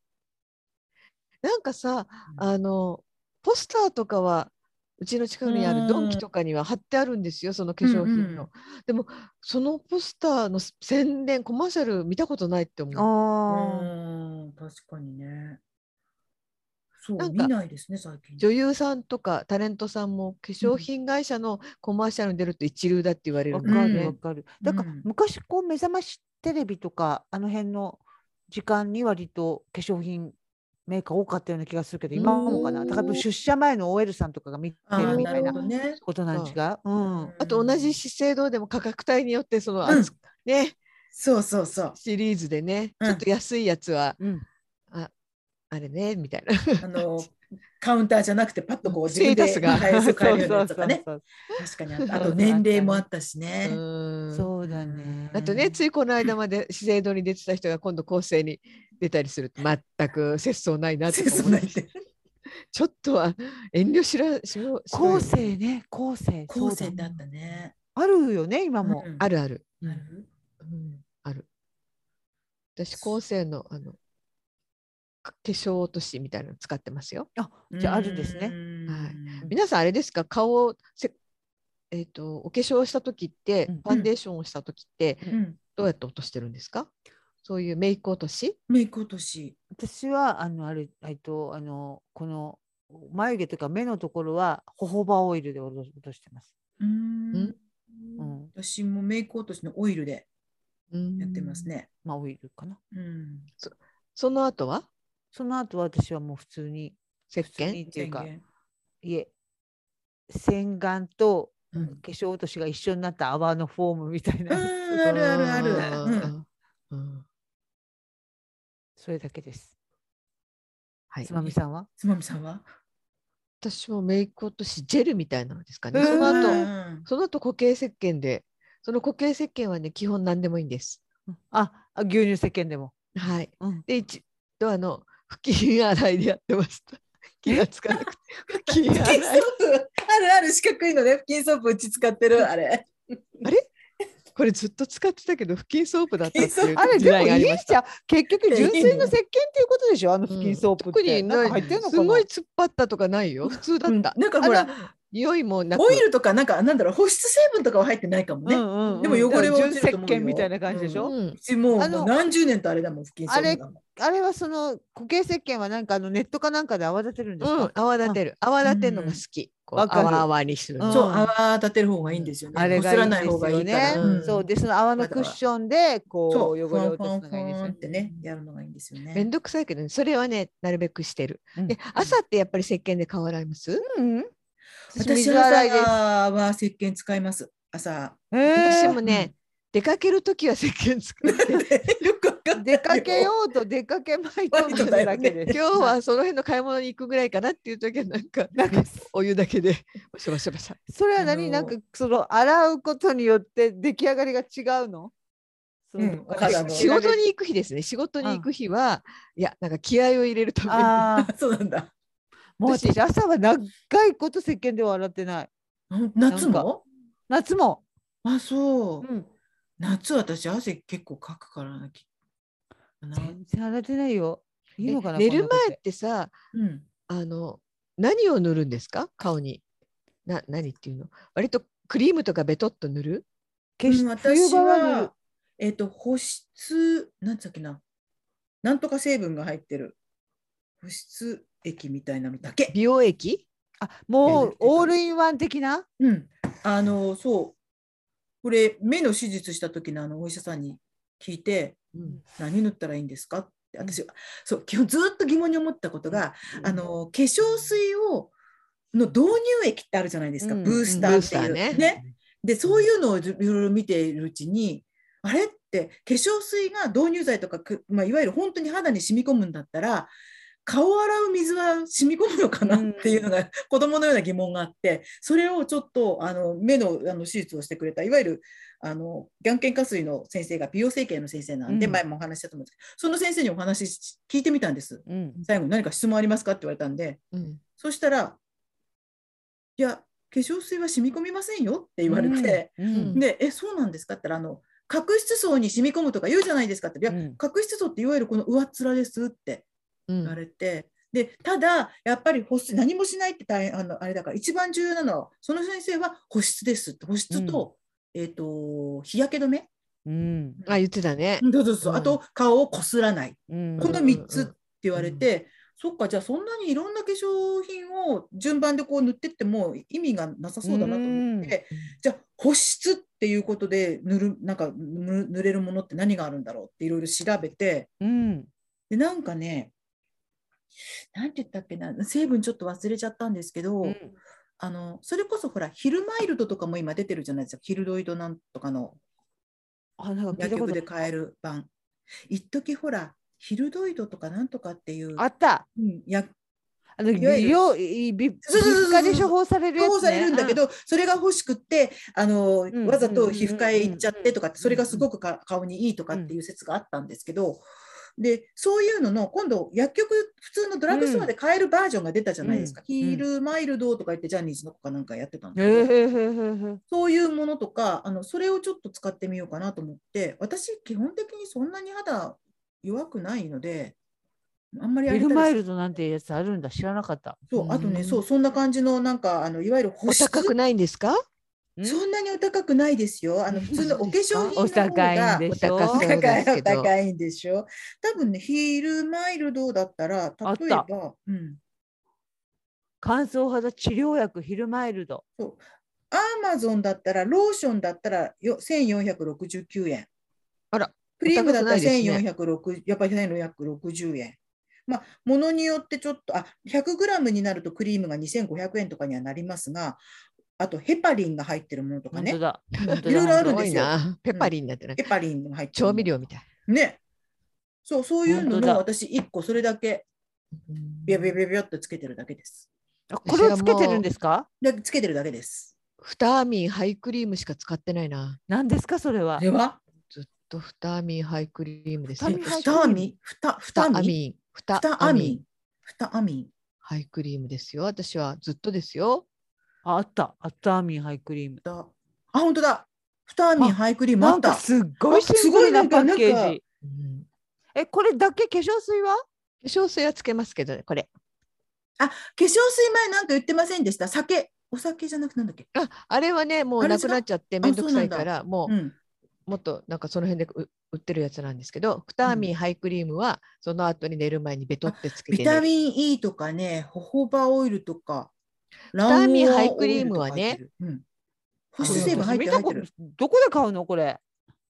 なんかさうんあのポスターとかはうちの近くにあるドンキとかには貼ってあるんですよ、その化粧品の。うんでも、そのポスターの宣伝、コマーシャル見たことないって思う。ああ、うん、確かにね。そうなんか見ないですね最近。女優さんとかタレントさんも化粧品会社のコマーシャルに出ると一流だって言われるわんですかよるね。わかる。だからうん昔こう目覚ましテレビとかあの辺の時間に割と化粧品メーカー多かったような気がするけど、今はもうかうな。んだから出社前の OL さんとかが見てあるーみなたいるなほどね。ことなん違う。うん。あと同じ資生堂でも価格帯によってその、うんねそうそうそう。 シリーズでね、うんちょっと安いやつはうん。あれねみたいな。あのカウンターじゃなくてパッとこううん自分でセールスが買えそう買えるようなそやつとかうそうそうね。 そう確かにあとあと年齢もあったしね。うんそうだね。あとねついこの間まで資生堂に出てた人が今度構成に出たりすると全く節操な いなって切思うないって。ちょっとは遠慮しらしろしろよ後世ね、後世。後そ世うっだてあったね。あるよね、今も。うんあるある。うあんるうんある。私、高生のあのか化粧落としみたいなの使ってますよ。あ、じゃああるんですね。は皆さん、あれですか、顔をせ、えっとお化粧した時って、うんファンデーションをした時って、うん、どうやって落としてるんですかそういうメイク落としメイク落とし。私はあのあれえっとあのこの眉毛とか目のところはホホバオイルで落と落としてます。うーんんうん、私もメイク落としのオイルでやってます。ね。まあオイルかな。うん。その後はその後は私はもう普通に石普通に鹸っていうか宣言いえ洗顔とう化ん粧落としが一緒になった泡のフォームみたいな、うん、あるあるある。うんうんうんそれだけです。はいつ、まみさんは？つまみさんは私もメイク落としジェルみたいなのですかうね。んそのう後んその後固形石鹸で、その固形石鹸はね、基本何でもいいんです。うんあ、あ牛乳石鹸でも。はい。うん。で、一度あの、腹筋洗いでやってました。気がつかなくて。腹筋スキンソ洗い。ープあるある四角いのね、腹筋ソープうち使ってる、あれ。これずっと使ってたけど、腹筋ソープだったっていうあれ時でも代があいりいましじゃた。ん。結局純粋の石鹸っていうことでしょ。あのうん布巾ソープって。特になんなか入ってんのかすな。ごい突っ張ったとかないよ。普通だうんっなた。んかほあらの、匂いもなく。オイルとか、なんか、なんだろう、保湿成分とかは入ってないかもね。ううんうんうんでも汚れはだから落ちると思うよ純石鹸みたいな感じでしょ、うんちもうあの何十年とあれだもん、腹筋ソープだもん。あれはその固形石鹸はなんかあのネットかなんかで泡立てるんですうか、ん、泡立てる。泡立てるのが好き。こうわかる泡泡にするうんの。そう、泡立てる方がいいんですよね。あれが擦いらいんなでい方すがいよいから。ね。うんそうでその泡のクッションでそこう、う汚れを落とすのがいいですよってね、やるのがいいんですよめんね。どくさいけどね、それはね、なるべくしてる。うんで、朝ってやっぱり石鹸で顔洗いますうんうん。私水洗いです朝は石鹸使います。朝。え私ーもね、出かけるときは石鹸使っ て よくわかんない出かけようと出かけまい割ととだよねだけで今日はその辺の買い物に行くぐらいかなっていう時はなんかなんかお湯だけでバシャバシャバシャそれは何あなのんかその洗うことによって出来上がりが違うの、そのうん肌の仕事に行く日ですね仕事に行く日はいやなんか気合を入れるためにああそうなんだ。もう私 私朝は長いこと石鹸では洗ってない夏も夏も、あ、そうう。ん、夏私汗結構かくからなき。な全然洗ってないよいいのかなえ寝こんるなこと前ってさうん。あの何を塗るんですか顔にな何っていうの割とクリームとかベトっと塗る決うんして冬私場はは、えっ、と、保湿、なんつったっけな。なんとか成分が入ってる。保湿液みたいなのだけ。美容液あもやるうけどオールインワン的なうん。あの、そう。これ、目の手術した時のあのお医者さんに聞いて、うん何塗ったらいいんですかって、私、そう、基本ずっと疑問に思ったことが、あの、化粧水を、の導入液ってあるじゃないですか、うんブースタブーーっスてタいう、ーねね。でそういうのをずいろいろ見ているうちにあれって化粧水が導入剤とかく、まあ、いわゆる本当に肌に染み込むんだったら顔を洗う水は染み込むのかなうんっていうのが、子供のような疑問があってそれをちょっとあの目のあの手術をしてくれたいわゆるあの眼鏡下水の先生が美容整形の先生なんで、うん前もお話ししたと思うんですけどその先生にお話しし聞いてみたんですうん最後に何か質問ありますかって言われたんでうんそしたら「いや化粧水は染み込みませんよ」って言われて。うんで、え、そうなんですかって言ったら、あの、角質層に染み込むとか言うじゃないですかって、いや、うん角質層っていわゆるこの上っ面ですってうん言われて、でただやっぱり保湿何もしないって大変あのあれだから一番重要なのはその先生は保湿ですって保湿と,、えっ、と日焼け止め、うんあ言ってたね。そうそうそううんあと顔をこすらないうんこのみ3つって言われて、そっかじゃあそんなにいろんな化粧品を順番でこう塗ってっても意味がなさそうだなと思って、じゃあ保湿っていうことで塗るなんか塗塗れるものって何があるんだろうっていろいろ調べてうんでなんかねなんて言ったっけな成分ちょっと忘れちゃったんですけど、うんあのそれこそほらヒルマイルドとかも今出てるじゃないですかヒルロイドなんとかのあなんか聞薬いたこ局とで買える版一時ほらヒルドイドとかなんとかっていうあったうん薬あのいわゆ美る容美美そうそうそうそう科で処方されるやつ、ね、処方されるんだけど、それが欲しくってあの、んわざと皮膚科へ行っちゃってとかって、うんそれがすごくか顔にいいとかっていう説があったんですけど、でそういうのの今度薬局普通のドラッグストアで買えるバージョンが出たじゃないですか、うんうんヒールマイルドとか言ってジャニーズの子かなんかやってたんうでん。すけど、へへへへへそういうものとかあのそれをちょっと使ってみようかなと思って私基本的にそんなに肌弱くないのであんまりあビれルマイだルドなんてやつあるんだ知らなかった。そうあとねそううそんな感じのなんかあのいわゆる保お湿高くないんですか？んそんなにお高くないですよ。あの普通のお化粧品おの方高がいんおでしょ。高そ高うですいけおど高いんでしょ。多分ね、ヒールマイルドだったら、あっ例えたば、うん、乾燥肌治療薬ヒルマイルド。アマゾンだったら、ローションだったらよ1469円。あら、クリームだったらお高くないです1460、やっぱり1460円。まあ、ものによってちょっと、あ、100g になるとクリームが2500円とかにはなりますが、あとヘパリンが入ってるものとか本ね当、だ。本当だいろいろあるんすごでいすよな。ペパリンだってね。ヘパリンが入ってるもの調味料みたい。ね。そう、そういうの本当だの私一個それだけビャビャビャビャっとつけてるだけです。あこれをつけてるんですか？でつけてるだけです。フターミンハイクリームしか使ってないな。何ですかそれはあれ？はずっとフターミンハイクリームですフね。ターミンハイふたあみふたふたあみン。フふタたあアミンみ。ふたあみ。ハイクリームですよ。私はずっとですよ。ああった。あったアーミンハイクリーム。ふたあ本当だ。ふたあみんあハイクリームあなっんかた。すっごいあシンプルなすパごいなんかッケなーんジ。うんえこれだけ化粧水は？化粧水はつけますけどね、これ。化粧水前なんか言ってませんでした。酒。お酒じゃなくなんだっけ。あ、あれはね、もうあれな違うくなっちゃってあめんどくさいそうなかんだら、もうん。うもっとなんかその辺でう売ってるやつなんですけど、フターミンハイクリームはその後に寝る前にベトってつけてビ寝るタミン E とかね、ホホバオイルとか。タミ卵黄ンハイクリームはねオイルとか入ってる。うん。保う湿成分入って見るた入っこてる。どこで買うのこれ？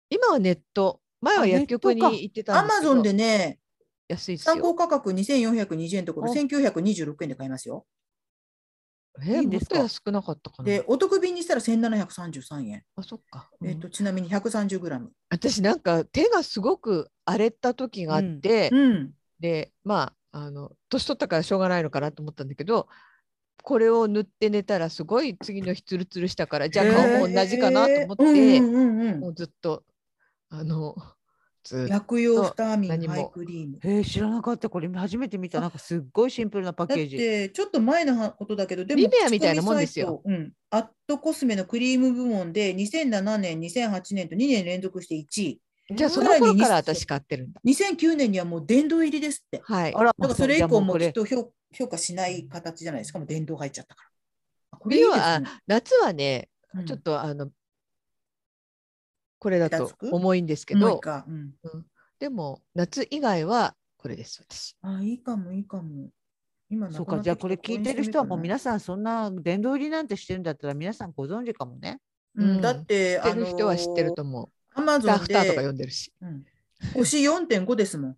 今はネット。前はあ薬局にネットか行ってたアんですマけど。ゾンでね、安いです参考よ。価格2420円のところあ1926円で買いますよ。えいいんもでっすとか安くなかったかな。で、お得便にしたら1733円。あ、そっか。えっと、ちなみに 130g。私なんか手がすごく荒れた時があって、うん。でまああの年取ったからしょうがないのかなと思ったんだけどこれを塗って寝たらすごい次の日ツルツルしたからじゃあへー顔も同じかなと思って、うんうんうんもううずっとあのずん。っと薬用ビタミン何もハイクリーム。えー、知らなかったこれ初めて見たあなんかすっごいシンプルなパッだっケージ。てちょっと前のことだけど、でリベアみたいなもんですよ口コミサイト。うん。アットコスメのクリーム部門で2007年、2008年と2年連続して1位。じゃあそのさらに頃からに私買ってるんだ。 2009年にはもう殿堂入りですって。はいあ。らだからそれ以じゃあ降うもこきれっと評評価しない形じゃないですか。もう殿堂入っちゃったから。あこ冬はね夏はねうんちょっとあの、これだベタとつく重いんですけ重どいかうんでも夏以外はこれです私。あ、いいかも、いいかも。今そうか、じゃあこれ聞いてる人はもう皆さんそんな殿堂入りなんてしてるんだったら皆さんご存知かもね。さん、うん、だって、知ってる人は知ってると思思う。う。アマスゾタンフターで、とか読んでるし。うん、星4.5ですもん。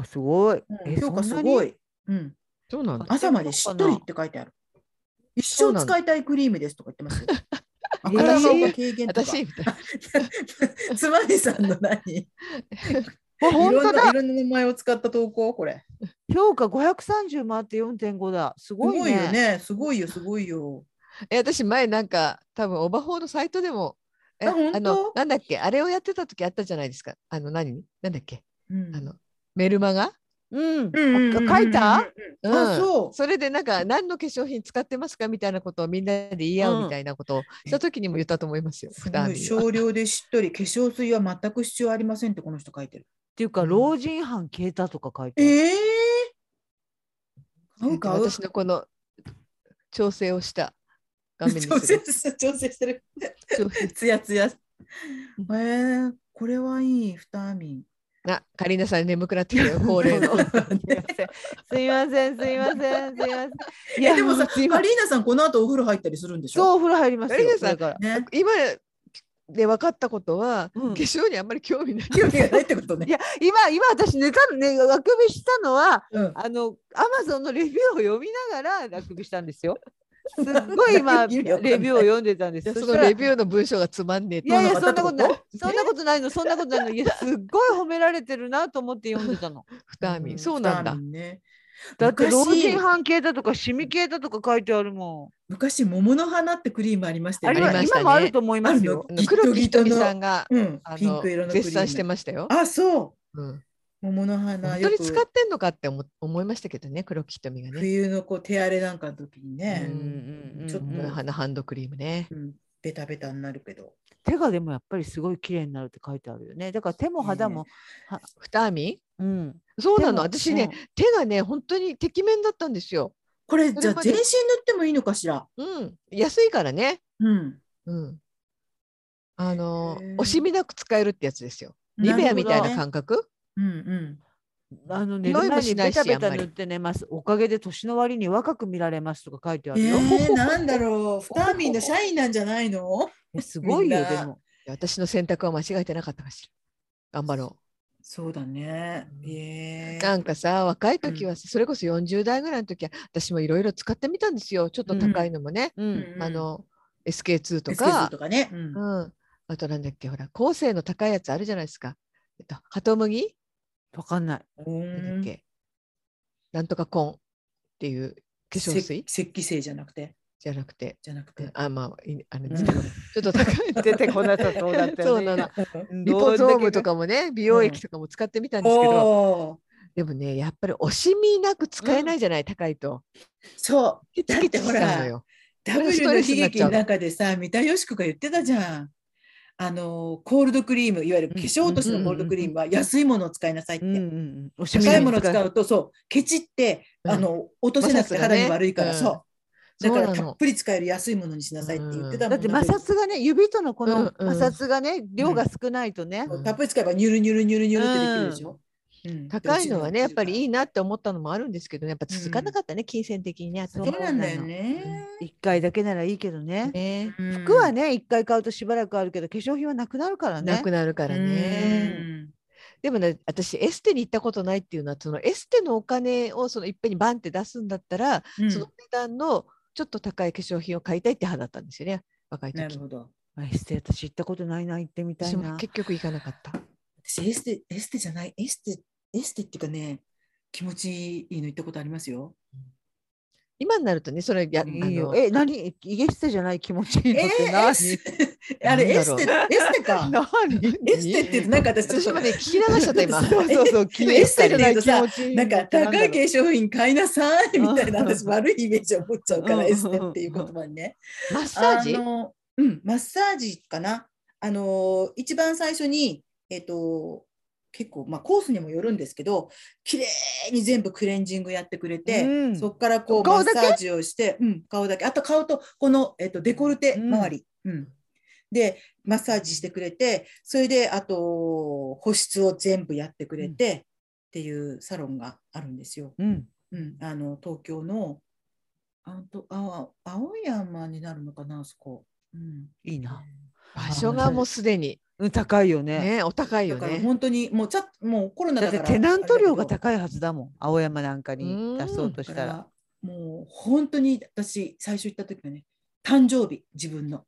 あ、すごい。うえん、評価すご。い。うん、そうなんだ。朝までしっとりって書いてある。一そう生なんだ使いたいクリームですとか言ってますよ。え赤ーラ顔が軽減とか。私みたい な。つまりさんの何いそんなにあろ本ん当なだい。ろんな名前を使った投稿これ。評価530もあって4.5だ。すすごごいいね。よね。すごいよ、すごいよ。え私前なんか多分オバホーのサイトでもえあ本当のなんだっけあれをやってた時あったじゃないですかあの何なんだっけうんあのメルマガ、うん。うんうんうんうんうんあ書いた、うあ、そう。それでなんか何の化粧品使ってますかみたいなことをみんなで言い合うみたいなことをした時にも言ったと思いますよ、す普ご段い少量でしっとり化粧水は全く必要ありませんってこの人書いてる。っていうか、うん老人犯消えたとか書いてある。ええなんか合う私のこの調整をした画面に調す整る。する調整してる。 調整つやつや。へえうこれはいい、ビタミン。な、カリーナさん眠くなってきたよ、恒例の。 すいません、すいません、すいません。いえ、でもさ、うカすいリーませんナさん、この後お風呂入ったりするんでしそうょお風呂入りますよ。カリーナさだんから。 ね。今で分かったことは、うん化粧にあんまり興味ない。興味がないってことねい。や、今、今私寝たのね、あくびしたのは、うん。あの、アマゾンのレビューを読みながら、あくびしたんですよ。すっごい今、意味レビわかんないューを読んでたんです。そそしのたらレいビューの文章がつまんねえとやいや、どうそなんかなったことなってい。そんなことないの、そんなことないの、いや、すっごい褒められてるなと思って読んでたの。ふたみ、そうなんだビタミ。ンね。だって、老昔人斑系だとか、シミ系だとか書いてあるも昔桃の花ってクリームありましたん。あよれね。は、りましたね今もあると思いまあるすのよ。あのギ黒ト木ギひトとのみさんがうんあ、ピンのク色のクリーム。絶賛してましたよ。あ、そうんう。桃の花本よ当くに使ってんのかって思思いましたけどね、黒木ひとみがね。冬のこう手荒れなんかの時にね、うんちょっとうん桃の花ハンドクリームね。うんベタベタになるけど。手がでもやっぱりすごい綺麗になるって書いてあるよね。だから手も肌も、ふたみ。うん。そうなの、手も私ね、、手がね、本当にてきめんだったんですよ。これそじゃれあまで全身塗ってもいいのかしら。うん、安いからね。うん。うん。あのへえ、惜しみなく使えるってやつですよ。リベアみたいな感感覚。じ。うんうん。うんあの寝る匂いも前にしなベいしタベあんタまり塗って寝ます。おかげで年の割に若く見られますとか書いてあるよ。えー、なんだろう、フターミンの社員なんじゃないのえすごいよみんなでも。私の選択は間違えてなかったかしら。頑張ろそうだね。えーう。なんかさ、若い時はさ、それこそ40代ぐらいの時は、私もいろいろ使ってみたんですよ。ちょっと高いのもね。う。うんんあの、SK2 と SK2 かとかね。うんうん、あとなんだっけ、ほら、高性の高いやつあるじゃないですか。えっと、ハトムギわかんない。なんだうっん。け、なんとかコンっていう化粧せ水石器製じゃなくて、じゃなくて、じゃなくうんて。あ、まあ、いあの、うんちょっと高い。出てこなさそうだったよねそうなの。リポゾームとかもね、美容液とかも使ってみたんですけど、おーでもね、やっぱり惜しみなく使えないじゃない、高いと。そう。ケチだっケてチほしらちゃうのよ。 W の悲劇の中でさ、三田佳子が言ってたじゃん。あのコールドクリーム、いわゆる化粧落としのコールドクリームは安いものを使いなさいって。うんうんうん。おしゃ高れいものを使使うと、そう、ケチって、うんあの落とせなくて摩擦が肌ねに悪いから、うんそう。だそうからなたっの。ぷり使える安いものにしなさいって言ってただもっんて摩擦がね指とのこのうんう摩ん擦がね量が少ないとね。そうたっぷり使えばニュルニュルニュルニュルってできるでしょ。うん高いのはね、やっぱりいいい。なって思ったのもあるんですけど、やっぱ続かなかったね、金銭的にね。そうそうなんだようんね。一回だけならいいけどね。ね服服はね一回買うとしばらくあるけど化粧品はなくなるからなねく。なるからね。でもね私エステに行ったことないっていうのはそのエステのお金をそのいっぺんにバンって出すんだったら、うんその値段のちょっと高い化粧品を買いたいって派だったんですよね若いな時るほど。エステ私行ったことないな行ってみた私いもな。結局行かなかった。私エステ、エステじゃない、エステ、エステっていうかね、気持ちいいの行ったことありますよ。今になるとねそれやあいいいよのえ何イゲステじゃない気持ちいいえのって何、ー、エステあれ、エなんだスろうテ、エステか。何エステって言うとなんか私ちょっ私と今ね聞き流しちゃった今そう そうそう気エステって言うとさちいなんか高い化粧品買いなさいみたいなうん私悪いイメージを持っちゃうかうんらエステっていう言葉にね。マッサージあのうんマッサージかな。あの一番最初にえっと結構まあコースにもよるんですけど綺麗に全部クレンジングやってくれて、うんそこからこうマ顔ッだけサージをして、うん、顔だけあと顔とこの、えっとデコルテ周り、うんでマッサージしてくれてそれであと保湿を全部やってくれて、っていうサロンがあるんですよ。うん、うん、あの東京のあとあ青山になるのかなあそこ。うん、いいな。場所がもうすでにうん高いよね。ねお高いよだからね。本当にもうちゃもうコロナだだっかてらテナント料がい高いはずだもん青山なんかに出そうとしだた。かららもう本当に私最初行った時はね誕生日自分の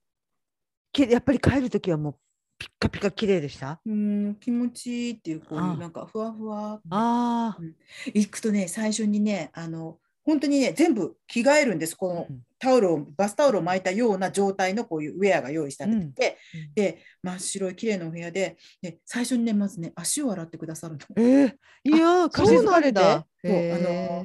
けやっぱり帰る時はもうピッカピカ綺麗でした。うん気持ちいいっていうこういああうなんかふわふわああ、行くとね最初にねあの本当にね全部着替えるんですこのうんタオルをバスタオルを巻いたような状態のこういうウェアが用意してあって、でうんで真っ白い綺麗なお部屋でで最初にねまずね足を洗ってくださるの。えー、いやーそうなんだ。そうあへ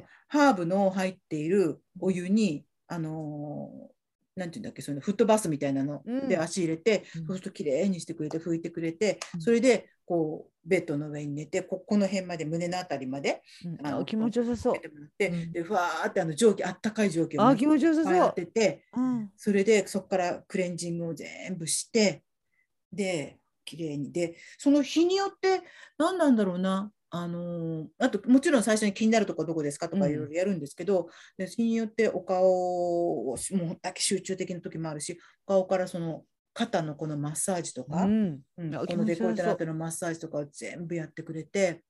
ーのハーブの入っているお湯にあのなんていうんだっけそういうのフットバスみたいなのうんで足入れて、うんそうすると綺麗にしてくれて拭いてくれて、うんそれでこうベッドの上に寝てここの辺まで胸のあたりまでうんあのあ気持ちよさそつうけ。てもらって、うんでふわーってあの蒸気あったかい蒸気をあいっ気持ちよさぱいそ当てう。てうん。それでそこからクレンジングを全部してで綺麗にでその日によって何なんだろうなあのーあともちろん最初に気になるとこどこですかとかうんいろいろやるんですけど、で日によってお顔をしもうだけ集中的な時もあるしお顔からその肩のこのマッサージとか、うん。うんあこ気の持ちデよさそコうルテラテのマッサージとかを全部やってくれて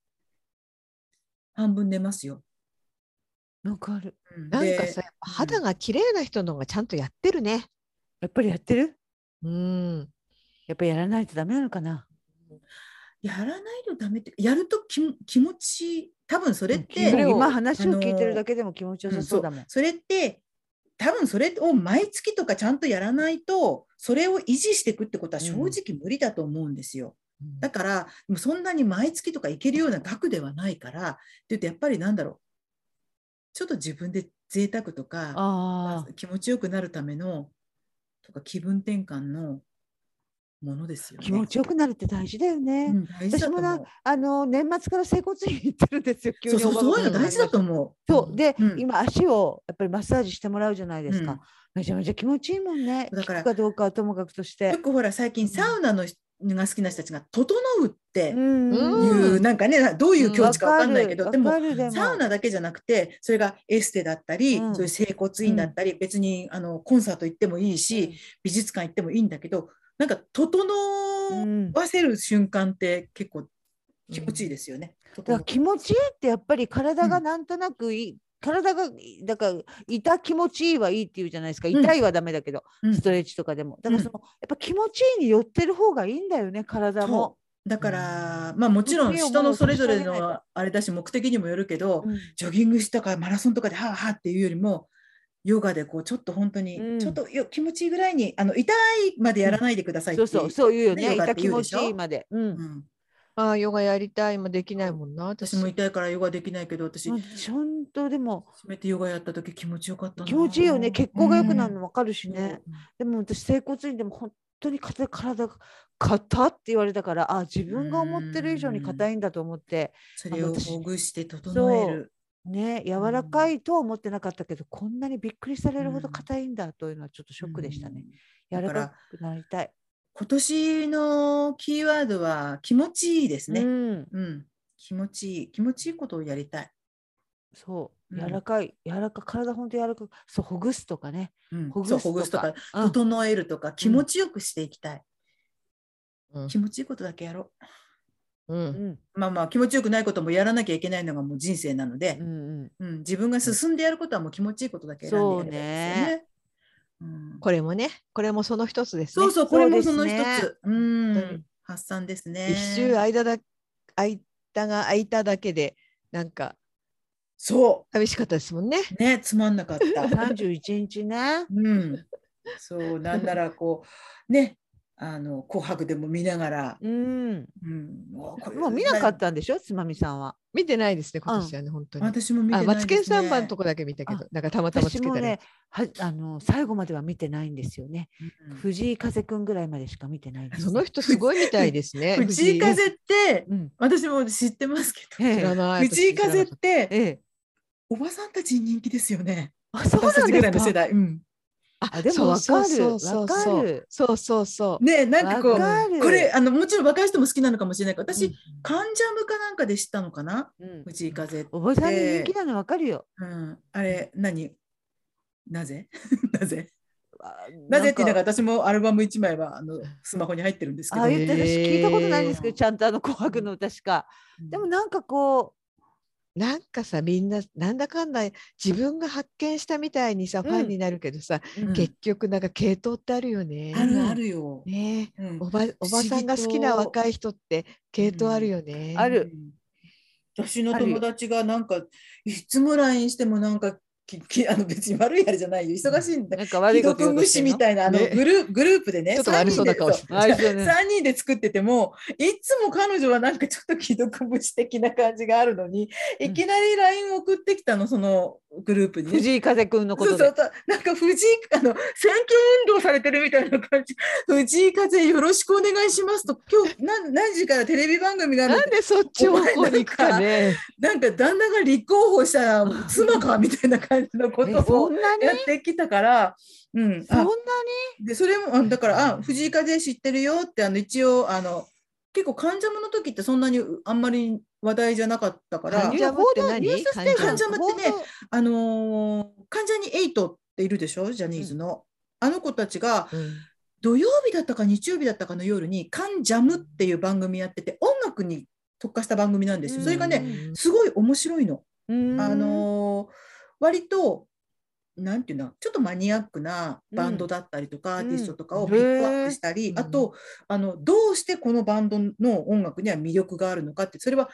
半分寝ますよ。わかる。うんなんかでさ、やっぱ肌が綺麗な人の方がちゃんとやってるね。やっぱりやってるうん。やっぱりやらないとダメなのかな。やらないとダメってやると気も気持ち多分それっうんて、それを今話を聞いてるだけけでも気持ちよさそうだもん。それって多分それを毎月とかちゃんとやらないとそれを維持していくってことは正直無理だと思うんですよ。だからもうそんなに毎月とかいけるような額ではないからって言うとやっぱりなんだろうちょっと自分で贅沢とかあ気持ちよくなるためのとか気分転換のものですよあ、ね。気持ちよくなるって大事だよね。うん大事だと思う私もなあの年末から整骨院行ってるんですよ。急そうにそおうばそうがいうの大事だと思う。そうで、うん今足をやっぱりマッサージしてもらうじゃないですか。うんめちゃめちゃ気持ちいいもんね。だから効くかどうかはともかくとしよて。くほら最近サウナの人が好きな人たちが「整う」ってういんうんう、なんかねなどういう境わ地か分かんないけど、るでわもかるでもサウナだけじゃなくてそれがエステだったり、うんそういう整骨院だったり、別にあのコンサート行ってもいいし、美術館行ってもいいんだけどなんか整うんわせる瞬間って結構気持ちいいですよね。だ整かうら気持ちいいってやっぱり体うがんなんとなくいい、体がだから痛気持ちいいはいいっていうじゃないですかん痛いはダメだけど、うんストレッチとかでもだかうらんその、やっぱ気持ちいいに寄ってる方がいいんだよね体も。だから、まあもちろん目を人のそれぞれもう差し上げないのあれだし目的にもよるけど、うんジョギングしとかマラソンとかではあはあっていうよりもヨガでこうちょっと本当に、うんちょっとよ気持ちいいぐらいにあの痛いまでやらないでくださいってそいうう。そうそういうよねねヨガ痛って気言う持でしちょいいまで。うんうんああ、ヨガやりたい、今できないもんな。私も痛いからヨガできないけど私まあ初ちゃんとでもめてヨガやった時気持ちよかったな気持ちいいよね血行が良くなるのうん分かるしね、でも私整骨院でも本当に硬い体が硬って言われたからあ自分が思ってる以上に硬いんだと思ってそれあをの私ほぐして整えるね、柔らかいとは思ってなかったけど、こんなにびっくりされるほどうん硬いんだというのはちょっとショックでしたね。うん柔だらからかくなりたい。今年のキーワードは気持ちいいですね、ううんん、気持ちいい気持ちいいことをやりたい、そう、うん柔らかい、柔らかい、体本当柔らかく、そう、ほぐすとかね。うんほぐそうすほぐすととかか、うん整えるとか気持ちよくしていきたい、うん気持ちいいことだけやろうう。うんん、まあまあ気持ちよくないこともやらなきゃいけないのがもう人生なのでう、ん、うん自分が進んでやることはもう気持ちいいことだけ選んでやればいいですよね。うんこれもね、これもその一つですね。そうそう、これもその一つ、そうですねう本当にん発散ですね。一周間だ空いたが空いただけでなんかそ寂しかったですもんね。う、ね、つまんなかっうん。 た。三十一日ね。うん、そう、なんならこう、ね、あの紅白でも見ながら、 うん、うん、もうこれもう見なかったんでしょ、つまみさんは。見てないですね今年はね、本当に。私も見てなあいマツケンサンバのとか、こだけ見たけどあなんかたまたまつ私けたもねね、は、あの、最後までは見てないんですよね。うん藤井風くんぐらいまでしか見てないんですそよ。の人すごいみたいですね。 藤井風って、うん、私も知ってますけえど、え知らない。藤井風っ、私知らなかってええ、おばさんたちに人気ですよね。あ、そう私たなんちぐでらいすの世か。代。うん、た。あでもわかるそうそうそうそうわかるそうそうそう。ねえなんかこわうかるこれあのもちろん若い人も好きなのかもしれないけど私、うんカンジャムかなんかで知ったのかなうん、藤井風、おばさんに人気なのわかるよ。うん、あれ何なぜ なぜあなぜっていうんのかが私もアルバム1枚はあのスマホに入ってるんですけあど、あ言いって私聞いたことないんですけど、へーちゃんとあの紅白の歌しか。うんでもなんかこなんかさみんななんだかんだ自分が発見したみたいにさ、んファンになるけどさ、う、うん結局なんか系統ってあるよね。あるあるよ、ねえうんおばおばさんが好きな若い人って系統あるよね。あるうん私の友達がなんかいつも LINE してもなんかききあの別に悪いあれじゃないよ忙しいんだなんか悪い既こと言読おうと無して視んのみたいなあのねグル,、グループでねちょっと悪そうな顔してあれですよね3人で作っててもいつも彼女はなんかちょっと既読無視的な感じがあるのにいきなり LINE 送ってきたのそのグループにね、 藤井風くんのこそとうそでう。そうなんか藤井あの選挙運動されてるみたいな感じ。 藤井風よろしくお願いしますと今日何何時からテレビ番組があるなんでそっち方向に行くかね。なんか旦那が立候補したら妻かみたいな感じのこねとそをんなにやってきたから、うん、そんあなにでそれもあだからあ藤井風知ってるよってあの一応あの結構患者もの時ってそんなにあんまり話題じゃなかったから患者もって何ニュースステーション患者もってね報道あのー患者にエイトっているでしょジャニーズの、あの子たちが土曜日だったか日曜日だったかの夜に「カンジャム」っていう番組やってて音楽に特化した番組なんですよ。それがねうんすごい面白いの。うんあのー割となんていうのちょっとマニアックなバンドだったりとか、うんアーティストとかうをんピックアップしたり、へーあとあのどうしてこのバンドの音楽には魅力があるのかってそれは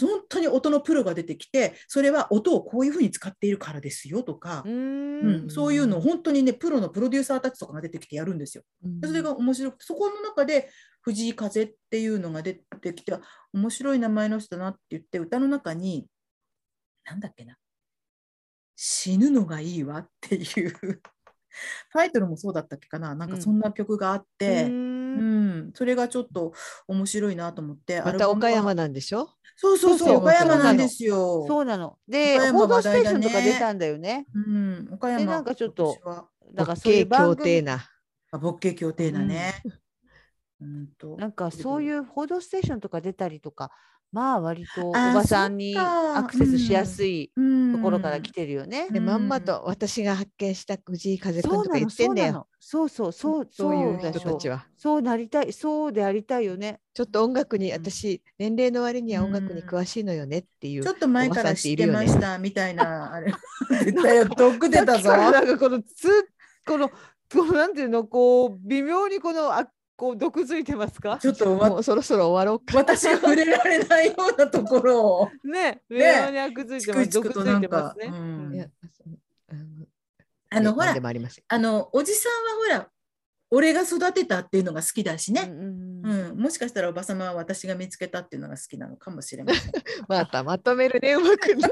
本当に音のプロが出てきてそれは音をこういうふうに使っているからですよとかう、んうんそういうのを本当にねプロのプロデューサーたちとかが出てきてやるんですよ。でそれが面白くてそこの中で藤井風っていうのが出てきてあ面白い名前の人だなって言って歌の中になんだっけな死ぬのがいいわっていう タイトルもそうだったっけかななんかそんな曲があっうて、うんんそれがちょっと面白いなと思ってまアルたバム岡は山なんでしょ。そうそうそうそう岡山なんそうですよそうなの。で岡、山報道ステーションと話題かだね出たんだよね。うん、岡山でなんかちょっと今年はだからボッそういケうー番協組定な。あボッケ協定だね、うんとなんかそうういう「報道ステーション」とか出たりとかまあ割とおあーばさんにそっかアクセスしやすいとところから来てるよね。うでんまんまと私が発見した藤井風くんそとうかな言のってそんうだなよ。のそうそうそうそういそうう人でしょたちは。そうなりたいそうでありたいよね。ちょっと音楽にうん私年齢の割には音楽にうん詳しいのよねっていう。ちょっと前かおばさんらって知いっるてよねましたみたいな、あれ。絶対ドック出たぞ。さっきからなんかこのつこのこのなんていうのこう微妙にこのあこう毒づいてますかちょっともわうそろそろ終わろうか。私が触れられないようなところを。ね微ね妙に悪づいチてまクすチ毒クとづないんてまかす。ね。うんいやあのあの、ほ何らで、もありません。あの、おじさんはほら、俺が育てたっていうのが好きだしうね。んうんうんうん、もしかしたらおばさまは私が見つけたっていうのが好きなのかもしれません。またまとめるねうま くね。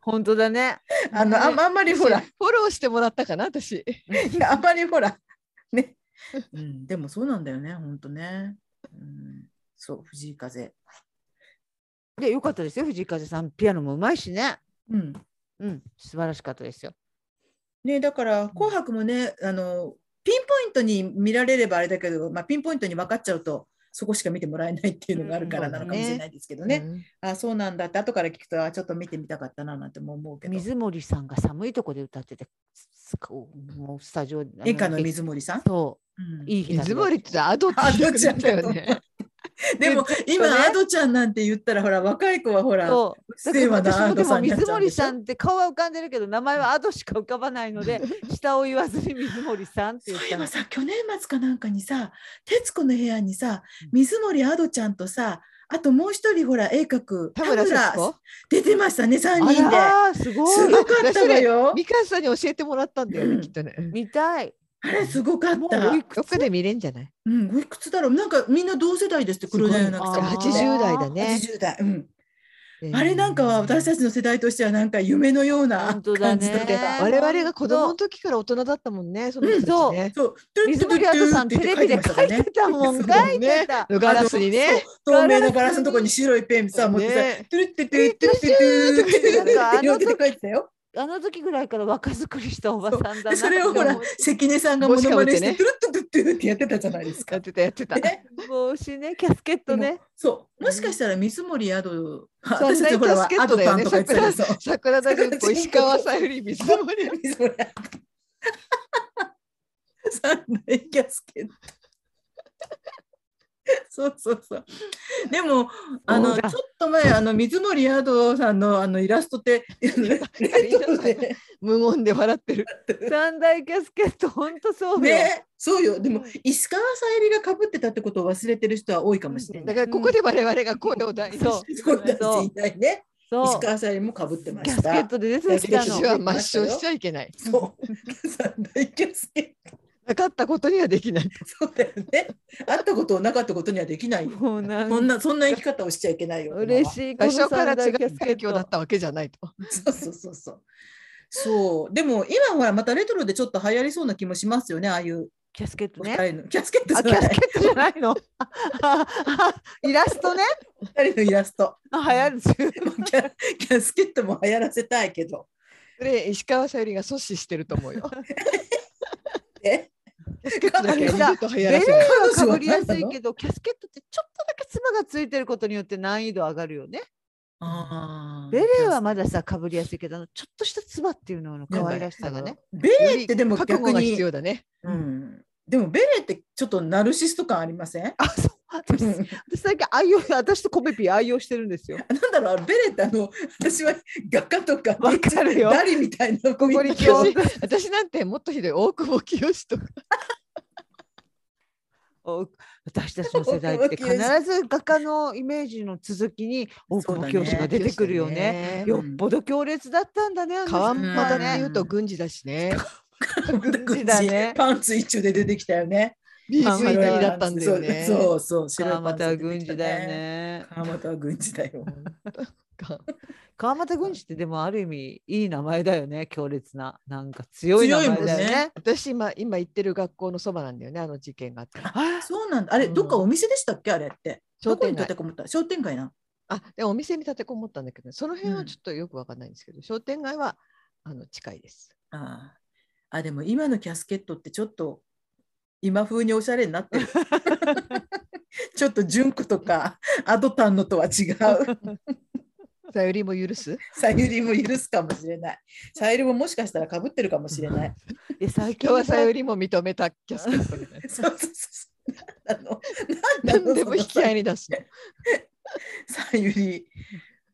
本当だね。あの、あんあんまりほら私、 フォローしてもらったかな私。い やあんまりほら、ね。うん、でもそうなんだよね、本当ね。うん、そう、藤井風。でよかったですよ藤井風さんピアノもうまいしね。うん。うん素晴らしかったですよ。ね、だから「紅白」もねあのピンポイントに見られればあれだけど、まあ、ピンポイントに分かっちゃうとそこしか見てもらえないっていうのがあるからなのかもしれないですけどね、うんあそうなんだって後から聞くとあちょっと見てみたかったななんても思うけど水森さんが寒いとこで歌っててすこうもうスタジオ演歌の水水森さん、そうんういい日だ水森ってアドってア言ドってちゃたんだよと思うね。でも今、アドちゃんなんて言ったらほら若い子はほらうそうだっかせえらわな私もでアドさもんになっ水ちゃうんで森しょさんって顔は浮かんでるけど名前はアドしか浮かばないので 下を言わずに水森さんって言そうっいたえのばさ去年末かなんかにさ『徹子の部屋』にさ水森アドちゃんとさあともう一人ほら絵描く田村節子。出てましたね3人で。あらすごすいごかったわよ。ミカさんに教えてもらったんだようんねきっとね。見たいあれすごかっもた。うおいくどっかで見れんじゃない。うん、おいくつだろう。なんかみんな同世代ですって黒田すご柳いなさじゃんもあ八80十ね。代だね。 80代。うん。あれなんかは私たちの世代としてはなんか夢のような本当だ感じねだった。我々が子供の時から大人だったもんね。その人たちね。そう。水森アドさんトゥテルレトゥルビトゥでルって書いてたもん書いてたのガラスにね。。そう透明のガラスのとこに白いペンさ持ってさ。ねトゥルッテトゥルッテトゥルッテトゥルッテトゥルッテって両手で書いてたよ。あの時ぐらいから若作りしたおばさんだなっでてそれをほら思う関根さんがモノマネして帽子かぶってねトゥルッテトゥルッテトゥルッテやってたじゃないですやかっ。てたやって た。ね帽子ねキャスケットねそう、もしかしたら水森宿、あそう私たちほらはナイトスケアッドトだパよンねとか言ってたそう。桜田淳子、石川さゆり、水森。 水森宿。三大キャスケット。そうそうそう。でも、あの、そうちょだっと前、あの水森宿さんの、あのイラストって。レトロで無言で笑ってる。三大キャスケットほんとそうよ、ね、そうよ、でも、石川さゆりが被ってたってことを忘れてる人は多いかもしれなだい。からここで我々が声を大にそうしてそうだしいないね。そ石う川さゆりも被ってまキャしスケたッ。トで出てきたそのう私は抹消しちゃいけない。そう。三大キャスケット。なかったことにはできない。そうだよね。会ったことをなかったことにはできないよ。もうなんそんな、そんな生き方をしちゃいけないよ。嬉い。しい最初からこの三大違キャうスケ環境だッったわけじゃないと。そうそうそうそう。そうでも今ほらまたレトロでちょっと流行りそうな気もしますよねああいうキャスケットおね二。人のキャスケットあ、じキゃャなスいケットじゃないの。 あああイラストね。二人のイラストあ流行るんですよ。でもキャキャスケットも流行らせたいけどそれ石川さゆりが阻止してると思 うよ。えだけは二度とベ流行レらーせなはかぶいりやすいけど、キャスケットってちょっとだけつまがついてることによって難易度上がるよね。あーベレーはまださ、かぶりやすいけど、あのちょっとしたつばっていうのの可愛らしさがね。ベレーってでも覚悟逆がに必要だね。うん、でもベレーってちょっとナルシスト感ありませんあ、そう。私うん私最近愛用、私とコベピー愛用してるんですよ。なんだろうあれベレーってあの私は画家とかわかるよダリみたいなここ に清今志日、私なんてもっとひどい大久保清とかお私たちの世代って必ず画家のイメージの続きに大久保教師が出てくるよね。そうだねよっぽど強烈だったんだね。あの人川ん真田っていうと軍事だしね。軍事だねパンツ一丁で出てきたよね。ビー川ズ真イ田タリだったんだよね。そうそうそう。川パンツ又は出て軍きた事だよ。ね。川本は軍事だよ。川又軍事ってでもある意味いい名前だよね。強烈ななんか強い名前だよ強いもんね。ね私今今行ってる学校のそばなんだよねあの事件があった。あそうなんだ。あれ、うんどっかお店でしたっけあれって。商どこに店立て。街こもった商店街な。あでもお店に立てこもったんだけど、その辺うはんちょっとよくわかんないんですけど、商店街はあの近いです。ああ。あ、でも今のキャスケットってちょっと今風におしゃれになってる。ちょっとジュンクとかアドタンのとは違う。さゆりも許す さゆりも許すかもしれない。さゆりももしかしたらかぶってるかもしれない。いや最近今日ははさゆりも認めたキャスケットみたい なそうそうそうそう。あの、 なん何だでろもう引き合いに出すの。さゆり。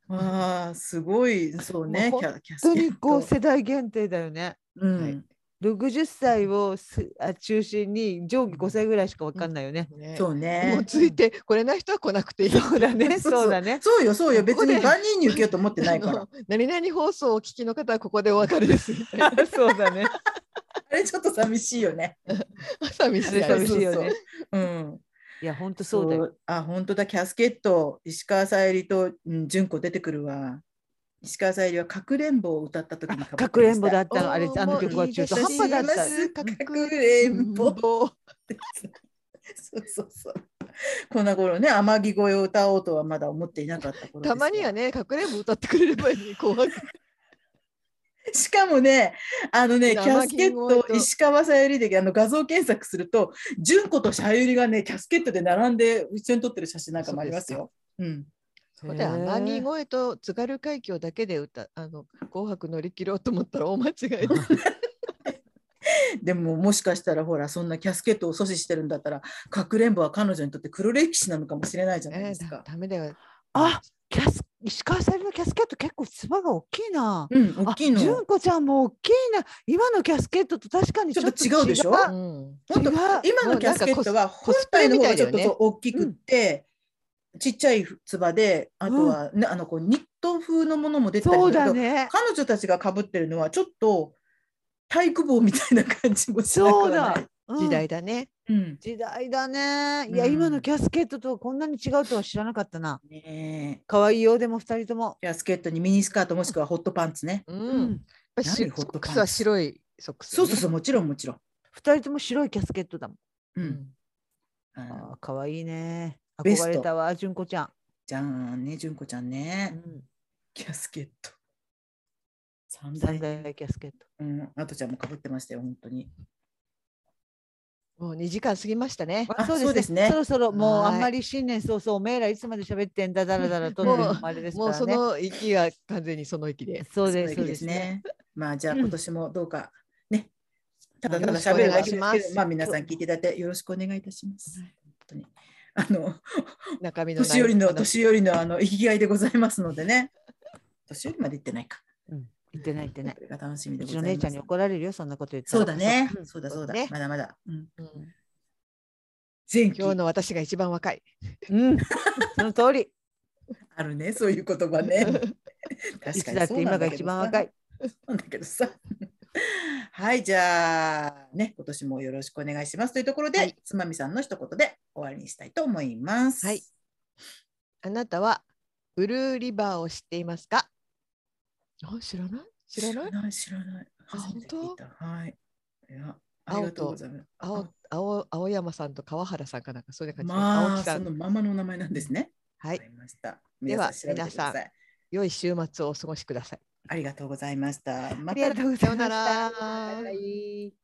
ああ、すごい、そうね、もうキャキャス本当ケにッこうト。世代限定だよね。うんはい60歳をすあ中心に上下5歳ぐらいしかわかんないよね。ねそうもねう。ついてこれない人は来なくていい。そうだ ね、そうそう だね。そうよ、そうよ、別ここでに万人に受けようと思ってないかあら の。何々放送をお聞きの方はここでお別れですみた いな。そうだね。あれ、ちょっと寂しいよね。寂しいそうそう 寂しいよね。うん。いや、本当そうだよ。そう。あ、本当だ、キャスケット、石川さゆりと、うん、純子出てくるわ。石川さゆりはかくれんぼを歌った時にかくれんぼだっったの、あれ、あの曲は中途半端だっ思い出たし。すかかくくれれんんぼ ぼ。そうそうそう。こんな頃ね、天城越えを歌おうとはまだ思っていなかった頃ですたまにはね、かくれんぼ歌ってくれれば いいのに紅白。しかもね、あのね、キ生ャスケッ銀声とト、石川さゆりであの画像検索すると、純子とさゆりがね、キャスケットで並んで一緒に撮ってる写真なんかもありますよ。うん、そうだよへー天城越えと津軽海峡だけで歌あの紅白乗り切ろうと思ったら大間違い ででももしかしたらほらそんなキャスケットを阻止してるんだったらかくれんぼは彼女にとって黒歴史なのかもしれないじゃないねですだか。ダメだよ。あ、キャス、石川さゆりのキャスケット、結構つばが大きいな。うん、大きいの。あ純子ちゃんも大きいな。今のキャスケットと確かにちょっとちょっと違うでしょ違あうん本当違う今のキャスケットは本体の方がちょっとそう大きくって、ちっちゃいつばであとは、ねあのこうニット風のものも出てたりそうするけだど、ね。彼女たちがかぶってるのはちょっと体育帽みたいな感じもしなくそうはないだ。。うん時代だね。うん時代だね。いや、うん今のキャスケットとはこんなに違うとは知らなかったな。ねえ可愛いよ、でも二人とも。キャスケットにミニスカートもしくはホットパンツね。う。。うんやっぱし何ホソットックパンツスは白いソックスそね、うそうそうもちろんもちろん。二人とも白いキャスケットだもん。う。うんんあのあー可愛いね。ベスト憧れたわ、純子ちゃん。じゃんね純子ちゃんうね。んキャスケット。三三大。大キャスケット。うん。あとちゃんもかぶってましたよ本当に。もう2時間過ぎましたね。あそうですねそろそろもうはーいあんまり新年早々、おめえらいつまで喋ってんだ、だらだらと。もっうていうのもあれですかもうらそね。の息が完全にその 息で。そそううで。ですすそうでですすね。ね。まあじゃあうん今年もどうかね。ただよただろしくお喋る願だいけしですまけすど、まあ皆さん聞いていただいてよろしくお願いいたします。本当に。あの中身のない年寄りの話年寄りのあの生きがいでございますのでね。年寄りまで行ってないか。うん言ってない、言ってないこ。れが楽しみでうごちざのいます。姉ちゃんに怒られるよ、そんなこと言って。そうだね。んそうだそうだ。ねまだまだ。うん、うん前期今日の私が一番若い。うん。その通り。あるね、そういう言葉ね。確かにいつだって今が一番若い。。そうなんだけどさ。はい、じゃあ、ね、今年もよろしくお願いしますというところで、はいつまみさんの一言で終わりにしたいと思います。はいあなたはブルーリバーを知っていますかあ知らない知らないない知らない。あ初めて聞いた。はい。いや、あり青とがとうございます。青青青山さんと川原さんかなんかそういう感じで、ま青あ、木さそんのままのお名前なんですね。はわかいりました。では調べてください。良い週末をお過ごしください。ありがとうございました。またありがとうございました。さようなら。はい